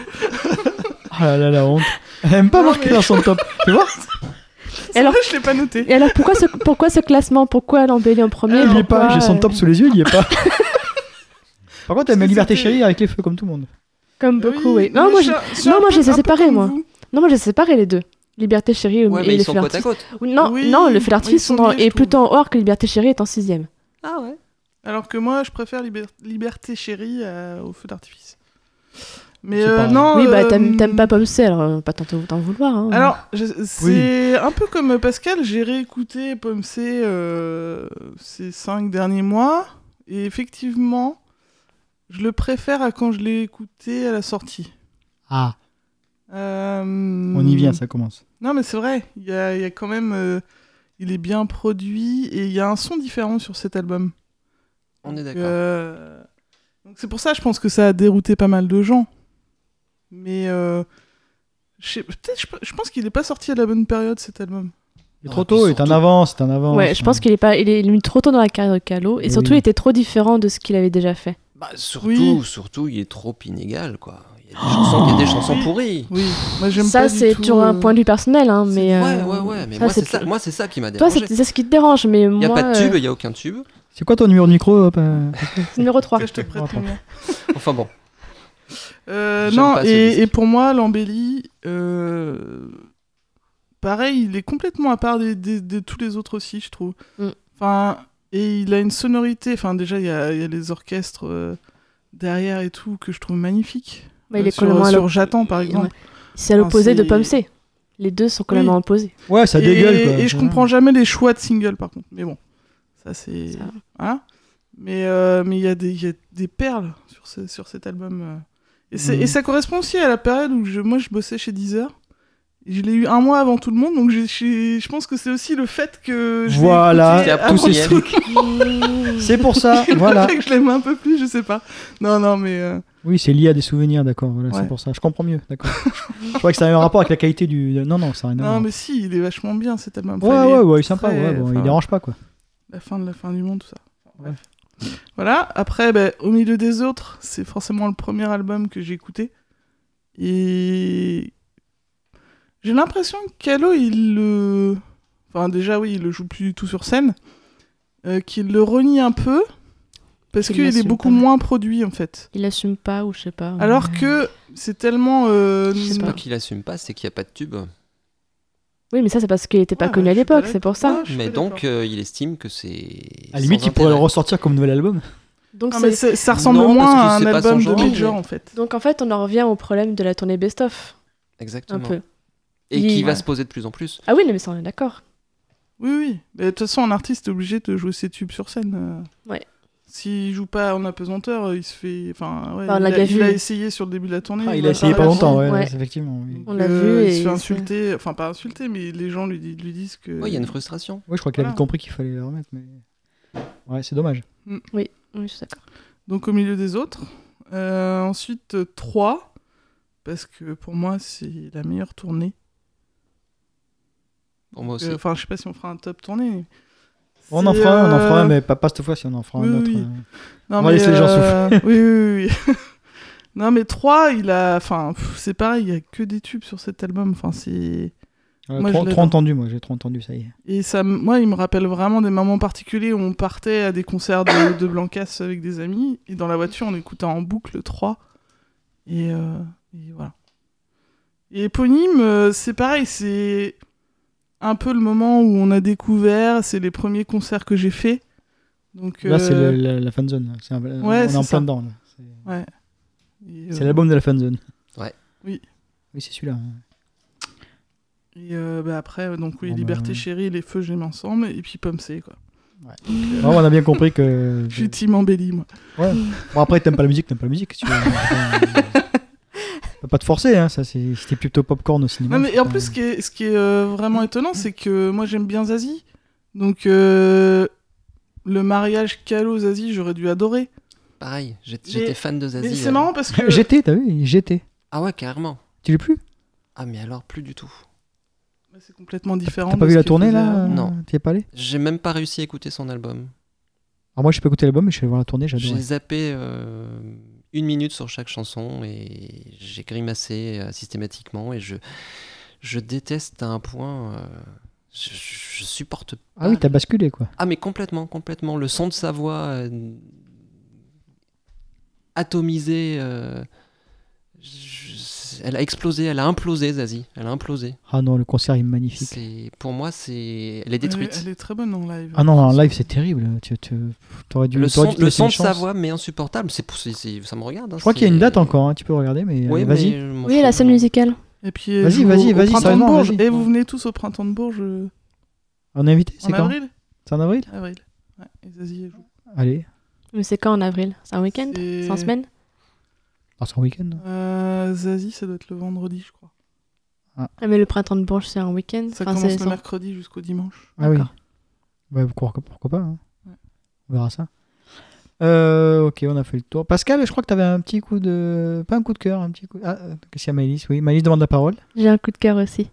A: Oh là là la honte. Elle aime pas
C: Non,
A: marquer
C: mais-
A: dans son top. Tu vois
D: Et alors-
C: Alors, je l'ai pas noté.
D: Et alors pourquoi ce, pourquoi ce classement Pourquoi l'embellie en premier
A: Il y est pas,
D: Pourquoi,
A: j'ai son
D: euh,
A: top sous les yeux, il y est pas. Par contre, elle met
C: Parce que
A: Liberté
C: c'était-
A: Chérie avec les feux comme tout le monde.
D: Comme beaucoup, oui. Non,
C: mais
D: moi,
C: je-
D: j'ai-
C: je suis
D: non,
C: un
D: moi,
C: peu-
D: je les ai
C: un peu
D: séparés,
C: comme
D: moi.
C: vous.
D: non, moi j'ai séparé les deux. Liberté chérie
B: Ouais,
D: et
B: mais
D: les
B: ils sont
D: fleurs
B: côte à côte.
D: Non,
C: Oui,
D: non, le fait
C: ils
D: d'artiste
C: sont
D: dans-
C: liés, je
D: est
C: trouve.
D: plutôt en or que Liberté chérie est en sixième.
B: Ah ouais.
C: Alors que moi, je préfère Liber- Liberté chérie euh, au feu d'artifice. Mais
A: C'est
C: euh,
A: pareil.
C: non.
D: oui, bah
C: euh,
D: t'aimes t'aimes pas Pomme C, alors euh, pas tenter d'en vouloir. hein.
C: Alors, je- c'est un peu comme Pascal, j'ai réécouté Pomme C euh, ces cinq derniers mois, et effectivement, je le préfère à quand je l'ai écouté à la sortie.
A: Ah,
C: Euh,
A: on y vient, ça commence.
C: Non, mais c'est vrai, il y a, il y a quand même. euh, il est bien produit, et il y a un son différent sur cet album.
B: On est
C: Donc,
B: d'accord.
C: euh, donc c'est pour ça, je pense que ça a dérouté pas mal de gens. Mais euh, je sais- peut-être, je, pe- je pense qu'il n'est pas sorti à la bonne période cet album.
A: Il est
B: Non,
A: trop
B: et puis
A: tôt, il est en
B: surtout-
A: avance, il est en avance.
D: ouais, je pense qu'il est pas, il est, il est mis trop tôt dans la carrière de Calo, et
A: Oui.
D: surtout il était trop différent de ce qu'il avait déjà fait.
B: Bah, surtout,
C: Oui.
B: surtout, il est trop inégal, quoi. Il y a des
D: Oh.
B: chansons, il y a des chansons
C: Oui.
B: pourries.
C: Oui, moi j'aime
D: Ça
C: pas du
D: c'est
C: tout,
D: toujours un
C: euh,
D: point de vue personnel, hein, mais
B: ouais,
D: euh,
B: ouais, ouais. Mais
D: ça,
B: moi, c'est
D: c'est-
B: ça, moi, c'est ça qui m'a
D: Toi
B: dérangé.
D: c'est c'est ce qui te dérange, mais
B: Il
D: moi.
B: n'y a pas de
D: euh,
B: tube, il n'y a aucun tube.
A: C'est quoi ton numéro de micro hop, euh,
D: numéro 3.
C: ça, je te prête
A: Attends.
C: le mien.
B: Enfin bon.
C: Euh,
B: J'aime
C: non,
B: pas ce
C: et,
B: disque.
C: et pour moi, l'embellie, euh, pareil, il est complètement à part des- des- de, tous les autres aussi, je trouve.
D: Mm.
C: Enfin, et il a une sonorité. Enfin, déjà, il y a, il y a les orchestres euh, derrière et tout que je trouve magnifique.
D: Bah, il est
C: sur,
D: complètement à
C: sur
D: l'op-
C: J'attends, par exemple.
D: Ouais. C'est à l'opposé
C: Enfin,
D: de Pomme
C: c'est-
D: C. Les deux sont complètement opposés.
A: Ouais, ça
C: et,
A: dégueule quoi.
C: et je
A: Ouais.
C: comprends jamais les choix de singles par contre. Mais bon, ça c'est.
D: Ça.
C: Voilà. Hein Mais euh, mais il y, a des- il y a des perles sur, ce- sur cet album. euh. Et, c'est-
A: Mhm.
C: et ça correspond aussi à la période où je, moi je bossais chez Deezer. Et Je l'ai eu un mois avant tout le monde, donc j'ai- j'ai- je pense que c'est aussi le fait que. Je l'ai
A: Voilà,
C: écouté
B: C'était à
C: avant
A: tous ces
C: tout le
A: C'est pour ça, voilà.
C: fait que je l'aime un peu plus, je sais pas. Non, non, mais. euh,
A: Oui, c'est lié à des souvenirs, d'accord. Voilà,
C: Ouais.
A: c'est pour ça. Je comprends mieux, d'accord. je crois que ça a un rapport avec la qualité du. Non, non, ça a rien à
C: non,
A: voir.
C: mais si, il est vachement bien cet album.
A: Ouais,
C: Enfin, il est
A: ouais, ouais, il est sympa.
C: très-
A: ouais, bon,
C: enfin,
A: Il dérange pas, quoi.
C: La fin de la fin du monde, tout ça. Enfin, bref. Voilà. Après, ben, au milieu des autres, c'est forcément le premier album que j'ai écouté. Et j'ai l'impression que Calo, il le. Enfin, déjà, oui, il le joue plus du tout sur scène. Euh, qu'il le renie un peu. Parce
D: Il
C: qu'il est
D: l'assume
C: beaucoup
D: pas.
C: moins produit, en fait.
D: Il assume pas ou je sais pas.
C: Alors que c'est tellement. euh,
D: Oh, Je sais
B: C'est
D: pas.
B: pas qu'il assume pas, c'est qu'il n'y a pas de tube.
D: Oui, mais ça, c'est parce qu'il était pas
C: Ouais,
D: connu
C: ouais,
D: à
C: je suis pas
D: l'époque, c'est pour ça.
C: Ouais, je suis
B: Mais
C: d'accord.
B: donc, euh, il estime que c'est.
A: À la limite,
B: sans
A: il pourrait le
B: intérêt.
A: ressortir comme nouvel album.
D: Donc,
C: Ah, mais
D: c'est-
C: c'est- ça ressemble
B: Non,
C: moins à
B: parce
C: un
B: que c'est pas
C: album
B: son
C: de
B: genre,
C: Major,
B: mais-
C: en fait.
D: Donc en fait, on en revient au problème de la tournée best-of, un
B: Exactement.
D: peu.
B: Et qui
D: Il-
B: va
D: ouais.
B: se poser de plus en plus.
D: Ah oui, non, mais ça, on est d'accord.
C: Oui, oui. Mais de toute façon, un artiste est obligé de jouer ses tubes sur scène. euh.
D: Ouais.
C: S'il joue pas en apesanteur, euh, il se fait. Enfin, ouais,
D: Bah, on
C: il,
D: l'a
C: a,
D: déjà
C: il
D: vu.
C: a essayé sur le début de la tournée.
A: Ah, il
C: va
A: a essayé
C: faire
A: pas
C: la
A: longtemps,
C: tournée.
A: ouais,
D: Ouais.
A: effectivement. oui.
D: On l'a
C: Euh,
D: vu
C: Il
D: et
C: se fait
D: il
C: insulter. Enfin, pas insulter, mais les gens lui, di- lui disent que.
B: Oui, Oh, il y a une frustration.
A: Ouais, je crois qu'il
C: Voilà.
A: avait compris qu'il fallait le remettre, mais. Ouais, c'est dommage.
D: Oui, je suis d'accord.
C: Donc au milieu des autres. Euh, ensuite, 3. Parce que pour moi, c'est la meilleure tournée.
B: Pour moi aussi.
C: Euh, Enfin, je sais pas si on fera un top tournée.
A: On en
C: C'est,
A: fera un, on en fera un,
C: euh,
A: mais pas, pas cette fois si on en fera
C: oui,
A: un autre.
C: oui.
A: hein.
C: Non,
A: On va
C: mais,
A: laisser les gens
C: euh, oui, oui, oui. non, mais 3, il a. Enfin, pff, c'est pareil, il y a que des tubes sur cet album. Enfin, c'est.
A: Ouais,
C: Moi, je
A: euh, trop,
C: l'adore.
A: trop entendu, moi, j'ai trop entendu, ça y est.
C: Et ça, m- moi, il me rappelle vraiment des moments particuliers où on partait à des concerts de, de Blancas avec des amis. Et dans la voiture, on écoutait en boucle 3. Et, euh, et voilà. Et éponyme, euh, c'est pareil, c'est un peu le moment où on a découvert, c'est les premiers concerts que j'ai fait. Donc,
A: Là, c'est
C: euh,
A: le- la, la fan zone. C'est un- on
C: Ouais,
A: est
C: c'est
A: en
C: ça.
A: plein dedans. là. C'est
C: et, euh,
A: c'est l'album de la fan zone.
B: Ouais.
C: Oui.
A: Oui, c'est celui-là. hein.
C: Et euh, bah après, euh, donc oui,
A: Bon, bah,
C: Liberté
A: ouais.
C: Chérie, Les Feux, j'aime ensemble, et puis Pomme C, quoi.
A: Ouais, on a bien compris que.
C: Je suis team embellie, moi.
A: Bon, après, t'aimes pas la musique, t'aimes pas la musique. si Tu veux. Faut pas te forcer, hein, ça, c'est- c'était plutôt popcorn au cinéma.
C: Non, mais
A: c'est
C: en
A: pas-
C: plus, ce qui est, ce qui est euh, vraiment étonnant, c'est que moi, j'aime bien Zazie. Donc, euh, le mariage Calo-Zazie, j'aurais dû adorer.
B: Pareil, j'ai-
C: Mais-
B: j'étais fan de
C: Mais
B: Zazie.
C: c'est
B: euh.
C: marrant parce que.
A: J'étais, Ah, t'as vu J'étais.
B: Ah ouais, carrément.
A: Tu l'es plus
B: Ah mais alors, plus du tout.
C: Bah, C'est complètement différent.
A: T'as pas
C: de
A: vu
C: ce
A: la
C: qu'il
A: tournée,
C: faisait
A: là
C: avant.
B: Non.
A: T'y es pas allé
B: J'ai même pas réussi à écouter son album.
A: Alors, moi, j'ai pas écouté l'album, mais je suis allé voir la tournée, j'adore.
B: J'ai zappé euh, une minute sur chaque chanson et j'ai grimacé euh, systématiquement et je, je déteste à un point. euh, je, je supporte.
A: Ah oui, t'as basculé, quoi.
B: Ah mais complètement, complètement. Le son de sa voix euh, atomisé. euh, je- elle a explosé, elle a implosé Zazie, elle a implosé.
A: Ah non, le concert est magnifique.
B: C'est pour moi c'est, elle est
C: Elle, est-
B: détruite.
C: elle est très bonne en live.
A: Ah non, en live, c'est terrible. Tu, tu, t'aurais dû, t'aurais
B: Le son,
A: dû te
B: le
A: laisser
B: son
A: une
B: de sa
A: chance.
B: voix mais insupportable. C'est, pour- c'est- c'est- ça me regarde. hein,
A: Je crois qu'il y a
B: c'est-
A: une date encore, hein, tu peux regarder, mais
B: Ouais,
A: euh, vas-y.
B: mais je m'en
D: Oui,
B: fous,
D: la scène
B: moi.
D: musicale.
C: Et puis, elle
A: Vas-y,
C: joue
A: vas-y,
C: au-
A: vas-y,
C: au printemps de
A: sérieusement,
C: Bourges.
A: vas-y.
C: Et vous venez tous au printemps de Bourges euh,
A: On est invité, c'est
C: en
A: quand
C: avril
A: C'est en avril
C: Avril. Ouais, et Zazie, elle joue.
A: Allez,
D: Mais c'est quand en avril C'est un week-end
C: C'est-
D: C'est en semaine
A: Ah, c'est un week-end.
C: Euh, Zazie, ça doit être le vendredi, je crois.
D: Ah, mais le printemps de Bourges, c'est un week-end.
C: Ça
D: Enfin,
C: commence le
D: c'est- c'est-
C: mercredi jusqu'au dimanche.
A: Ah oui.
D: D'accord.
A: Ouais, pourquoi, pourquoi pas hein.
C: Ouais.
A: On verra ça. Euh, ok, on a fait le tour. Pascal, je crois que tu avais un petit coup de. Pas un coup de cœur, un petit coup. Ah, euh, qu'est-ce qu'il y a, Maëlys Oui, Maëlys demande la parole.
D: J'ai un coup de cœur aussi.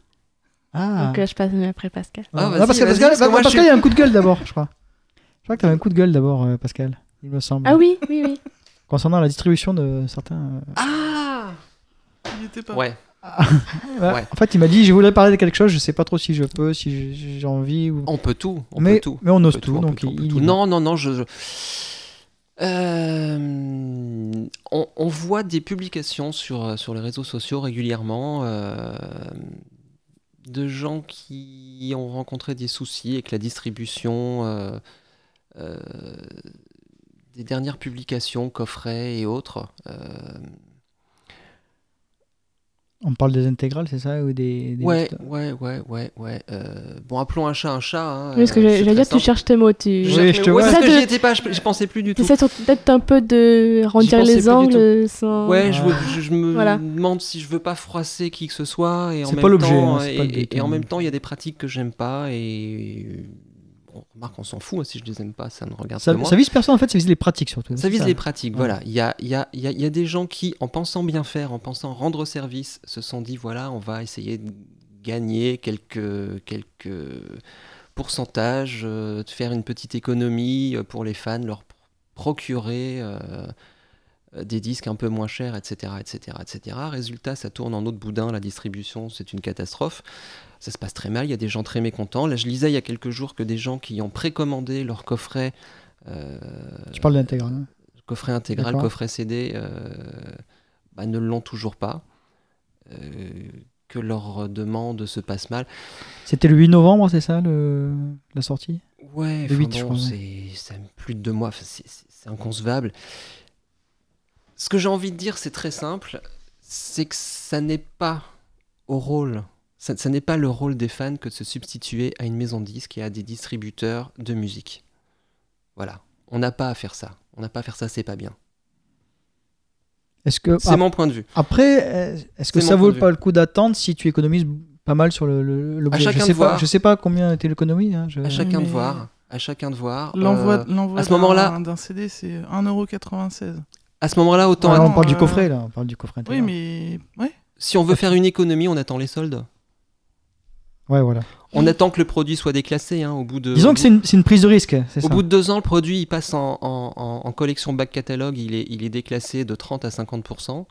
A: Ah,
D: Donc là, je passe après Pascal.
B: Ah,
A: Non,
B: vas-y,
A: parce que
B: vas-y,
A: Pascal, bah,
B: parce que moi, je
A: Pascal,
B: suis-
A: il y a un coup de gueule d'abord, je crois. Je crois que tu avais un coup de gueule d'abord, euh, Pascal, il me semble.
D: Ah oui, oui, oui.
A: Concernant la distribution de certains. euh,
B: Ah
C: Il était pas.
B: Ouais.
A: bah,
B: Ouais.
A: En fait, il m'a dit je voulais parler de quelque chose, je sais pas trop si je peux, si j'ai- j'ai envie. Ou...
B: On peut tout, on
A: mais,
B: peut tout.
A: mais on
B: On
A: ose
B: peut
A: tout,
B: on peut
A: donc
B: on peut
A: il-
B: tout.
A: il-
B: Non, non, non, je... je- Euh, on, on voit des publications sur, sur les réseaux sociaux régulièrement euh, de gens qui ont rencontré des soucis avec la distribution euh, euh, des dernières publications, coffrets et autres. Euh,
A: On parle des intégrales, c'est ça ou des, des-
B: ouais, ouais, ouais, ouais, ouais. euh, bon, appelons un chat un chat. hein,
D: Oui, parce que
B: euh, c'est
D: j'allais
B: très
D: dire, tu
B: simple.
D: cherches tes mots. Tu
A: Oui,
B: J'ai- mais
A: je te
B: ouais,
A: vois.
B: parce que
D: Ça,
B: j'y
D: de-
B: étais pas, je, j'y pensais plus du tout.
D: essaies peut-être un peu de
B: J'y
D: arrondir
B: pensais plus
D: les
B: du
D: angles sans.
B: Ouais, je, veux-
A: Ah.
B: je- je me
D: Euh, Voilà.
B: demande si je veux pas froisser qui que ce soit et en
A: C'est
B: même
A: pas l'objet,
B: temps
A: hein, c'est
B: et,
A: pas le but,
B: et- et en
A: hein.
B: même temps il y a des pratiques que j'aime pas et on remarque on s'en fout hein, si je les aime pas ça ne regarde
A: Ça,
B: que moi.
A: ça vise personne en fait, ça vise les pratiques surtout.
B: Ça
A: c'est
B: vise les pratiques,
A: Ouais.
B: voilà. Il y a, il y, a, il y, a, il y a des gens qui, en pensant bien faire, en pensant rendre service, se sont dit, voilà, on va essayer de gagner quelques, quelques pourcentages, euh, de faire une petite économie euh, pour les fans, leur pr- procurer euh, des disques un peu moins chers, etc., etc., etc. Résultat, ça tourne en autre boudin, la distribution, c'est une catastrophe. Ça se passe très mal, il y a des gens très mécontents. Là, je lisais il y a quelques jours que des gens qui ont précommandé leur coffret, euh,
A: Tu parles de l'intégrale. hein.
B: coffret intégral,
A: D'accord.
B: coffret CD, euh, bah, ne l'ont toujours pas. Euh, que leur demande se passe mal.
A: C'était le 8 novembre, c'est ça, le... la sortie
B: Ouais,
A: Le
B: enfin
A: huit, je
B: bon,
A: crois,
B: c'est ça a plus de deux mois, enfin, c'est- c'est c'est inconcevable. Ce que j'ai envie de dire, c'est très simple, c'est que ça n'est pas au rôle, ça, ça n'est pas le rôle des fans que de se substituer à une maison de disques et à des distributeurs de musique. Voilà, on n'a pas à faire ça, on n'a pas à faire ça, c'est pas bien.
A: Est-ce que
B: C'est
A: ah,
B: mon point de vue.
A: après, euh, est-ce que
B: C'est
A: ça
B: mon
A: vaut
B: point de
A: pas le coup d'attendre si tu économises pas mal sur le, le, l'objet
B: chacun
A: je
B: de
A: sais pas,
B: voir.
A: je sais pas combien était l'économie. hein, je-
B: À chacun de
C: mais-
B: voir, à chacun de voir.
C: L'envoi
B: Euh,
C: l'envoi
B: à ce
C: d'un-
B: moment-là-
C: d'un CD, c'est 1,96€.
B: à ce moment-là, autant.
A: Ah, là, on
C: non,
A: parle du
C: euh,
A: coffret là, on parle du coffret.
C: Oui,
A: intégral.
C: mais. Ouais.
B: Si on veut faire une économie, on attend les soldes.
A: Ouais, voilà.
C: euh,
B: On attend que le produit soit déclassé hein, au bout de.
A: Disons
B: au
A: que c'est une, c'est une prise de risque, c'est ça.
B: Au bout de deux ans, le produit il passe en, en- en- en collection back catalogue, il est, il est déclassé de 30 à 50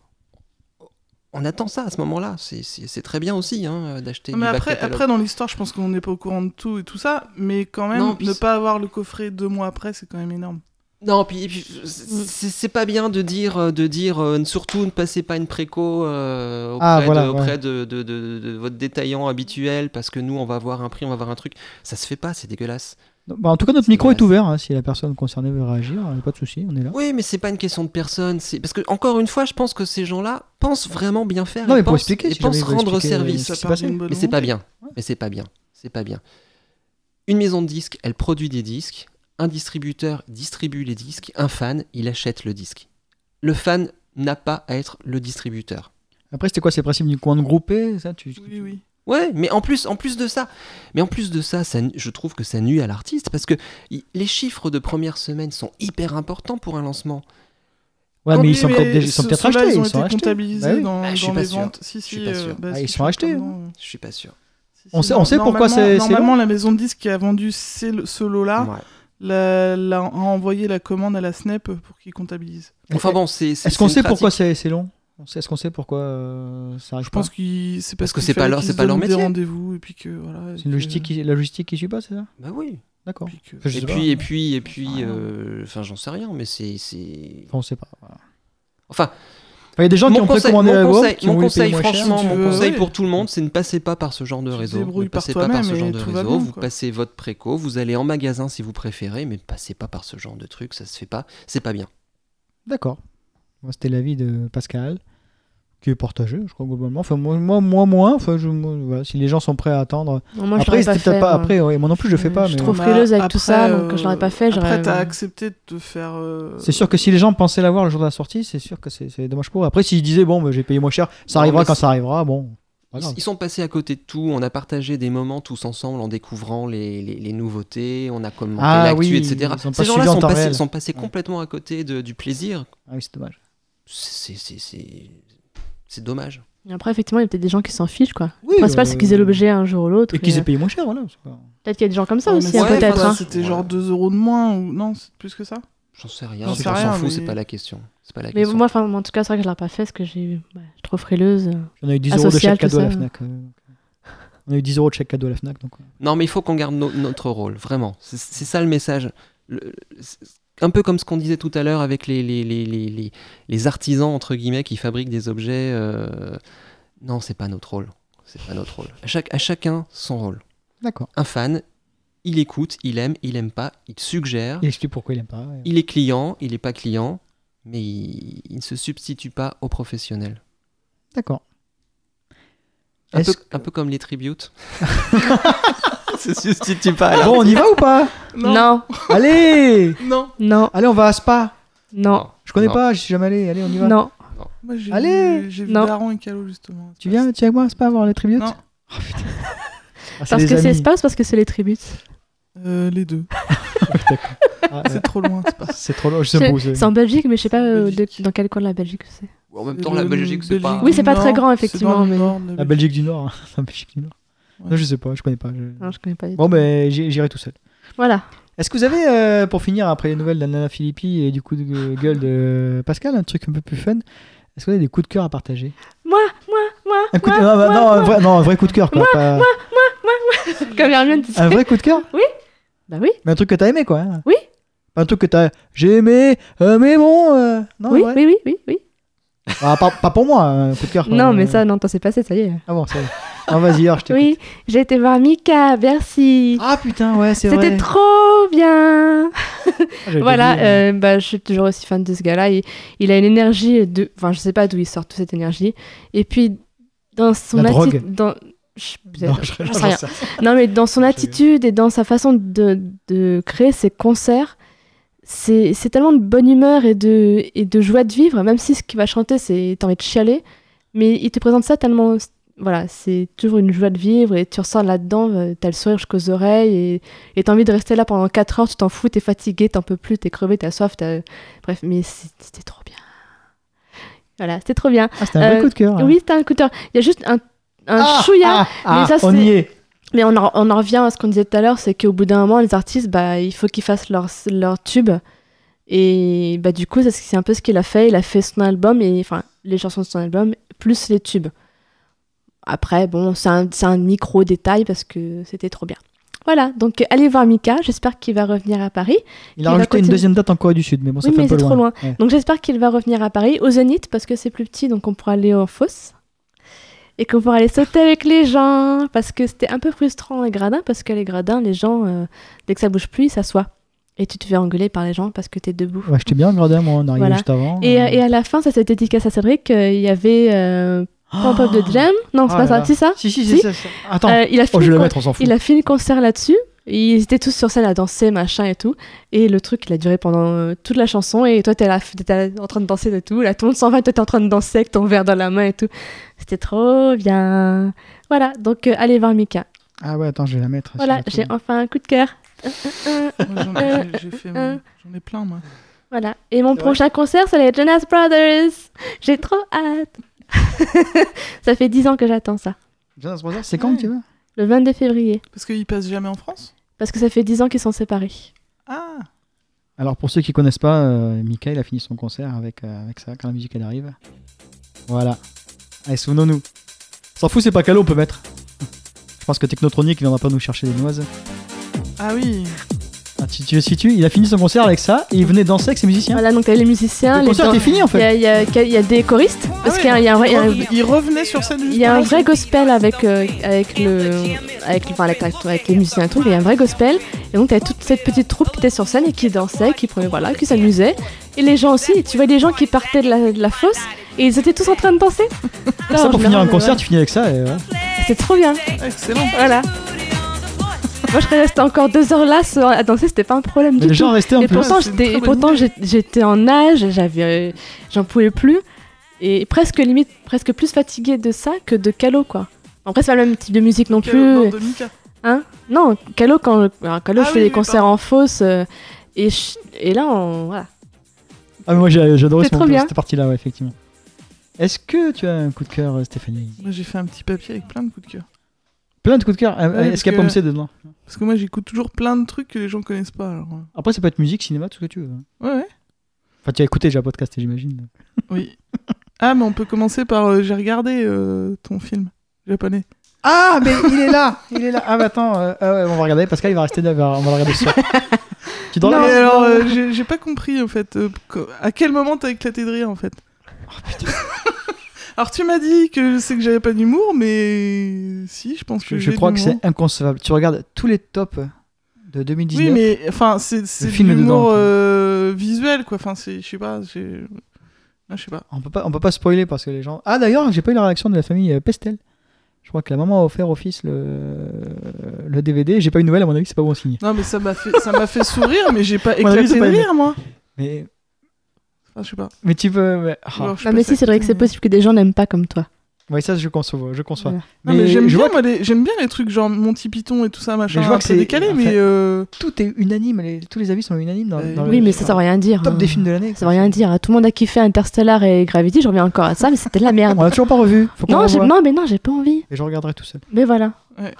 B: On attend ça à ce moment-là. C'est- C'est c'est très bien aussi hein, d'acheter
C: Non,
B: du
C: mais
B: back
C: après,
B: catalogue.
C: après, dans l'histoire, je pense qu'on n'est pas au courant de tout et tout ça, mais quand même,
B: Non, puis
C: ne
B: c'est-
C: pas avoir le coffret deux mois après, c'est quand même énorme.
B: Non, puis, et puis,
A: Mm.
B: c'est c'est pas bien de dire, euh, de dire euh, surtout ne passez pas une préco euh, auprès,
A: Ah, voilà,
B: de,
A: ouais.
B: auprès de, de- de- de votre détaillant habituel parce que nous on va avoir un prix, on va avoir un truc. Ça se fait pas, c'est dégueulasse.
A: Non, bah, en tout cas, notre
B: C'est
A: micro est
B: dégueulasse.
A: ouvert. hein, si la personne concernée veut réagir, euh, pas de souci, on est là.
B: Oui, mais c'est pas une question de personne. C'est parce que encore une fois, je pense que ces gens-là pensent vraiment bien faire.
A: Non,
B: et
A: mais pour
B: pensent,
A: expliquer,
B: et
A: si jamais
B: pensent
A: ils veulent
B: rendre
A: expliquer, euh,
B: service.
A: ce qui s'est
C: part
A: passé.
C: d'une bonne
B: Mais c'est pas
C: volonté.
B: bien. Mais c'est pas bien. C'est pas bien. Une maison de disques, elle produit des disques. Un distributeur distribue les disques. Un fan, il achète le disque. Le fan n'a pas à être le distributeur.
A: Après, c'était quoi C'est le principe du coin de groupé ça, tu,
C: Oui, oui.
B: Ouais, mais en plus, en plus de ça, mais en plus de ça, ça nu- je trouve que ça nuit à l'artiste parce que i- les chiffres de première semaine sont hyper importants pour un lancement.
A: Ouais,
C: Non,
A: mais ils sont peut-être
C: mais
A: déjà- ils sont
C: ce-
A: peut-être
C: ceux-là,
A: achetés.
C: Ils ont
A: sont
C: été
A: achetés. Bah
C: comptabilisés
A: oui.
C: dans,
B: Ah, je suis
C: dans
B: pas
C: les
B: sûr.
C: ventes. Si, si,
B: suis pas
C: euh,
B: sûr.
C: bah,
A: Ah,
C: si,
A: ils
C: je
A: sont
C: suis
A: achetés,
C: pas dedans, euh.
B: Je suis pas sûr.
C: Si,
A: On
C: si,
A: sait-
C: non,
A: on sait pourquoi
C: normalement-
A: c'est- c'est
C: Normalement, la maison de disques qui a vendu ces- ce lot-là
B: Ouais.
C: la- la- a envoyé la commande à la SNEP pour qu'ils comptabilisent.
B: Enfin bon, c'est.
A: Est-ce qu'on sait pourquoi c'est c'est long On sait- Est-ce qu'on sait pourquoi euh, ça arrive
C: Je pense que c'est parce
B: Parce que
C: qu'il
B: c'est pas
C: fallait
B: leur-
C: qu'ils
B: c'est
C: se
B: pas leur
C: donnent des
B: métier.
C: rendez-vous et puis que voilà. et
A: C'est une
C: que-
A: logistique qui, la logistique qui suit pas, c'est ça
B: Bah oui.
A: D'accord.
C: puis que-
A: Je sais
B: Et
A: pas.
B: puis, et puis, et puis,
C: Ah, non.
B: euh, enfin, j'en sais rien, mais c'est, c'est.
A: Enfin, on sait pas. voilà.
B: Enfin,
A: Enfin, il y a des gens qui ont
B: mon conseil,
A: précommandé
B: mon
A: l'album,
B: conseil-
A: qui ont
B: mon
A: voulu payer
B: conseil,
A: moins cher.
B: franchement,
C: si tu
B: mon
C: veux,
B: conseil
C: ouais.
B: pour tout le monde, c'est ne passez pas par ce genre de
C: Tu te
B: réseau. Ne
C: débrouilles par
B: passez pas par
C: toi-même
B: ce
C: et
B: genre de
C: tout va
B: réseau.
C: bien,
B: vous
C: quoi.
B: passez votre préco, vous allez en magasin si vous préférez, mais ne passez pas par ce genre de truc. Ça se fait pas. C'est pas bien.
A: D'accord. Moi, C'était l'avis de Pascal, qui est partagé, je crois, globalement. Enfin, moi, moi, moi, moins. Enfin, je- moi, voilà, si les gens sont prêts à attendre.
D: Non, moi, je
A: après,
D: l'aurais pas
A: c'était
D: fait.
A: peut-être pas.
D: moi.
A: Après, ouais, moi non plus, je fais pas.
D: je
A: mais-
D: trouve- trop
C: Bah,
D: frileuse avec tout ça, donc
C: euh,
D: je l'aurais pas fait,
C: Après,
D: j'aurais-
C: t'as accepté de te faire. euh,
A: C'est sûr que si les gens pensaient l'avoir le jour de la sortie, c'est sûr que c'est c'est dommage pour eux. Après, s'ils disaient, bon, bah, j'ai payé moins cher, ça
B: Non,
A: arrivera
B: mais
A: quand
B: c'est-
A: ça arrivera, bon. pas
B: Ils,
A: grave.
B: ils sont passés à côté de tout. On a partagé des moments tous ensemble en découvrant les, les- les nouveautés. On a commenté
A: Ah
B: l'actu,
A: oui,
B: etc.
A: ils ont pas
B: Ces gens-là
A: suivi en
B: sont
A: temps
B: passés,
A: réel.
B: sont passés
A: Ouais.
B: complètement à côté de- du plaisir.
A: Ah oui, c'est dommage.
B: C'est, c'est, c'est, c'est dommage.
D: Et Après, effectivement, il y a peut-être des gens qui s'en fichent, quoi.
A: Oui,
D: le principal,
A: euh,
D: c'est qu'ils aient l'objet un jour ou l'autre.
A: Et qu'ils
D: mais,
A: aient payé moins cher, voilà. c'est pas-
D: euh, Peut-être qu'il y a des gens comme ça
C: non, Ah, mais
D: aussi,
C: c'est-
D: hein,
B: ouais,
D: peut-être.
C: enfin,
B: voilà,
D: hein.
C: C'était
B: Ouais.
C: genre 2 euros de moins ou non, c'est plus que ça.
B: J'en sais rien.
C: J'en
B: c'est-
C: sais
B: on
C: rien,
B: s'en fout,
C: mais-
B: c'est pas la question. C'est pas la
D: Mais
B: question.
D: moi, enfin, en tout cas, c'est vrai que je l'aurais pas fait parce que j'ai bah, je suis trop frileuse.
A: On a eu 10 euros de
D: Asocial,
A: chèque
D: tout
A: cadeau à la
D: ça.
A: Fnac. euh, donc, euh. On a eu 10 euros de chèque cadeau à la Fnac. Donc, euh.
B: Non, mais il faut qu'on garde no- notre rôle, vraiment. C'est c'est ça le message. Le- c'est- un peu comme ce qu'on disait tout à l'heure avec les, les, les, les, les- les artisans, entre guillemets, qui fabriquent des objets. euh, Non, c'est pas notre rôle. C'est pas notre rôle. À, chaque, à chacun son rôle.
A: D'accord.
B: Un fan, il écoute, il aime, il aime pas, il suggère,
A: Il explique pourquoi il aime pas. et-
B: il est client, il est pas client, mais il, il ne se substitue pas aux professionnels.
A: D'accord.
B: Un, peu,
A: Est-ce
B: un peu comme les tributes. se substitue pas à la-
A: Bon, on y va ou pas
D: Non,
A: Allez
C: Non.
D: non,
A: Allez, on va à Spa.
D: non,
A: Je connais
B: Non.
A: pas, je suis jamais allé. Allez, on y va.
D: non.
C: Moi, j'ai
A: Allez.
C: vu, j'ai vu
D: Non.
C: Daron et Calo justement.
A: Tu viens, tu viens avec moi à Spa voir les tributes
C: Non.
A: Oh, putain. Ah, c'est
D: Parce
A: les
D: que c'est
A: amis.
D: espace, parce que c'est les tributes.
C: Euh, les deux.
A: Ah,
C: C'est trop loin. c'est pas-
A: ouais. C'est trop long, je sais pas où c'est.
D: C'est en Belgique, mais je sais pas euh, de-
C: Belgique.
D: dans quel coin de la Belgique c'est.
B: En même temps, la
C: Le
B: Belgique, c'est pas.
C: Belgique
D: Oui, c'est pas
C: du
D: très
C: Nord,
D: grand,
C: c'est dans
D: effectivement,
C: le
D: mais-
C: Nord de la
A: La Belgique du Nord. hein. La Belgique du Nord.
C: Ouais.
A: Non, je sais pas, je connais pas. je-
D: Non, je connais pas du tout.
A: Bon, mais j'y- j'irai tout seul.
D: Voilà.
A: Est-ce que vous avez, euh, pour finir, après les nouvelles d'Anna Filippi et du coup de gueule de Pascal, un truc un peu plus fun Est-ce que vous avez des coups de cœur à partager
D: Moi, moi, moi.
A: Un coup de...
D: Ah, moi,
A: non, bah,
D: moi,
A: non, un
D: moi.
A: vrai, non, un vrai coup de cœur, quoi. pas-
D: Comme Hermione disait.
A: Un vrai coup de cœur
D: Bah oui,
A: Mais un truc que t'as aimé, quoi. hein.
D: Oui.
A: Pas un truc que t'as. J'ai aimé, euh, mais bon. euh, Non,
D: oui,
A: ouais.
D: oui, oui, oui, oui.
A: Ah, pas, pas pour moi, un coup de cœur.
D: Non,
A: euh,
D: mais ça, non, t'en c'est passé, ça y est.
A: Ah bon, ça y est. Ah, vas-y, alors je t'écoute.
D: Oui, j'ai été voir Mika à Bercy.
A: Ah putain, ouais, c'est vrai.
D: C'était trop bien.
A: Ah, j'avais
D: Voilà,
A: oublié.
D: euh, bah, je suis toujours aussi fan de ce gars-là. Il, il a une énergie de. Enfin, je sais pas d'où il sort toute cette énergie. Et puis, dans son
A: La
D: attitude.
A: drogue.
D: Dans... euh, je- peut-être-
A: Non, je-
D: j'en
A: j'en
D: sais rien.
A: sais rien.
D: Non, mais dans son
A: Je-
D: attitude et dans sa façon de, de créer ses concerts, c'est c'est tellement de bonne humeur et de, et de joie de vivre, même si ce qu'il va chanter, c'est t'as envie de chialer. Mais il te présente ça tellement. Voilà, c'est toujours une joie de vivre et tu ressors là-dedans, euh, t'as le sourire jusqu'aux oreilles et- et t'as envie de rester là pendant 4 heures, tu t'en fous, t'es fatigué, t'en peux plus, t'es crevé, t'as soif, t'as. Bref, mais c'est- c'était trop bien. Voilà, c'était trop bien.
A: Ah, c'était un vrai
D: Euh,
A: coup de cœur. hein.
D: Oui, t'as un coup de cœur. Il y a juste un, un
A: Ah,
D: chouïa
A: ah, ah,
D: ça,
A: on y
D: c'est-
A: est.
D: mais on en, on en revient à ce qu'on disait tout à l'heure, c'est qu'au bout d'un moment, les artistes, bah, il faut qu'ils fassent leur, leur tube. Et bah, du coup, c'est ce- c'est un peu ce qu'il a fait. Il a fait son album, et enfin, les chansons de son album, plus les tubes. Après, bon, c'est un, c'est un micro-détail parce que c'était trop bien. Voilà, donc euh, allez voir Mika, j'espère qu'il va revenir à Paris.
A: Il a
D: va
A: rajouté une
D: continuer.
A: deuxième date en Corée du Sud, mais bon, ça
D: Oui,
A: fait un
D: mais
A: peu
D: c'est
A: loin.
D: trop loin.
A: Ouais.
D: Donc j'espère qu'il va revenir à Paris, au Zénith, parce que c'est plus petit, donc on pourra aller en fosse. Et qu'on pourra aller sauter avec les gens, parce que c'était un peu frustrant les gradins, parce que les gradins, les gens, euh, dès que ça bouge plus, ils s'assoient. Et tu te fais engueuler par les gens parce que t'es debout.
A: Ouais, j'étais bien regardé, moi, on arrivait
D: Voilà.
A: juste avant.
D: Et,
A: euh.
D: euh, et à la fin, ça cette dédicace à Cédric, euh, il y avait euh, Pump Up de Jam. Non, c'est
A: Oh
D: pas
A: là
D: ça,
A: là.
D: c'est ça
A: Si, si,
D: Si.
A: c'est ça. ça. Attends.
D: Euh, Il a
A: oh,
D: fini
A: je vais
D: le
A: le
D: con-
A: mettre, on s'en fout.
D: il a fini le concert là-dessus. Ils étaient tous sur scène à danser, machin et tout. Et le truc, il a duré pendant euh, toute la chanson. Et toi, t'es là, t'es là en train de danser de tout. Là, tout le monde s'en va, toi, t'es en train de danser avec ton verre dans la main et tout. C'était trop bien. Voilà, donc euh, allez voir Mika.
A: Ah ouais, attends, je vais la mettre. si
D: Voilà,
A: je la
D: j'ai
A: trouve.
D: enfin un coup de cœur. Euh, euh, euh.
C: Moi, J'en ai- j'ai fait mon- j'en ai plein, moi.
D: voilà. Et mon
A: C'est vrai.
D: prochain concert, c'est les Jonas Brothers. J'ai trop hâte. ça fait 10 ans que j'attends ça.
A: Jonas Brothers, c'est quand
C: Ouais.
A: que tu veux
D: Le 22 février.
C: Parce qu'ils passent jamais en France
D: Parce que ça fait 10 ans qu'ils sont séparés.
C: Ah
A: Alors pour ceux qui connaissent pas, euh, Mika il a fini son concert avec, euh, avec ça quand la musique elle arrive. Voilà. Allez, souvenons-nous. S'en fout, c'est pas calot, on peut mettre. Je pense que Technotronic il viendra pas nous chercher des noises.
C: Ah oui
A: Ah, tu, tu le situes Il a fini son concert avec ça et il venait danser avec ses musiciens.
D: Voilà, donc t'as les musiciens,
A: Le
D: les
A: concert
D: dan-
A: était fini en
D: Il y,
A: fait. Ah
D: a- il y a- il y a des choristes, parce
C: ouais.
D: qu'il y a, il y a un vrai- il y a un-
C: Ils revenaient sur scène
D: il
C: juste
D: y a un
C: avant.
D: vrai gospel avec, euh, avec, le, avec, le- enfin, avec, avec les musiciens et tout, mais il y a un vrai gospel. Et donc, tu toute cette petite troupe qui était sur scène et qui dansait, qui prenait, voilà, qui s'amusait. Et les gens aussi, et tu vois des gens qui partaient de la, de la fosse et ils étaient tous en train de danser.
A: Ah, Ça
D: Alors,
A: pour
D: je
A: finir
D: me
A: un
D: dis,
A: concert, tu finis avec ça et voilà.
D: ouais, C'est trop bien,
C: Excellent
D: voilà. Moi, je serais restée encore deux heures là sans- à danser, c'était pas un problème
A: Mais
D: du
A: les
D: tout.
A: gens restaient en
D: Et
A: plus.
D: pourtant,
C: c'est une très
D: j'étais, et
C: bonne
D: pourtant j'ai- j'étais en âge, j'avais, euh, j'en pouvais plus, et presque limite, presque plus fatiguée de ça que de Calo, quoi. Après, c'est pas le même type de musique non plus.
C: Quel- non, de Mika.
D: Non, Calo, quand, alors, Calo,
C: Ah
D: je fais
C: oui,
D: des
C: oui,
D: concerts en fosse, euh, et, je- et là, on, voilà.
A: Ah mais moi j'ai- j'adorais
D: C'est
A: ce
D: trop
A: moment-
D: bien.
A: cette partie là, ouais, effectivement. Est-ce que tu as un coup de cœur, euh, Stéphanie
C: Moi j'ai fait un petit papier avec plein de coups de cœur.
A: Plein de coups de cœur. Euh,
C: Ouais,
A: Est-ce qu'il y a Pomme
C: parce que-
A: C dedans
C: Parce que moi j'écoute toujours plein de trucs que les gens connaissent pas. Alors... euh,
A: Après, ça peut être musique, cinéma, tout ce que tu veux. hein.
C: Ouais, ouais.
A: Enfin, tu as écouté déjà le podcast, j'imagine.
C: Oui. ah, mais on peut commencer par euh, j'ai regardé euh, ton film japonais.
A: Ah, mais il est là Il est là Ah, bah attends, euh, ah ouais, on va regarder. Pascal, il va rester là, on va on va le regarder ce soir. tu dors
C: Non,
A: là
C: mais alors euh, j'ai- j'ai pas compris en fait. euh, co- à quel moment t'as éclaté de rire en fait
A: Oh,
C: Alors tu m'as dit que je sais que j'avais pas d'humour, mais si, je pense que
A: je, je
C: j'ai
A: crois que
C: d'humour.
A: c'est inconcevable. Tu regardes tous les tops de 2019.
C: Oui, mais enfin c'est c'est de
A: film est dedans,
C: l'humour
A: quoi.
C: euh, visuel quoi. Enfin c'est je sais pas, j'ai- non, je sais pas.
A: on, peut pas, on peut pas spoiler parce que les gens. Ah, d'ailleurs, j'ai pas eu la réaction de la famille euh, Pestel. Je crois que la maman a offert au fils le, le DVD. J'ai pas eu de nouvelles, à mon avis, c'est pas bon signe.
C: Non mais ça m'a fait ça m'a fait sourire, mais j'ai pas
A: mon avis,
C: éclaté
A: c'est
C: de
A: pas aimé.
C: rire moi.
A: Mais,
C: Enfin, je sais pas.
A: mais tu peux. mais- ah.
C: Alors, je suis
D: Non,
C: pas
D: Bah, mais si, c'est vrai que c'est
C: mais-
D: possible que des gens n'aiment pas comme toi.
A: Ouais, ça, je conçois. Je conçois.
D: Voilà.
C: Non, mais j'aime
A: je
C: bien,
A: vois
C: moi, les- j'aime bien les trucs genre mon petit python et tout ça, machin.
A: Mais je vois
C: un
A: que
C: peu
A: c'est-
C: décalé,
A: en
C: mais.
A: fait-
C: euh,
A: tout est unanime. les- tous les avis sont unanimes dans,
C: Euh,
A: dans
D: Oui,
A: le
D: mais ça, ça veut rien dire.
A: top
D: hein.
A: des films de l'année.
D: Ça veut rien dire. hein. Tout le monde a kiffé Interstellar et Gravity, je reviens encore à ça, mais c'était de la merde.
A: On l'a toujours pas revu. Faut qu'on
D: non,
A: le
D: j'ai-
A: voie.
D: non, mais non, j'ai pas envie.
A: Et je regarderai tout seul.
D: Mais voilà.
C: ouais.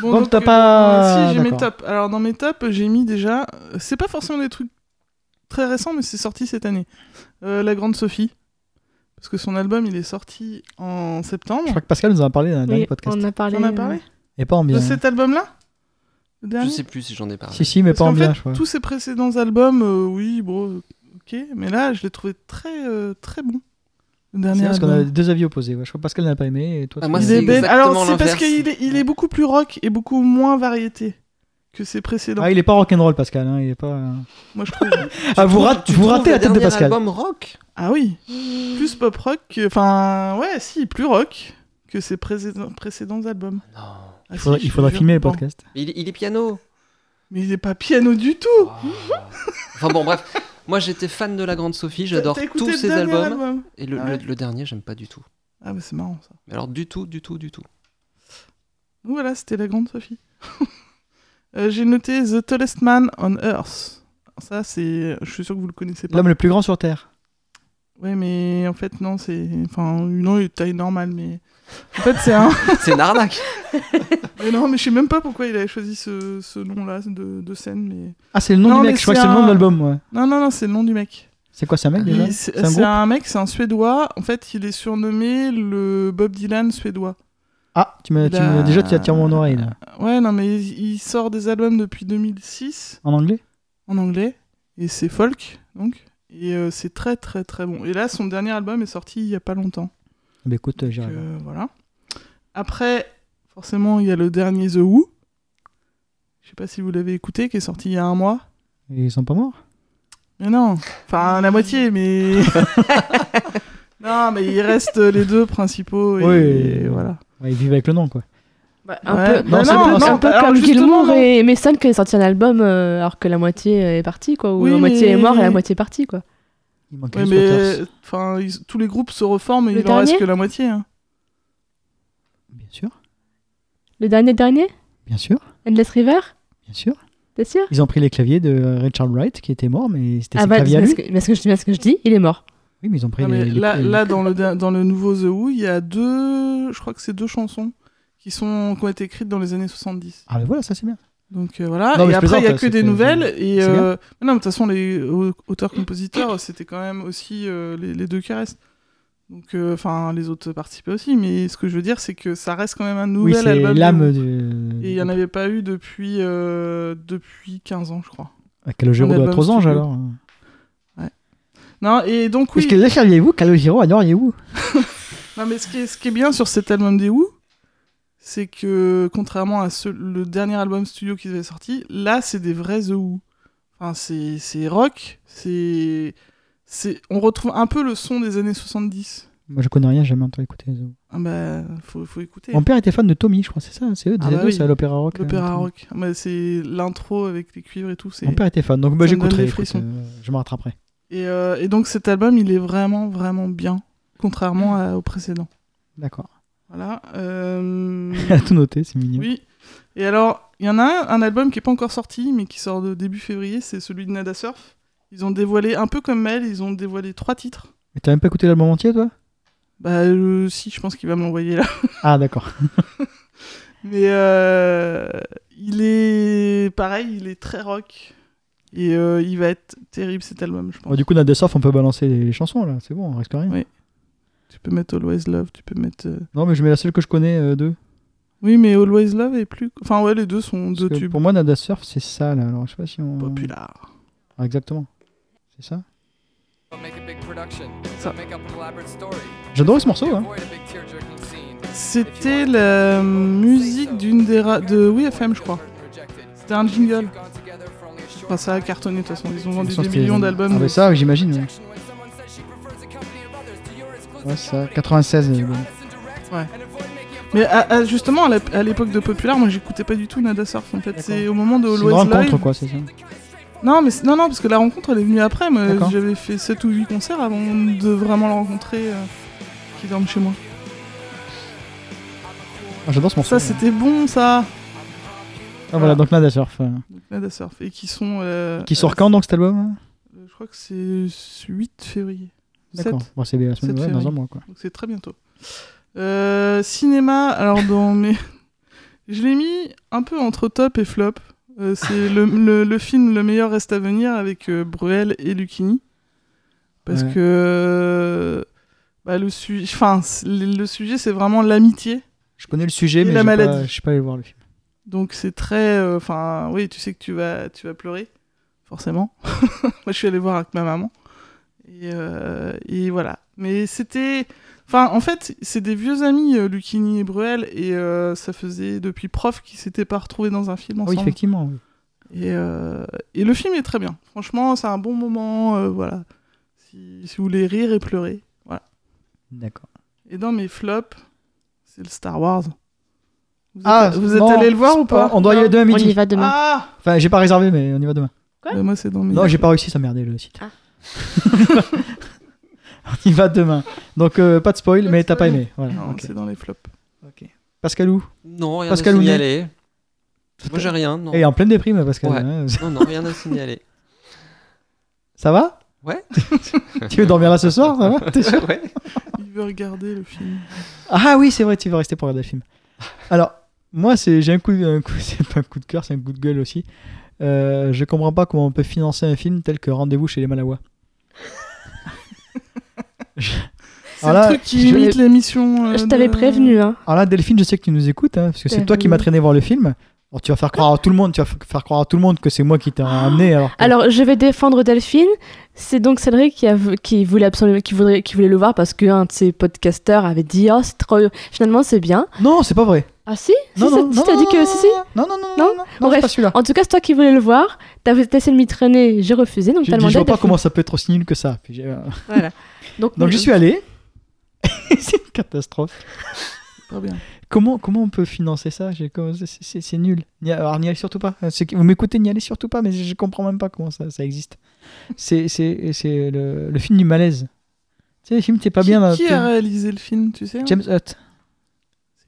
C: Bon,
A: Donc, t'as
C: euh,
A: pas- Ah,
C: Si, j'ai mes
A: d'accord.
C: tops. Alors, dans mes tops, j'ai mis déjà. euh, C'est pas forcément des trucs très récents, mais c'est sorti cette année. Euh, La Grande Sophie. Parce que son album, il est sorti en septembre.
A: Je crois que Pascal nous en a parlé dans le dernier
D: Oui,
A: podcast.
D: on a parlé.
C: On en a
D: euh,
C: parlé
A: Et pas en bien.
C: de cet album-là Le
B: Je
C: dernier
B: sais plus si j'en ai parlé.
A: Si, si, mais
C: Parce
A: pas en
C: qu'en fait,
A: bien, je crois.
C: tous ses précédents albums, euh, oui, bon, ok. Mais là, je l'ai trouvé très, euh, très bon. Le
A: C'est
C: dernier
A: parce qu'on
C: album.
A: a deux avis opposés. ouais. Je crois que Pascal n'a pas aimé. Et toi,
B: Ah,
A: tu
B: moi,
A: l'as
C: Il
B: c'est
C: est
A: aimé.
C: bête.
B: exactement
C: Alors, c'est parce
B: l'inverse.
C: qu'il est, il est beaucoup plus rock et beaucoup moins variété que ses précédents.
A: Ah, il est pas rock'n'roll, Pascal. hein, il est pas... euh.
C: Moi, je trouve.
A: Ah, vous, rate-
B: Tu
A: vous
B: trouves
A: ratez
B: le
A: la tête de
B: dernier
A: Pascal.
B: album rock
C: ah oui,
D: Mmh.
C: plus pop rock. que- Enfin, ouais, si, plus rock que ses précédents, précédents albums.
B: Non.
C: Ah
A: Il
C: si,
A: faudra,
C: je
A: il
C: te
A: faudra
C: jure,
A: filmer le
C: bon.
A: podcast.
B: Il, il est piano.
C: Mais il est pas piano du tout.
B: Oh. enfin bon, bref. Moi, j'étais fan de la Grande Sophie. J'adore
C: T'as écouté
B: tous
C: le
B: ses
C: dernier
B: albums.
C: album
B: Et le,
C: Ah
B: le-
C: ouais.
B: le dernier, j'aime pas du tout.
C: Ah bah c'est marrant ça.
B: Mais alors, du tout, du tout, du tout.
C: Donc Voilà, c'était la grande Sophie. Euh, J'ai noté The Tallest Man on Earth. Ça, c'est, je suis sûr que vous le connaissez pas.
A: L'homme le plus grand sur Terre.
C: Ouais, mais en fait non, c'est, enfin, non, il est de taille normale, mais en fait c'est un.
B: C'est une arnaque.
C: mais non, mais je sais même pas pourquoi il avait choisi ce, ce nom-là de, de scène, mais.
A: Ah, c'est le nom
C: Non,
A: du
C: mais
A: mec. Je crois que
C: c'est
A: c'est le nom
C: un-
A: de l'album. ouais.
C: Non, non, non, c'est le nom du mec.
A: C'est quoi, c'est un mec
B: Il-
A: déjà
C: Il-
A: C'est
C: C'est
A: un
C: c'est
A: groupe
C: un, mec, c'est un Suédois. En fait, il est surnommé le Bob Dylan suédois.
A: Ah, tu me, tu
C: Il
A: me-
C: a-
A: déjà, tu attires
C: euh,
A: mon oreille, là.
C: Ouais, non, mais il, il sort des albums depuis 2006
A: En anglais
C: en anglais. Et c'est folk, donc. Et euh, c'est très, très, très bon. Et là, son dernier album est sorti il y a pas longtemps.
A: Bah écoute, euh,
C: Donc,
A: j'irai. voir.
C: euh, voilà. Après, forcément, il y a le dernier The Who. Je sais pas si vous l'avez écouté, qui est sorti il y a un mois.
A: Ils sont pas morts
C: Mais non, enfin la moitié, mais non, mais il reste les deux principaux. Et
A: Oui.
C: voilà.
A: Ouais, Ils vivent avec le nom, quoi.
D: Bah, un
C: Ouais,
D: peu,
A: non,
D: un
A: c'est
D: peu-
A: pas-
D: un
A: non,
D: peu
C: alors
D: comme
C: justement,
D: Gilmour
C: non.
D: et Mason qui a sorti un album euh, alors que la moitié euh, est partie, quoi. Ou
C: Oui,
D: la moitié est
C: mais-
D: mort et la moitié est partie, quoi.
A: Il manque
C: Ouais,
A: juste
C: mais
A: Waters.
C: enfin, ils- tous les groupes se reforment et
D: Le
C: il en reste
D: dernier
C: que la moitié. hein.
A: Bien sûr,
D: Le dernier dernier
A: bien sûr,
D: Endless River
A: bien sûr.
D: T'es sûr
A: Ils ont pris les claviers de euh, Richard Wright, qui était mort, mais c'était ses
D: bah,
A: claviers à
D: mais
A: lui.
D: ce que, mais ce que je, mais ce que je dis, il est mort.
A: Oui, mais ils ont pris
C: Ah,
A: les,
C: mais
A: les-
C: là,
A: les-
C: là, dans le der- dans le nouveau The Who, il y a deux, je crois que c'est deux chansons qui sont qui ont été écrites dans les années 70.
A: Ah, mais voilà, ça c'est bien.
C: Donc euh, voilà.
A: Non, mais
C: et
A: je
C: après, il y a
A: plaisante,
C: que des
A: c'était-
C: nouvelles. Et
A: c'est bien.
C: euh, non, mais de toute façon, les au- auteurs-compositeurs, c'était quand même aussi euh, les, les deux qui restent. Donc, euh, enfin, les autres participaient aussi. Mais ce que je veux dire, c'est que ça reste quand même un
A: Oui,
C: nouvel
A: c'est
C: album. de
A: l'âme
C: Who.
A: de.
C: Et il n'y en avait pas eu depuis, euh, depuis 15 ans, je crois.
A: Ah, Calogero
C: un
A: doit
C: album
A: être aux anges
C: studio.
A: alors.
C: Non, et donc,
A: Parce
C: oui.
A: que là, saviez-vous, Calogero adoriez-vous
C: Non, mais ce qui est, ce qui est bien sur cet album des Who, c'est que contrairement à ce- le dernier album studio qu'ils avaient sorti, là, c'est des vrais The Who. Enfin, c'est c'est rock, c'est. c'est- On retrouve un peu le son des années 70.
A: Moi, je connais rien, j'ai jamais entendu écouter. les autres.
C: Ah bah, faut, faut écouter.
A: Mon père était fan de Tommy, je crois, c'est ça, c'est eux, des
C: Ah bah
A: ados,
C: oui.
A: c'est à l'opéra rock. là,
C: L'opéra
A: Tommy.
C: rock. Ah bah, c'est l'intro avec les cuivres et tout. c'est-
A: Mon père était fan, donc bah,
C: Ça me donne
A: j'écouterai.
C: des
A: écoute,
C: frissons.
A: euh, je me rattraperai.
C: Et, euh, et donc cet album, il est vraiment, vraiment bien, contrairement à- au précédent.
A: D'accord.
C: Voilà. euh,
A: Elle a tout noté, c'est mignon.
C: oui. Et alors, il y en a un, un album qui n'est pas encore sorti, mais qui sort de début février, c'est celui de Nada Surf. Ils ont dévoilé, un peu comme Mel, ils ont dévoilé trois titres.
A: Mais t'as même pas écouté l'album entier, toi
C: Bah euh, si, je pense qu'il va me l'envoyer là.
A: Ah, d'accord.
C: Mais euh, il est pareil, il est très rock. Et euh, il va être terrible cet album, je pense.
A: Bon, du coup, dans des surf, on peut balancer les chansons, là, c'est bon, on risque rien.
C: Oui. Tu peux mettre Always Love, tu peux mettre... euh,
A: Non, mais je mets la seule que je connais euh, d'eux.
C: Oui, mais Always Love est plus... Enfin ouais, les deux sont
A: Parce
C: deux
A: que
C: tubes.
A: Pour moi, Nada Surf, c'est ça, là. Alors, je sais pas si on.
C: Populaire.
A: Ah, exactement. C'est ça
C: Ça.
A: J'adorais ce morceau, hein.
C: C'était la Hum, musique d'une des ra- de Oui FM, je crois. C'était un jingle. Enfin, ça a cartonné de toute façon. Ils ont vendu
A: Ça,
C: des
A: c'était-
C: millions d'albums.
A: Ah, mais ça, j'imagine. Ouais. Ouais, ça, 96. euh, bon.
C: Mais à- à- justement, à la- à l'époque de Populaire, moi j'écoutais pas du tout Nada Surf. En fait,
A: D'accord.
C: c'est au moment de
A: C'est une
C: Always
A: rencontre,
C: Live.
A: quoi, c'est ça.
C: Non, mais c'est- non, non, parce que la rencontre elle est venue après. Moi,
A: D'accord.
C: j'avais fait 7 ou 8 concerts avant de vraiment le rencontrer. euh, qui dorme chez moi.
A: Ah, J'adore ce morceau.
C: Ça,
A: ouais.
C: c'était bon, ça.
A: Ah, voilà, donc Nada Surf. euh.
C: Donc, Nada Surf. Et qui sont. euh,
A: Qui sort quand donc cet album hein
C: euh, Je crois que c'est 8 février. 7.
A: D'accord. Bon, c'est la semaine
C: Sept
A: ouais, dans un
C: février.
A: mois quoi.
C: Donc c'est très bientôt. Euh, cinéma, alors dans mes... Je l'ai mis un peu entre top et flop. Euh, c'est le, le- le film Le meilleur reste à venir avec euh, Bruel et Lucchini. Parce
A: Ouais.
C: que euh, bah, le, su- enfin, c'est- le le sujet, c'est vraiment l'amitié.
A: Je connais le sujet,
C: Et
A: mais
C: la
A: j'ai pas-
C: maladie. Ah
A: je suis pas allé voir le film.
C: Donc c'est très... euh, Enfin, oui, tu sais que tu vas, tu vas pleurer, forcément. Moi, je suis allée voir avec ma maman. Et, euh, et voilà. Mais c'était... Enfin, en fait, c'est des vieux amis, euh, Lucchini et Bruel, et euh, ça faisait depuis prof qu'ils s'étaient pas retrouvés dans un film
A: Ah oui,
C: ensemble.
A: effectivement. oui.
C: Et, euh, et le film est très bien. Franchement, c'est un bon moment. euh, voilà. Si, si vous voulez rire et pleurer. Voilà.
A: D'accord.
C: Et dans mes flops, c'est le Star Wars. Vous êtes,
A: Ah,
C: vous êtes
A: non,
C: allé le voir ou pas
A: On doit y aller demain
D: On y
A: midi.
D: va demain.
C: Ah
A: Enfin, j'ai pas réservé, mais on y va demain.
D: Quoi
C: Bah, Moi, c'est dans mes.
A: Non, j'ai pas réussi, ça merdait le site.
D: Ah.
A: on y va demain. Donc, euh, pas de spoil,
C: Pas de
A: mais t'as pas
C: spoil.
A: aimé. Voilà.
C: Non,
A: ok.
C: c'est dans les flops.
A: Pascalou
B: Non, rien
A: Pascal
B: à
A: Ounet.
B: signaler. Moi, j'ai rien. Non.
A: Et en pleine déprime, Pascal.
B: Ouais.
A: hein.
B: non, non, rien à signaler.
A: Ça va
B: Ouais.
A: tu veux dormir là ce soir ça va T'es sûr
B: ouais.
C: Il veut regarder le film.
A: Ah oui, c'est vrai, tu veux rester pour regarder le film. Alors, moi, c'est j'ai un coup, un coup c'est pas un coup de cœur, c'est un coup de gueule aussi. Euh, je comprends pas comment on peut financer un film tel que Rendez-vous chez les Malawa.
C: C'est
A: Alors Ah là,
C: le truc qui
D: je-
C: imite l'émission. euh,
D: Je t'avais
C: de-
D: prévenu, hein.
A: Alors là, Delphine, je sais que tu nous écoutes, hein, parce que c'est
D: Euh,
A: toi qui
D: oui.
A: m'as traîné voir le film. Alors, tu vas faire croire à tout le monde, tu vas f- faire croire à tout le monde que c'est moi qui t'ai amené. Alors, que-
D: Alors, je vais défendre Delphine. C'est donc Cédric qui, a, vou- qui, voulait absolument, qui, voudrait, qui voulait le voir parce qu'un de ses podcasteurs avait dit Oh, c'est trop. Finalement, c'est bien.
A: non, c'est pas vrai.
D: Ah, si Si,
A: Non,
D: ça-
A: non,
D: si,
A: non,
D: t'as
A: non,
D: dit
A: non,
D: que.
A: non,
D: Si, si.
A: Non, non, non, non,
D: Non
A: non, non, c'est
D: Bref.
A: pas celui-là.
D: En tout cas, c'est toi qui voulais le voir. T'as t'as essayé de m'y traîner, j'ai refusé, donc
A: J'ai
D: t'as
A: dit,
D: demandé.
A: je
D: à
A: vois pas
D: Delphine.
A: comment ça peut être aussi nul que ça. Puis j'ai- euh,
D: Voilà. Donc,
A: Donc, je suis allé. c'est une catastrophe.
C: Pas bien.
A: Comment, comment on peut financer ça J'ai- comment- c'est- C'est c'est nul. N'y a- Alors n'y allez surtout pas. Ceux qui- Vous m'écoutez, n'y allez surtout pas, mais je je comprends même pas comment ça, ça existe. C'est c'est- c'est le, le film du malaise. Tu sais, les films, t'es pas
C: Qui-
A: bien. dans-
C: Qui
A: t'es-
C: a réalisé le film, tu sais hein
A: James Hutt.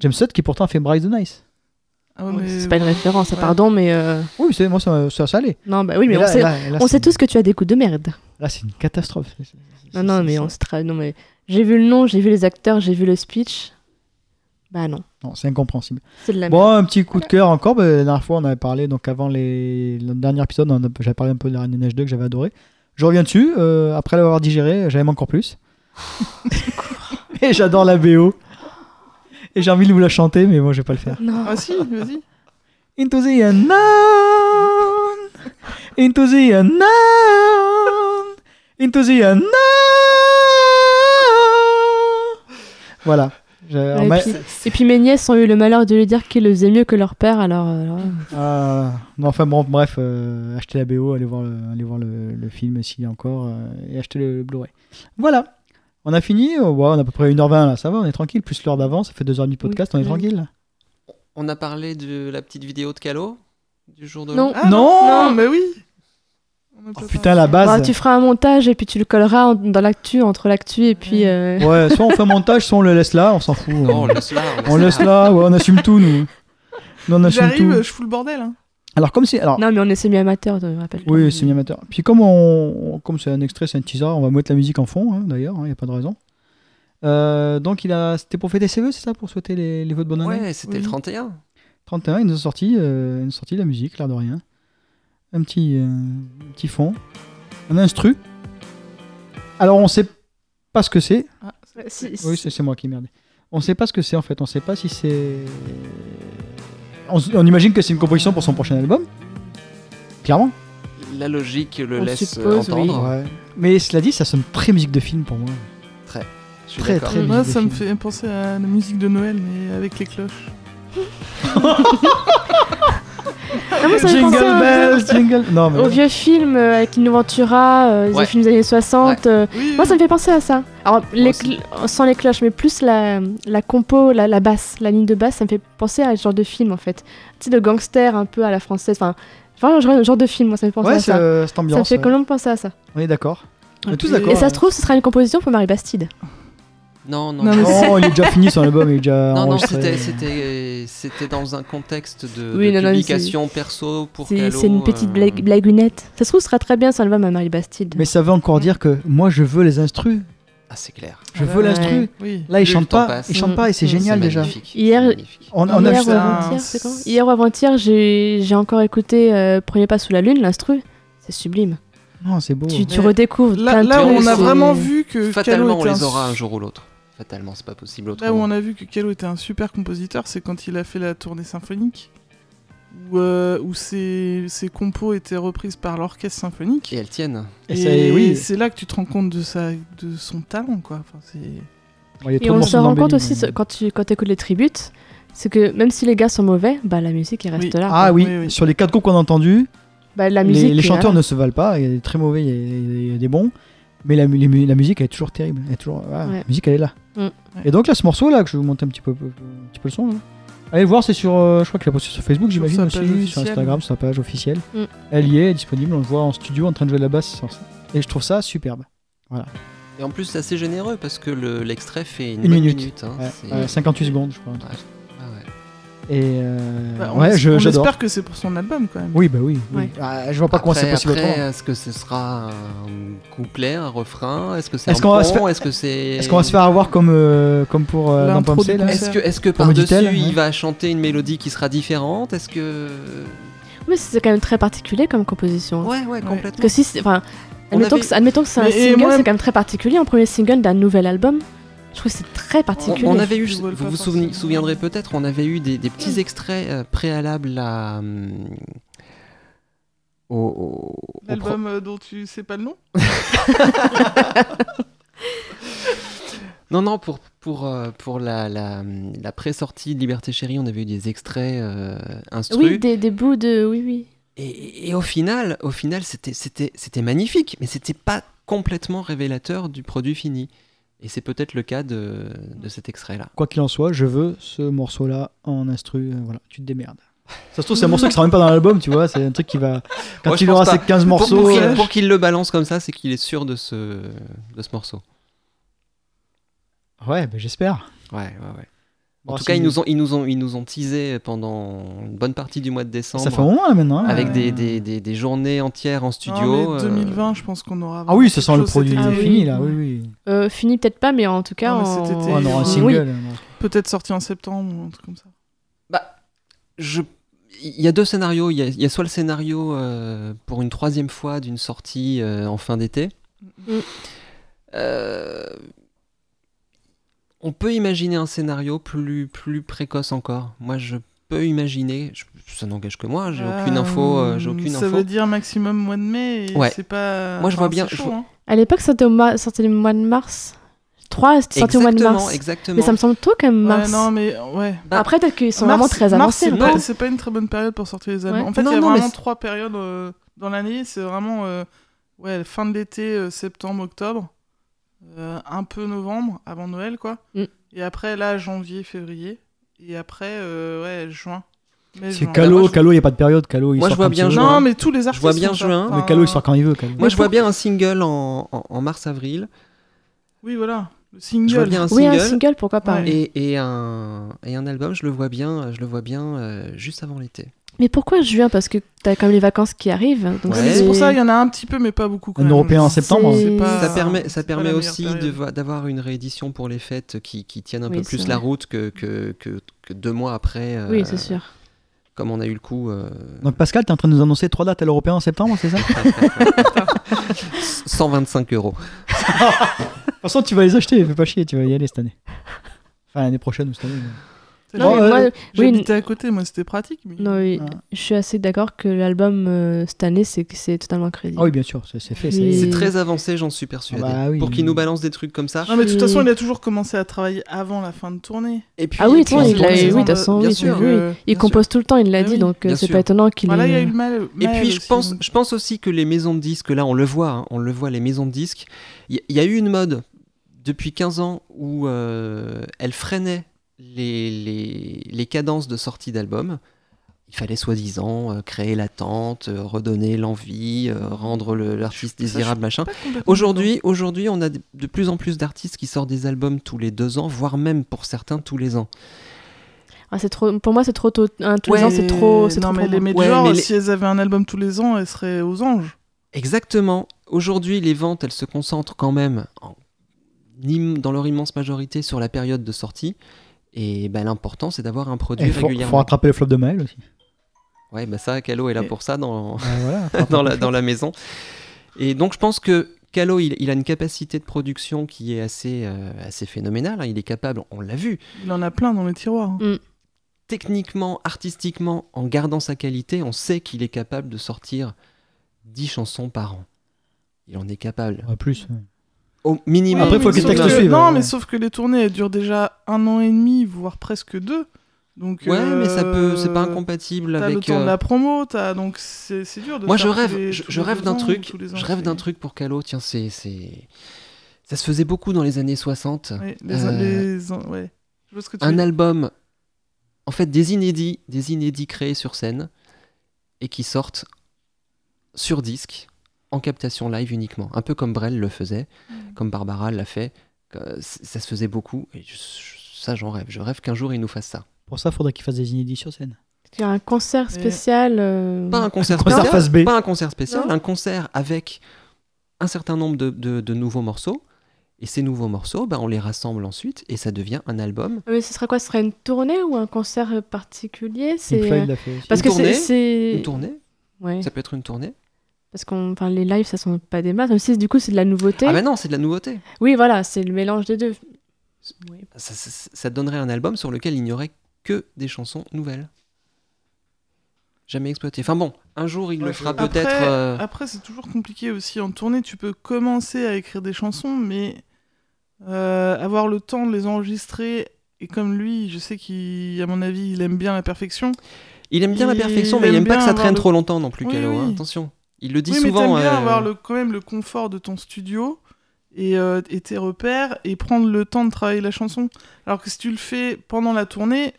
A: James Hutt qui pourtant a fait Bryce the Nice.
C: Ah ouais,
D: Oui,
C: mais-
D: C'est pas une référence, ah,
C: Ouais.
D: pardon, mais. euh,
A: Oui, mais c'est- moi ça, ça, ça allait.
D: Non, bah oui, mais
A: Mais
D: on
A: là-
D: sait.
A: là- là,
D: on
A: c'est-
D: sait tous que tu as des coups de merde.
A: Là, c'est une catastrophe. C'est- c'est- c'est-
D: Non, non,
A: c'est-
D: mais
A: c'est-
D: on se tra... Non, mais j'ai vu le nom, j'ai vu les acteurs, j'ai vu le speech. Bah non,
A: non, c'est incompréhensible.
D: c'est de la merde.
A: Bon, un petit coup de cœur encore. bah, la dernière fois, on avait parlé, donc avant les... le dernier épisode, on a- j'avais parlé un peu de la Reine des Neiges 2 que j'avais adoré. Je reviens dessus. euh, après l'avoir digéré, j'aime encore plus. et j'adore la BO. Et j'ai envie de vous la chanter, mais moi, je vais pas le faire.
D: Non.
C: Ah si, vas-y.
A: Into the unknown. Into the unknown. Into the unknown. Voilà. Je- alors,
D: Ouais,
A: ma-
D: et, puis, et puis mes nièces ont eu le malheur de lui dire qu'ils le faisaient mieux que leur père, alors. euh, alors, euh,
A: Ah, non, enfin bon, bref, euh, achetez la BO, allez voir le, allez voir le, le film s'il y a encore, euh, et achetez le, le Blu-ray. Voilà, on a fini, oh, ouais, on a à peu près 1h20 là, ça va, on est tranquille, plus l'heure d'avant, ça fait 2h du podcast, on est
D: oui.
A: tranquille.
B: On a parlé de la petite vidéo de Calo du jour de
D: Non.
B: l'an.
C: Ah,
A: Non
C: Non, mais oui On a
A: Oh,
C: pas
A: putain, la base.
D: bah, tu feras un montage et puis tu le colleras en- dans l'actu, entre l'actu et puis. euh,
A: Ouais, soit on fait un montage, soit on le laisse là, on s'en fout.
B: Non, Oh, on
A: on
B: laisse là.
A: on laisse là, ouais, on assume tout nous. Nous, on
C: parlé.
A: assume
C: J'arrive,
A: tout.
C: je fous le bordel. hein.
A: Alors comme c'est... Alors,
D: Non, mais on est semi-amateur, je rappelle.
A: oui, c'est bien amateur. Puis comme on, on- comme c'est un extrait, c'est un teaser, on va mettre la musique en fond, hein, d'ailleurs, il n'y a pas de raison. Euh, donc il a, c'était pour fêter ses vœux, c'est ça, pour souhaiter les, les vœux de bonne année
B: Ouais, c'était
C: Oui.
B: le 31.
A: 31, ils nous ont sorti, euh, ils nous ont sorti de la musique, l'air de rien. Un petit, euh, un petit fond. Un instru. Alors, on sait pas ce que c'est.
C: Ah, c'est-
D: Si- si-
A: Oui, c'est c'est moi qui merde. On sait pas ce que c'est en fait. On sait pas si c'est. On, s- on imagine que c'est une composition pour son prochain album. Clairement.
B: La logique le
D: On
B: laisse
D: suppose, oui.
B: entendre.
A: Mais cela dit, ça sonne très musique de film pour moi.
B: Je suis
A: Très,
B: d'accord.
A: très-
C: Moi,
A: musique
C: ça
A: de
C: me
A: film.
C: fait penser à la musique de Noël, mais avec les cloches.
D: Ah, moi, ça me fait
A: jingle
D: penser au-
A: bells, jingle. Non, mais.
D: Au vieux film euh, avec Lino Ventura, euh,
B: Ouais.
D: les films des années 60. euh,
C: Oui,
D: moi,
C: oui.
D: ça me fait penser à ça. Alors, les
B: aussi.
D: cl- sans les cloches, mais plus la, la compo, la, la basse, la ligne de basse, ça me fait penser à ce genre de film en fait. Tu sais, de gangster un peu à la française. Enfin, enfin, genre, genre de film, moi, ça me fait penser
A: Ouais,
D: à
A: c'est,
D: ça.
A: euh, cette
D: Ça me
A: ambiance.
D: fait
A: ouais.
D: complètement penser à ça.
A: On est d'accord. On est tous
C: puis-
A: d'accord. hein.
D: Et ça se trouve, ce sera une composition pour Marie Bastide.
B: Non, non,
C: Non, mais
B: non.
A: Non, Oh, il est déjà fini son album, il est déjà
B: Non, non,
A: enregistré.
B: c'était, c'était, c'était dans un contexte de,
D: Oui,
B: de
D: non, non,
B: publication perso pour
D: C'est
B: Calo.
D: c'est une petite
B: euh,
D: blague, blagounette. Ça se trouve, ce sera très bien son album à Marie Bastide.
A: Mais ça veut encore dire que moi je veux les instrus.
B: Ah, c'est clair.
A: Je
C: Ah
A: veux
C: ouais.
A: l'instru.
C: Oui.
A: Là, il
B: Le
A: chante
B: temps
A: pas,
B: passe.
A: il chante pas et c'est
D: Mm. Ah
A: génial
B: C'est
A: déjà.
B: magnifique,
D: Hier-
B: c'est magnifique.
A: On, on a
D: Hier
A: vu ça.
D: ou
C: ça,
D: avant-hier,
C: c'est-
D: c'est quand Hier ou avant-hier, j'ai j'ai encore écouté euh, Premier pas sous la lune, l'instru. C'est sublime.
A: Non, c'est beau.
D: Tu, tu
C: Oh, Mais
D: redécouvres.
C: Là,
D: plein de
C: là où
D: trucs,
C: on a
D: c'est-
C: vraiment vu que
B: Fatalement,
C: Calo
B: on
C: était
B: les
C: un-
B: aura un jour ou l'autre. Fatalement, c'est pas possible
C: Là où
B: autrement.
C: on a vu que Calo était un super compositeur, c'est quand il a fait la tournée symphonique, où, euh, où ses, ses compos étaient reprises par l'orchestre symphonique.
B: Et elles tiennent.
A: Et c'est- oui.
C: c'est là que tu te rends compte de, sa, de son talent, quoi. Enfin,
A: Euh,
C: c'est...
A: Bon, il y a trop
D: Et
A: de
D: on
A: morceaux
D: se rend
A: d'embellie,
D: compte aussi,
A: mais-
D: ce- quand tu quand écoutes les tributes, c'est que même si les gars sont mauvais, bah, la musique elle reste
C: Oui.
D: là.
A: Ah oui,
C: Oui, oui.
A: sur les quatre groupes qu'on a entendus,
D: Bah, la
A: les-
D: musique,
A: les,
D: elle est
A: chanteurs
D: là.
A: ne se valent pas. Il y a des très mauvais, il y a- il y a, des bons. Mais la, mu- les mu- la musique, elle est toujours terrible. Elle est toujours, voilà,
D: Ouais.
A: La musique, elle est là.
D: Mm.
A: Et donc là, ce morceau là, que je vais vous monter un petit peu, un petit peu le son. là. Allez le voir, c'est sur. euh, je crois qu'il a posté sur Facebook,
C: Sur
A: j'imagine
C: sa
A: aussi,
C: page
A: sur
C: officielle.
A: Instagram, sur sa page officielle.
D: Mm.
A: Elle y est, disponible. On le voit en studio en train de jouer de la basse. sur ça. Et je trouve ça superbe.
B: Et en plus, c'est assez généreux parce que le- l'extrait fait une,
A: Une
B: bonne
A: minute.
B: hein.
A: Ouais,
B: C'est-
A: ouais, 58 secondes, je crois.
B: Ah ouais.
A: Et euh,
C: Bah, on
A: ouais,
C: es-
A: je-
C: on
A: j'adore.
C: espère que c'est pour son album, quand même.
A: Oui, bah oui. oui.
D: Ouais.
A: Ah, je vois pas comment
B: Après-
A: c'est possible
B: après,
A: autrement.
B: Est-ce que ce sera un couplet, un refrain Est-ce que c'est
A: Est-ce
B: un
A: qu'on va se
B: pont
A: faire-
B: Est-ce que c'est
A: Est-ce qu'on va se faire avoir comme, euh, comme pour euh, dans
C: euh, L'intro
A: Pomme C,
C: du
A: là
B: Est-ce que, est-ce que
A: Comme
B: par-dessus
A: dit-elle, ouais.
B: il va chanter une mélodie qui sera différente Est-ce que
D: Mais c'est quand même très particulier comme composition.
B: ouais ouais complètement.
D: Parce que si, c'est- enfin,
B: On
D: admettons,
B: avait-
D: que, c'est- admettons que c'est un
C: Mais- et
D: single,
C: moi-
D: c'est quand même très particulier, un premier single d'un nouvel album. Je trouve que c'est très
B: On,
D: particulier.
B: on avait eu,
C: Je vois
B: vous
C: le
B: vous
D: hein,
C: pas
B: souvenez-
C: forcément.
B: souviendrez peut-être, on avait eu des, des petits extraits euh, préalables à hum, au, au- au pro-
C: L'album euh, dont tu sais pas le nom
B: Non, non, pour, pour, euh, pour la, la, la pré-sortie de Liberté Chérie, on avait eu des extraits euh, instru.
D: Oui, des, des bouts de. Oui, oui.
B: Et, et au final, au final c'était- c'était c'était magnifique, mais c'était pas complètement révélateur du produit fini. Et c'est peut-être le cas de, de cet extrait-là.
A: Quoi qu'il en soit, je veux ce morceau-là en instru. euh, voilà, tu te démerdes. Ça se trouve, c'est un morceau qui sera même pas dans l'album, tu vois. C'est un truc qui va. Quand
B: Ouais, je
A: il
B: pense
A: aura
B: pas.
A: ses 15
B: Pour-
A: morceaux.
B: pour qu'il-
A: euh,
B: pour qu'il le balance comme ça, c'est qu'il est sûr de ce, de ce morceau.
A: Ouais, bah, j'espère.
B: Ouais, ouais, ouais. En
A: Bon,
B: tout
A: Oh, c'est-
B: cas, ils nous, ont, ils, nous ont, ils nous ont teasé pendant une bonne partie du mois de décembre.
A: Ça fait un moment là maintenant. hein.
B: Avec
C: Ouais.
B: des, des, des, des journées entières en studio.
C: Non, mais
B: euh,
C: 2020, je pense qu'on aura.
A: Ah oui, ça sent le
C: quelque chose,
A: produit
C: c'était-
D: Ah oui.
A: fini là, oui, oui.
D: Euh, fini peut-être pas, mais en tout cas.
C: Non, Ah, mais c'était
D: en-
A: Ouais, on aura un
C: Oui.
A: single.
D: Oui.
A: euh, non.
C: Peut-être sorti en septembre ou un truc comme ça.
B: je- Il y a deux scénarios. Il y a, il y a soit le scénario euh, pour une troisième fois d'une sortie euh, en fin d'été.
D: Mm.
B: Euh, On peut imaginer un scénario plus, plus précoce encore. Moi, je peux imaginer. je- ça n'engage que moi. J'ai aucune
C: Ah,
B: info. euh, j'ai
C: hum,
B: aucune
C: ça
B: info.
C: veut dire maximum mois de mai. et
B: Ouais.
C: C'est pas.
B: Moi, je vois
C: enfin,
B: bien-
C: c'est
B: je
C: chaud,
B: vois-
C: hein.
D: À l'époque, sortait au, mois- sortait le mois de mars. Trois sortaient au mois de
B: Exactement,
D: mars.
B: exactement.
D: Mais ça me semble tôt quand même,
C: Ouais,
D: mars.
C: non, mais ouais.
D: Après, peut-être qu'ils sont
C: Mars,
D: vraiment très
C: mars,
D: avancés.
C: c'est
D: le
C: pas-
D: temps.
C: C'est pas une très bonne période pour sortir les albums.
D: Ouais.
C: En fait, il
B: Non,
C: y a
B: non, mais
C: vraiment
B: c'est-
C: trois périodes euh, dans l'année. C'est vraiment euh, ouais, fin de l'été, euh, septembre, octobre, euh, un peu novembre, avant Noël, quoi.
D: Mm.
C: Et après, là, janvier, février. Et après, euh, ouais, juin. Mai,
A: C'est
C: juin.
A: Calo,
B: moi, je-
A: Calo, il n'y a pas de période. Calo, il
B: Moi,
A: sort
B: je vois
A: quand il
B: bien
A: veut.
B: juin.
C: Non, mais tous les artistes.
B: vois bien
C: font ça.
B: juin,
A: Mais Calo, il sort quand il veut. Calo.
B: Moi, je vois bien un single en, en- en mars avril.
C: Oui, voilà. Le
B: Je vois
C: single.
B: bien un
D: Oui, un
B: single.
D: single, pourquoi pas.
C: Ouais.
B: Et, et un, et un album, je le vois bien, je le vois bien euh, juste avant l'été.
D: Mais pourquoi juin Parce que t'as quand même les vacances qui arrivent. donc
B: Ouais.
C: Mais
D: c'est-
C: C'est pour ça, il y en a un petit peu, mais pas beaucoup. Quand
A: Un
C: même.
A: Européen en septembre. hein.
D: C'est-
C: C'est pas-
B: hein. Ça
C: Ah,
B: permet, ça
C: c'est pas
B: permet
C: la
B: aussi
C: meilleure
B: de
C: période.
B: vo- d'avoir une réédition pour les fêtes qui, qui tiennent un
D: Oui,
B: peu
D: c'est
B: plus la
D: vrai.
B: route que, que, que- que deux mois après, euh,
D: Oui, c'est sûr.
B: comme on a eu le coup. euh,
A: Donc Pascal, t'es en train de nous annoncer trois dates à l'Européen en septembre, c'est ça De
B: 125 euros.
A: toute façon, tu vas les acheter, fais pas chier, tu vas y aller cette année. Enfin, l'année prochaine ou cette année. mais-
D: Non,
A: Bon,
D: mais
A: euh,
D: moi, oui,
C: J'habitais à côté, moi, c'était pratique. Mais...
D: non, oui,
A: Ah.
D: je suis assez d'accord que l'album euh, cette année, c'est c'est totalement crédible.
A: Ah oui, bien sûr, c'est c'est fait.
D: Et-
A: c'est-
B: C'est très avancé, j'en suis persuadé.
A: Ah bah oui.
B: Pour qu'ils nous balancent des trucs comme ça.
C: Non, mais de toute
D: Je-
C: façon, il a toujours commencé à travailler avant la fin de tournée.
B: Et puis,
D: Ah oui,
B: et puis
D: attends,
B: en
D: il l'a-
B: tournée,
D: oui, de
B: en-
D: toute façon,
B: bien
D: oui,
B: sûr.
D: oui.
C: euh,
D: Il
B: Bien
D: compose tout le temps, il l'a
C: Ah
D: dit,
C: oui,
D: donc euh,
B: bien
D: c'est
B: sûr.
D: pas étonnant qu'il
C: Voilà, il y a
D: ait-
C: eu le mal.
B: Et
C: mal
B: puis je
C: aussi,
B: pense,
C: donc.
B: je pense aussi que les maisons de disques, là on le voit, hein, on le voit, les maisons de disques, il y, il y a eu une mode depuis 15 ans où euh, elles freinaient les, les, les cadences de sortie d'albums. Il fallait soi-disant euh, créer l'attente, euh, redonner l'envie, euh, rendre le- l'artiste
C: Ça, je-
B: désirable, machin.
C: Pas complètement
B: Aujourd'hui, aujourd'hui, on a de de plus en plus d'artistes qui sortent des albums tous les deux ans, voire même pour certains tous les ans.
D: Ah, c'est trop... Pour moi, c'est trop tôt. hein, tous les
C: d'accord.
D: ans, c'est trop.
C: Non,
D: c'est trop
C: mais
D: pour
C: les
D: moi.
B: Ouais,
C: majors,
B: mais les-
C: si elles avaient un album tous les ans, elles seraient aux anges.
B: Exactement. Aujourd'hui, les ventes, elles se concentrent quand même en l'im- dans leur immense majorité sur la période de sortie. Et ben, l'important, c'est d'avoir un produit
A: Il faut, faut
B: régulièrement.
A: rattraper le flop de Maël aussi.
B: Ouais, ben ça, Calo est là
A: Et-
B: pour ça
A: Ah,
B: dans,
A: voilà, faut
B: dans,
A: rattraper
B: la,
A: le
B: dans
A: flop.
B: la maison. Et donc, je pense que Calo, il, il a une capacité de production qui est assez, euh, assez phénoménale. hein. Il est capable, on l'a vu,
C: Il en a plein dans les tiroirs. hein.
B: techniquement, artistiquement, en gardant sa qualité, on sait qu'il est capable de sortir 10 chansons par an. Il en est capable.
A: Ouais, plus. ouais.
B: Au minimum.
A: Après,
C: Oui,
A: faut
C: mais
A: que les
C: sauf
A: textes
C: que-
A: suivent, hein.
C: Non,
A: ouais.
C: mais sauf que les tournées, elles durent déjà un an et demi, voire presque deux. Donc,
B: Ouais, mais ça peut, c'est pas
C: euh,
B: incompatible
C: T'as
B: avec.
C: le temps
B: euh,
C: de la promo, t'as- donc c'est c'est dur de
B: Moi, je
C: faire tous
B: rêve,
C: les-
B: je,
C: tous
B: je
C: les
B: rêve
C: deux
B: d'un
C: ans ou
B: truc.
C: tous les ans,
B: Je rêve
C: c'est-
B: d'un truc pour Calo. Tiens, c'est, c'est, ça se faisait beaucoup dans les années 60.
C: Oui, les-
B: Euh,
C: les- ouais. Je vois ce que tu veux
B: Un
C: dire.
B: album, en fait, des inédits, des inédits créés sur scène et qui sortent sur disque en captation live uniquement. Un peu comme Brel le faisait, comme Barbara l'a fait. Euh, c- Ça se faisait beaucoup. Et je- je- ça, j'en rêve. Je rêve qu'un jour, ils nous fassent ça.
A: Pour ça, faudrait qu'il fasse des inédits sur scène.
D: Il y a un concert
C: Et-
D: spécial. euh,
B: Pas un concert
A: Concert
B: spécial.
A: face B.
B: Pas un concert spécial,
D: Non.
B: un concert avec un certain nombre de, de- de nouveaux morceaux. Et ces nouveaux morceaux, bah, on les rassemble ensuite et ça devient un album.
D: Ah, Mais ce serait quoi Ce serait une tournée ou un concert euh, particulier
A: Pink
D: C'est
A: Floyd
D: euh,
A: l'a fait aussi.
D: parce
B: Une
D: que
B: tournée,
D: c'est- c'est
B: Une tournée,
D: ouais.
B: ça peut être une tournée.
D: parce qu'on enfin les lives ça sont pas des masses. Même si du coup c'est de la nouveauté.
C: ben.
B: Ah, mais non, c'est de la nouveauté.
D: Oui voilà c'est le mélange des deux. Oui.
B: Ça, ça- ça donnerait un album sur lequel il n'y aurait que des chansons nouvelles. Jamais exploitées. Enfin bon, un jour il le
A: Ouais,
B: fera
A: je-
B: peut-être.
C: Après-
B: euh,
C: Après, c'est toujours compliqué aussi en tournée. Tu peux commencer à écrire des chansons, mais euh, avoir le temps de les enregistrer. Et comme lui, je sais qu'à mon avis, il aime bien la perfection.
B: Il aime bien la
C: il
B: perfection, mais il
C: aime
B: aime pas
C: bien
B: que ça
C: avoir
B: traîne
C: le-
B: trop longtemps non plus,
C: Oui,
B: Calo. hein.
C: oui.
B: Attention. Il le dit
C: oui, mais
B: souvent.
C: t'aimes bien
B: euh,
C: avoir le, quand même le confort de ton studio et, euh, et tes repères et prendre le temps de travailler la chanson. Alors que si tu le fais pendant la tournée,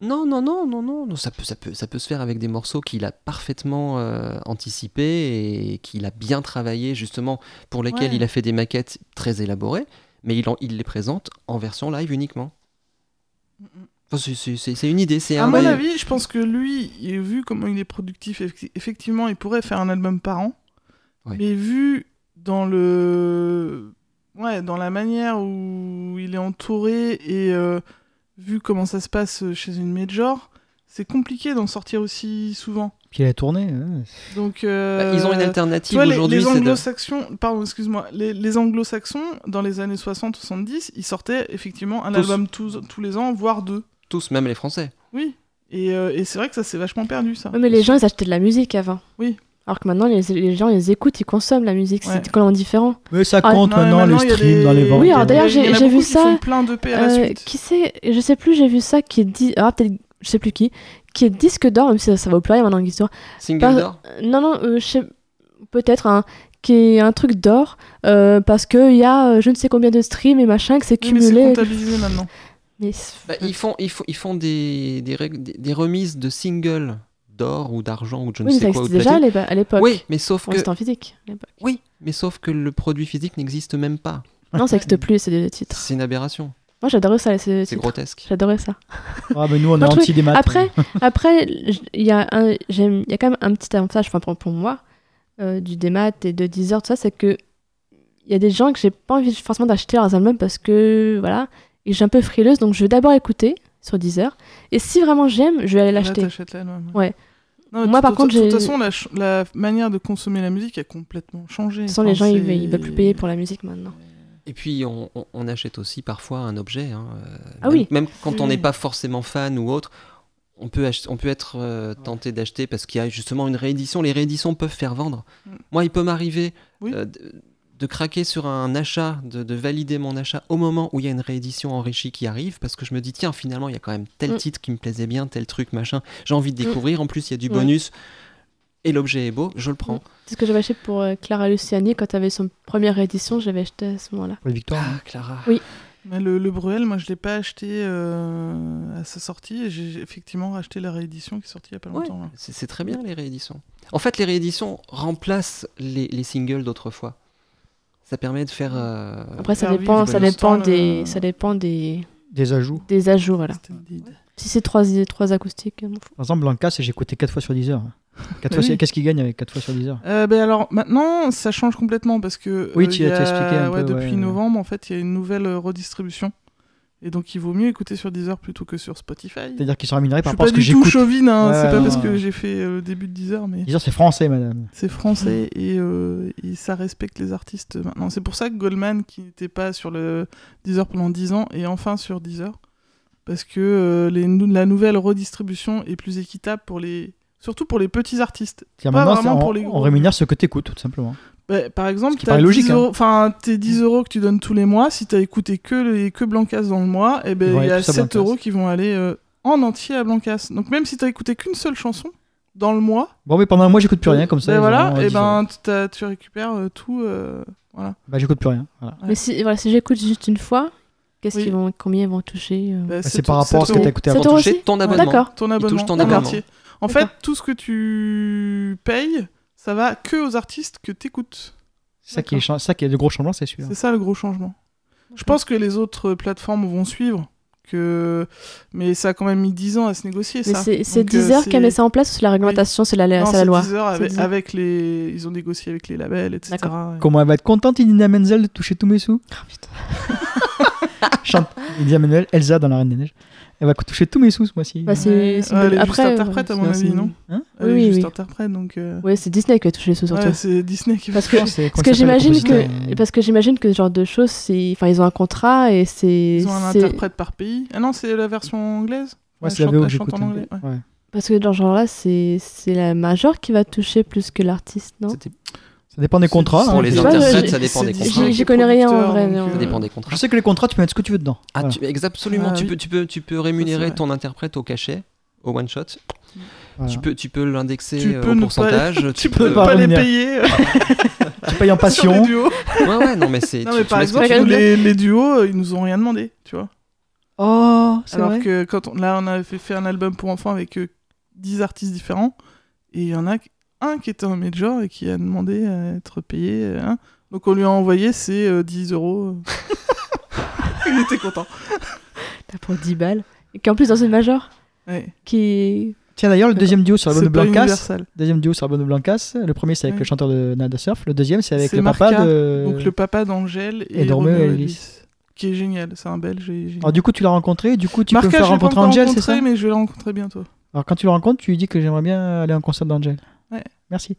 B: Non, non, non, non, non, non, ça peut, ça peut, ça peut se faire avec des morceaux qu'il a parfaitement euh, anticipés et qu'il a bien travaillé justement pour lesquels
C: Ouais.
B: il a fait des maquettes très élaborées, mais il, en- il les présente en version live uniquement. Enfin, c'est- c'est- c'est c'est une idée, c'est
C: à
B: un.
C: mon
B: mais-
C: avis, je pense que lui, il- vu comment il est productif, effe- effectivement, il pourrait faire un album par an.
B: Ouais.
C: Mais vu dans le, ouais, dans la manière où il est entouré et euh, vu comment ça se passe chez une major, c'est compliqué d'en sortir aussi souvent.
A: Puis il a tourné. ouais.
C: Donc
B: Bah, ils ont une
C: euh, Tu
B: alternative
C: vois, les-
B: aujourd'hui.
C: les
B: c'est de-
C: anglo-saxons, pardon, excuse-moi, les, les anglo-saxons, dans les années 60-70, ils sortaient effectivement un
B: Tous.
C: album tous, tous les ans, voire deux.
B: Tous, même les Français.
C: Oui. Et, euh, et c'est vrai que ça s'est vachement perdu, ça.
D: Ouais, mais les gens ils achetaient de la musique avant.
C: Oui.
D: Alors que maintenant les, les gens ils écoutent ils consomment la musique
C: Ouais.
D: c'est complètement différent.
A: Mais ça
D: Ah,
A: compte
C: Non, mais
A: maintenant,
C: maintenant,
A: le
C: il y a
A: stream
C: des-
A: dans les ventes.
D: Oui, alors d'ailleurs, j'ai-
C: Il y en a
D: j'ai vu
C: beaucoup qui
D: ça.
C: font plein de à la
D: Euh,
C: suite.
D: qui sait je sais plus j'ai vu ça qui est dit ah peut-être je sais plus qui qui est disque d'or même si ça, ça va au pluriel maintenant disque d'or.
B: Single
D: Par-
B: d'or.
D: Non, non, euh, je sais- peut-être un qui est un truc d'or euh, parce que il y a euh, je ne sais combien de streams et machin que c'est
C: Oui, mais c'est
D: cumulé.
C: comptabilisé maintenant.
D: Mais
B: Bah, ils font, ils font, ils font des, des, reg- des- des remises de singles d'or ou d'argent ou de je ne
D: oui, mais ça
B: sais quoi. ou
D: existe
B: de
D: déjà à
B: platine.
D: l'é- à l'époque.
B: Oui, mais sauf
D: Bon,
B: que,
D: c'était en physique. à l'époque.
B: oui, mais sauf que le produit physique n'existe même pas.
D: Non, ça n'existe plus ces titres.
B: C'est une aberration.
D: Moi, j'adorais ça, ces
B: C'est
D: titres.
B: grotesque.
D: J'adorais ça.
A: Ah, mais nous, on est
D: Un truc.
A: anti des maths.
D: Après, après, j- il y a un, j'aime, il y a quand même un petit avantage, enfin pour, pour moi, euh, du démat et de Deezer, tout ça, c'est que il y a des gens que j'ai pas envie forcément d'acheter leurs albums parce que voilà, et je suis un peu frileuse, donc je vais d'abord écouter sur Deezer, et si vraiment j'aime, je vais aller
C: Là,
D: l'acheter.
C: t'achètes l'album,
D: Ouais.
C: Non, mais
D: Moi,
C: de
D: par
C: toute-
D: contre,
C: de toute
D: j'ai-
C: façon, la, ch- la manière de consommer la musique a complètement changé.
D: De toute façon, les gens,
C: Enfin,
D: ils veulent-
C: c'est-
D: ils veulent plus payer pour la musique maintenant.
B: Et puis, on, on- on achète aussi parfois un objet. hein, euh,
D: Ah
B: même,
D: oui.
B: même quand on
C: Oui.
B: n'est pas forcément fan ou autre, on peut, ach- on peut être euh, tenté d'acheter parce qu'il y a justement une réédition. Les rééditions peuvent faire vendre.
C: Mm.
B: Moi, il peut m'arriver
C: Oui.
B: euh, de, de craquer sur un achat, de, de valider mon achat au moment où il y a une réédition enrichie qui arrive parce que je me dis, tiens, finalement, il y a quand même tel
D: Mm.
B: titre qui me plaisait bien, tel truc, machin. J'ai envie de
D: Mm.
B: découvrir. En plus, il y a du
D: Ouais.
B: bonus. Et l'objet est beau, je le prends.
D: C'est ce que j'avais acheté pour euh, Clara Luciani quand elle avait son première édition, j'avais acheté à ce moment-là.
A: Pour les victoires.
B: Ah, Clara.
C: Mais le, le Bruel, moi, je l'ai pas acheté euh, à sa sortie. et J'ai effectivement racheté la réédition qui est sortie il y a pas
B: Ouais.
C: longtemps. hein. là.
B: C'est c'est très bien les rééditions. En fait, les rééditions remplacent les, les singles d'autrefois. Ça permet de faire. euh,
D: Après, ça
C: Ah oui,
D: dépend,
B: du
D: ça
B: bonus.
D: dépend
C: Dans le-
D: des, ça dépend des,
A: Des ajouts.
D: des ajouts, voilà.
C: C'était le deed.
D: Si c'est trois, trois acoustiques, je m'en fous.
A: Par exemple, Lancas, j'ai écouté 4 fois sur 10 heures. Quatre
C: Ah
A: fois,
C: oui.
A: c'est- Qu'est-ce qu'il gagne avec 4 fois sur 10 heures
C: Euh, ben alors maintenant, ça change complètement parce que
A: Oui,
C: euh,
A: tu
C: il y
A: as-
C: a-
A: tu as expliqué un
C: ouais,
A: peu,
C: depuis
A: ouais.
C: novembre, en fait, il y a une nouvelle euh, redistribution. Et donc, il vaut mieux écouter sur Deezer plutôt que sur Spotify.
A: C'est-à-dire qu'ils sont rémunérés
C: Je
A: par
C: suis
A: rapport à
C: pas
A: ce que
C: du tout
A: j'écoute.
C: chauvine, hein,
A: Ouais,
C: c'est pas
A: non,
C: parce que
A: non.
C: j'ai fait euh, le début de Deezer, mais
A: 10 heures, c'est français, madame.
C: c'est français et, euh, et ça respecte les artistes maintenant. C'est pour ça que Goldman, qui n'était pas sur le Deezer pendant 10 ans, est enfin sur Deezer. Parce que euh, les nou- la nouvelle redistribution est plus équitable pour les. Surtout pour les petits artistes.
A: C'est-à-dire
C: Pas
A: maintenant,
C: vraiment
A: c'est- on,
C: pour les gros.
A: on rémunère ce que t'écoutes, tout simplement.
C: Bah, par exemple,
A: Ce qui
C: t'as
A: paraît
C: 10
A: logique, hein.
C: euros- enfin, tes 10 euros que tu donnes tous les mois, si tu as écouté que, les, que Blancas dans le mois, eh ben,
A: Ils
C: il
A: vont
C: y
A: aller
C: a
A: tous à
C: 7
A: Blancas.
C: euros qui vont aller euh, en entier à Blancas. Donc même si tu as écouté qu'une seule chanson dans le mois,
A: Bon, mais pendant un mois, j'écoute plus rien, comme ça.
C: ben
A: ils
C: voilà,
A: auront, euh,
C: et
A: 10 euros.
C: ben, t'as- tu récupères euh, tout. euh, voilà.
A: Bah, j'écoute plus rien. voilà.
C: Ouais.
D: Mais si, voilà, si j'écoute juste une fois, qu'est-ce
C: Oui.
D: qu'ils vont, combien ils vont toucher euh
C: Ben,
A: Bah, C'est
C: sept-
A: par rapport à ce
C: sept
A: que
C: euros.
A: t'as écouté
D: Sept
A: avant.
D: euros
B: toucher
D: aussi
B: ton abonnement.
D: D'accord.
C: ton
B: Il
C: abonnement.
B: touche ton
C: en
B: abonnement.
C: entier. En fait,
D: D'accord.
C: tout ce que tu payes, ça va que aux artistes que t'écoutes.
A: Ça qui est cha- ça qui est de gros changements, c'est sûr.
C: C'est ça le gros changement. Je pense que les autres plateformes vont suivre. Que... Mais ça a quand même mis 10 ans à se négocier,
D: Mais
C: ça.
D: c'est- c'est
C: Donc, euh,
D: Deezer qui a
C: c'est-
D: mis ça en place ou c'est la réglementation, c'est la, la-
C: Non,
D: c'est euh, la loi
C: Deezer
D: C'est
C: avec,
D: Deezer.
C: avec les... Ils ont négocié avec les labels, etc. Et-
A: Comment elle va être contente, Idina Menzel, de toucher tous mes sous
C: Oh,
D: Ah, putain.
A: Chante Idina Menzel, Elsa dans La Reine des Neiges. Elle va toucher tous mes sous ce mois-ci. Hein
D: Bah, c'est- c'est
C: Ouais, Ah, elle est
D: bon.
C: juste
D: Après,
C: interprète, à
D: ouais,
C: mon
D: c'est-
C: avis, non Elle
D: Oui,
C: est juste
D: oui.
C: interprète, donc... euh,
D: Ouais, c'est Disney qui a touché ce surtout.
C: ouais, c'est Disney qui va
D: Parce que-
C: faire.
A: C'est-
D: Parce
A: comment
D: que
A: il s'appelle, le
D: j'imagine
A: compositeur,
D: que, parce que j'imagine que ce genre de choses, c'est, enfin, ils ont un contrat et c'est,
C: Ils ont un
D: c'est-
C: interprète par pays. Ah non, c'est la version anglaise
A: Ouais,
C: Elle
A: c'est la
C: chante-
A: VO que
C: elle chante
A: j'écoute.
C: en anglais, ouais.
A: Ouais.
D: parce que dans ce genre-là, c'est, c'est la major qui va toucher plus que l'artiste, non
B: C'était-
A: Ça dépend des
C: C'est-
A: contrats.
C: c'est-
A: hein.
B: Pour les
D: je sais pas,
B: interprètes,
D: je-
B: ça dépend
C: c'est
B: des
C: Disney
B: contrats.
D: J'y-
C: qui
D: j'y
C: est
D: connais rien, en
C: producteur,
D: vrai,
C: donc,
D: mais on-
B: Ça
C: euh,
B: dépend des contrats.
A: Je sais que les contrats, tu peux mettre ce que tu veux dedans.
B: Ah,
A: Voilà.
B: tu, ex- absolument.
C: Ah,
B: tu,
C: oui.
B: peux, tu, peux, tu peux rémunérer
C: vrai.
B: ton interprète au cachet, au one shot.
A: Voilà.
B: Tu peux, tu peux l'indexer
C: Tu
B: euh,
C: peux
B: au
C: ne pas-
B: pourcentage.
C: Tu peux
A: pas
C: pas les
A: revenir.
C: payer euh,
A: Tu payes en
C: sur les
A: passion. hein,
C: duos.
B: Ouais, ouais, non, mais c'est.
C: Non,
B: tu-
C: mais
B: tu
C: par
B: mets ce que
C: exemple,
B: tu veux.
C: les, les duos, euh, ils nous ont rien demandé, tu vois.
A: Oh, c'est
C: Alors
A: vrai.
C: que quand on, là, on avait fait, fait un album pour enfants avec euh, 10 artistes différents, et il y en a un qui était en major et qui a demandé à être payé. euh, hein. Donc on lui a envoyé ses euh, 10 euros. il était content.
D: T'as pour 10 balles. Et qu'en plus, dans une major,
C: Ouais.
D: qui,
A: Tiens, d'ailleurs, le deuxième duo sur l'album
C: C'est
A: de
C: pas
A: Blancas.
C: universal.
A: Deuxième duo sur l'album de Blancas. Le premier, c'est avec
C: Oui.
A: le chanteur de Nada Surf. Le deuxième, c'est avec
C: C'est
A: le papa
C: Marca,
A: de.
C: Donc le papa d'Angèle et,
A: Euh. et Roméo et Elvis.
C: Qui est génial, c'est un belge. et génial.
A: Alors, du coup, tu l'as rencontré. et Du coup, tu peux
C: Marca,
A: me
C: je
A: faire
C: l'ai pas
A: rencontrer
C: encore
A: Angel, c'est
C: rencontré,
A: ça
C: mais je vais le rencontrer bientôt.
A: Alors, quand tu le rencontres, tu lui dis que j'aimerais bien aller à un concert d'Angel.
C: Ouais.
A: Merci.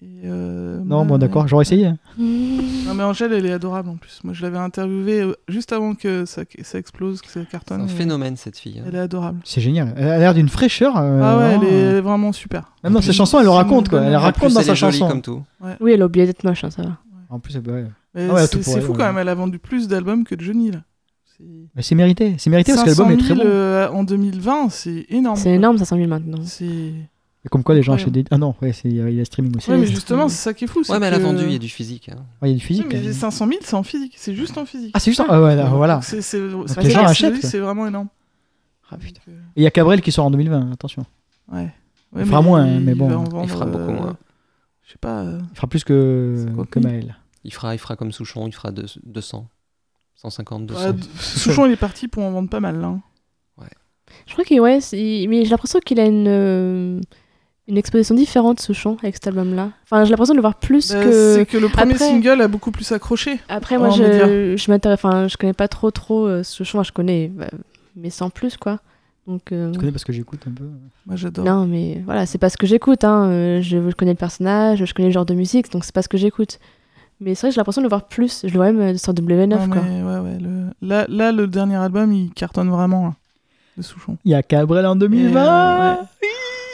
C: Et, euh,
A: Non,
C: moi,
A: bon, d'accord, j'aurais essayé. hein.
C: Non mais Angèle elle est adorable en plus. Moi je l'avais interviewée euh, juste avant que ça, que ça explose, que ça
B: C'est
C: cartonne.
B: un
C: et
B: phénomène, cette fille. hein.
C: Elle est adorable.
A: C'est génial. Elle a l'air d'une fraîcheur. euh,
C: ah ouais, elle
A: vraiment.
C: est vraiment super.
A: Même dans ses Ah chansons, elle le raconte, quoi. Elle
C: En
B: En
A: raconte
B: plus,
A: dans
B: elle
A: sa
B: est jolie
A: chanson.
B: comme tout.
D: oui, elle a oublié d'être moche, hein, ça va.
A: En plus, ouais.
C: Mais
A: Ah ouais, tout
C: c'est
A: pour
C: c'est
A: elle,
C: fou
A: ouais.
C: quand même, elle a vendu plus d'albums que de Johnny là. C'est-
A: Mais c'est mérité. C'est mérité parce que
C: 500
A: l'album
C: 000,
A: est très bon.
C: euh, en 2020, c'est énorme.
D: C'est énorme, 500 000 maintenant.
C: C'est ouais,
A: Et Comme quoi, les gens
C: Incroyable.
A: achètent des. Ah non, ouais, c'est- il y a il y a le streaming aussi.
D: Ouais,
C: mais
A: Ouais,
C: justement, c'est ça qui est fou. c'est
B: Ouais, mais elle a
C: que-
B: vendu, il y a du physique. hein.
A: Il y a du physique.
C: Oui, mais
A: hein.
C: les 500 000, c'est en physique, c'est juste en physique.
A: Ah, c'est juste. Ah ouais, là,
C: Donc,
A: voilà. Ah,
C: C'est c'est- c'est-
A: les gens
C: c'est-
A: achètent,
C: c'est-
A: quoi.
C: C'est vraiment énorme.
A: Ah, putain.
C: Donc, euh,
A: Et Il y a Cabrel qui sort en 2020, hein, attention.
C: Ouais.
A: Il fera moins, hein, mais bon,
C: va en
A: il
C: vendre,
B: fera beaucoup
C: euh,
B: moins.
C: Je sais pas. euh,
A: Il fera plus que,
C: C'est
A: que
C: contenu.
A: Maël.
B: Il fera, il fera comme Souchon, il fera deux- 200, 150, 200.
C: ouais, Souchon, il est parti pour en vendre pas mal. là, hein.
D: Je crois que, ouais, c'est- mais j'ai l'impression qu'il a une, euh, une exposition différente, Souchon, avec cet album-là. Enfin, j'ai l'impression de le voir plus
C: Bah,
D: que.
C: C'est que le premier
D: Après-
C: single a beaucoup plus accroché.
D: Après, moi,
C: Oh,
D: je,
C: média.
D: je m'intéresse. Enfin, je connais pas trop, trop euh, Souchon. Enfin, je connais, bah, mais sans plus, quoi. Donc. euh,
A: Je connais parce que j'écoute un peu.
C: Moi, j'adore.
D: Non, mais voilà, c'est pas ce que j'écoute. hein. Euh, Je, je connais le personnage, je connais le genre de musique, donc c'est pas ce que j'écoute. Mais c'est vrai que j'ai l'impression de le voir plus. Je le vois même euh, sur W9,
C: Non,
D: quoi.
C: mais ouais, ouais, le- là, là, le dernier album, il cartonne vraiment, là, de Souchon.
A: Il y a Cabrel en
C: Et,
A: 2020
C: euh, ouais.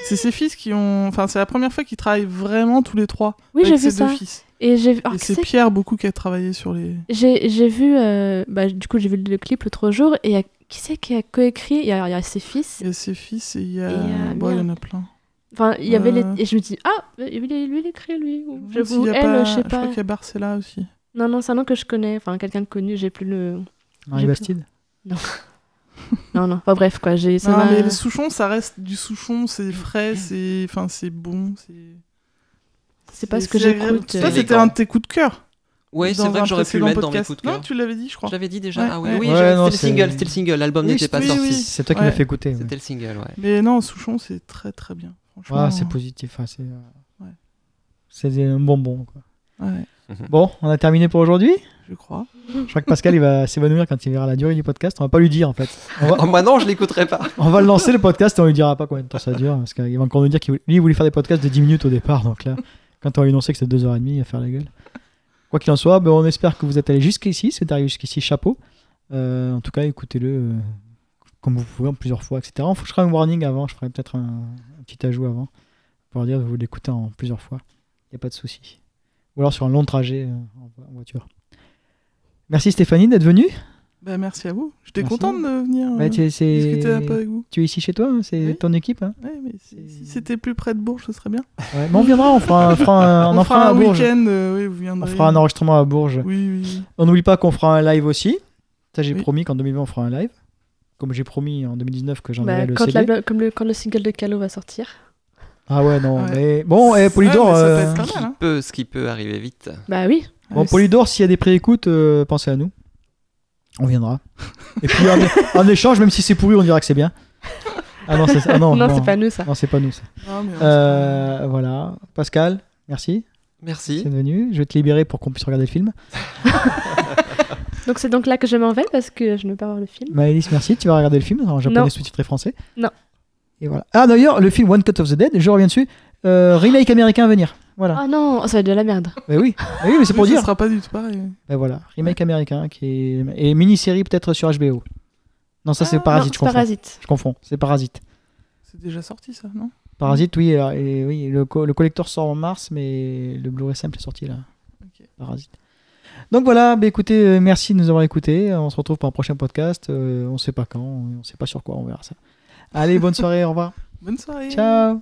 C: C'est ses fils qui ont. Enfin, c'est la première fois qu'ils travaillent vraiment tous les trois.
D: Oui,
C: avec
D: j'ai
C: ses
D: vu
C: deux
D: ça.
C: fils.
D: Et j'ai vu. oh,
C: Et
D: qu'est-ce
C: c'est
D: que
C: Pierre beaucoup qui a travaillé sur les.
D: J'ai j'ai vu, euh, bah, du coup, j'ai vu le clip l'autre jour, et il y a- qui c'est qui a coécrit Il y, a il y a ses fils.
C: Il y a ses fils et il y a.
D: Et, euh,
C: bon, il y en a
D: merde.
C: plein.
D: Enfin, il y avait les...
C: Euh.
D: Et je me dis, ah, lui, lui, lui il écrit, lui. Ou
C: Je
D: J'avoue, elle, je sais
C: Je crois
D: pas.
C: qu'il y a Barcella aussi.
D: Non, non, c'est un nom que je connais. Enfin, quelqu'un de connu, j'ai plus le...
A: Marie
D: J'ai
A: Bastide.
D: Non, non, enfin bref, quoi. J'ai... ça
C: Non,
D: m'a-
C: mais le Souchon, ça reste du Souchon, c'est frais, c'est. Enfin, c'est bon, c'est.
D: C'est pas ce que
C: c'est agréable.
D: j'écoute. euh,
C: Ça,
B: C'est
C: c'était un de tes coups de cœur.
B: Ouais, c'est
C: dans
B: vrai
C: un
B: que j'aurais pu le
C: précédent
B: mettre dans mes
C: podcast.
B: coups de cœur.
C: Non, tu l'avais dit, je crois.
B: J'avais dit déjà.
C: Ouais,
B: ah oui,
C: ouais.
B: oui,
A: Ouais,
B: j'avais-
A: non,
B: c'était le
A: c'est-
B: single, c'était le single. L'album
A: Oui,
B: n'était pas
C: oui,
B: sorti.
C: oui.
A: C'est toi qui
C: Ouais.
A: m'as fait écouter. ouais.
B: C'était le single, ouais.
C: Mais non, Souchon, c'est très très bien. Franchement.
A: Ouais, Ah, c'est positif. enfin, c'est, euh,
C: Oh. Ouais.
A: c'est des- un bonbon. quoi.
C: Ouais,
A: Bon, on a terminé pour aujourd'hui.
C: je crois.
A: Je crois que Pascal il va s'évanouir quand il verra la durée du podcast. On va pas lui dire en fait. On va,
B: Oh, moi non, je l'écouterai pas.
A: on va le lancer le podcast et on lui dira pas combien de temps ça dure. Parce qu'il va encore nous dire qu'il voulait- lui, il voulait faire des podcasts de 10 minutes au départ. Donc là, quand on va lui annoncer que c'est 2h30, il va faire la gueule. Quoi qu'il en soit, ben, on espère que vous êtes allés jusqu'ici. C'est arrivé jusqu'ici, chapeau. Euh, en tout cas, écoutez-le euh, comme vous pouvez, en plusieurs fois, etc. Enfin, je ferai un warning avant. Je ferai peut-être un, un petit ajout avant pour dire que vous l'écoutez en plusieurs fois. Il n'y a pas de souci. Ou alors sur un long trajet euh, en- en voiture. Merci Stéphanie d'être venue.
C: Bah, merci à vous. J'étais
A: Merci. Bah,
C: contente de venir euh,
A: Ouais, tu, c'est-
C: discuter un peu avec vous.
A: tu es ici chez toi, hein, c'est
C: Oui.
A: ton équipe. hein.
C: Ouais, mais si,
A: C'est-
C: si c'était plus près de Bourges, ce serait bien.
A: Ouais, mais on viendra, on fera, un- fera un, on en fera un à Bourges.
C: week-end. euh, oui, vous viendrez.
A: On fera un enregistrement à Bourges.
C: Oui, oui.
A: On n'oublie pas qu'on fera un live aussi. Ça, j'ai
C: Oui.
A: promis qu'en 2020, on fera un live. Comme j'ai promis en 2019 que
D: Bah,
A: j'enverrai le
D: quand,
A: CD.
D: l'album- comme le, quand le single de Calo va sortir.
A: Ah ouais, non.
C: Ouais.
A: Mais... Bon, et Polydor,
C: Ouais, mais ça peut
A: euh,
C: être pas
B: Ce
C: mal, hein.
B: qui peut- ce qui peut arriver vite.
D: Bah oui.
A: bon,
C: Ouais,
A: Polydor, s'il y a des préécoutes, euh, pensez à nous. On viendra. Et puis en, en échange, même si c'est pourri, on dira que c'est bien. Ah non, c'est, ah non,
D: non,
A: non.
D: c'est pas nous ça.
A: Non, c'est pas nous. ça.
C: c'est- Ah, mais on sera-
A: Euh, voilà. Pascal, merci.
B: Merci.
A: C'est venu. Je vais te libérer pour qu'on puisse regarder le film.
D: Donc c'est donc là que je m'en vais parce que je ne veux pas voir le film.
A: Maëlys, merci. Tu vas regarder le film en japonais
D: Non.
A: sous-titré français.
D: Non.
A: Et voilà. Ah d'ailleurs, le film One Cut of the Dead, je reviens dessus. euh, remake américain à venir. Voilà.
D: Oh non, ça va être de la merde.
A: Mais oui. Mais oui, mais c'est
C: Oui,
A: pour
C: ça
A: dire.
C: sera pas du tout pareil.
A: Ben voilà, remake américain qui est et mini-série peut-être sur HBO. Non, ça c'est
C: Ah,
A: Parasite,
D: Non,
A: je
D: c'est
A: confonds.
D: Parasite.
A: Je confonds. C'est Parasite.
C: C'est déjà sorti, ça, non
A: Parasite, oui, euh, et oui, le, co- le collector sort en mars, mais le Blu-ray simple est sorti là.
C: Ok.
A: Parasite. Donc voilà, bah écoutez, euh, merci de nous avoir écoutés. On se retrouve pour un prochain podcast. euh, on sait pas quand, on sait pas sur quoi, on verra ça. Allez, bonne soirée, au revoir.
C: Bonne soirée.
A: Ciao.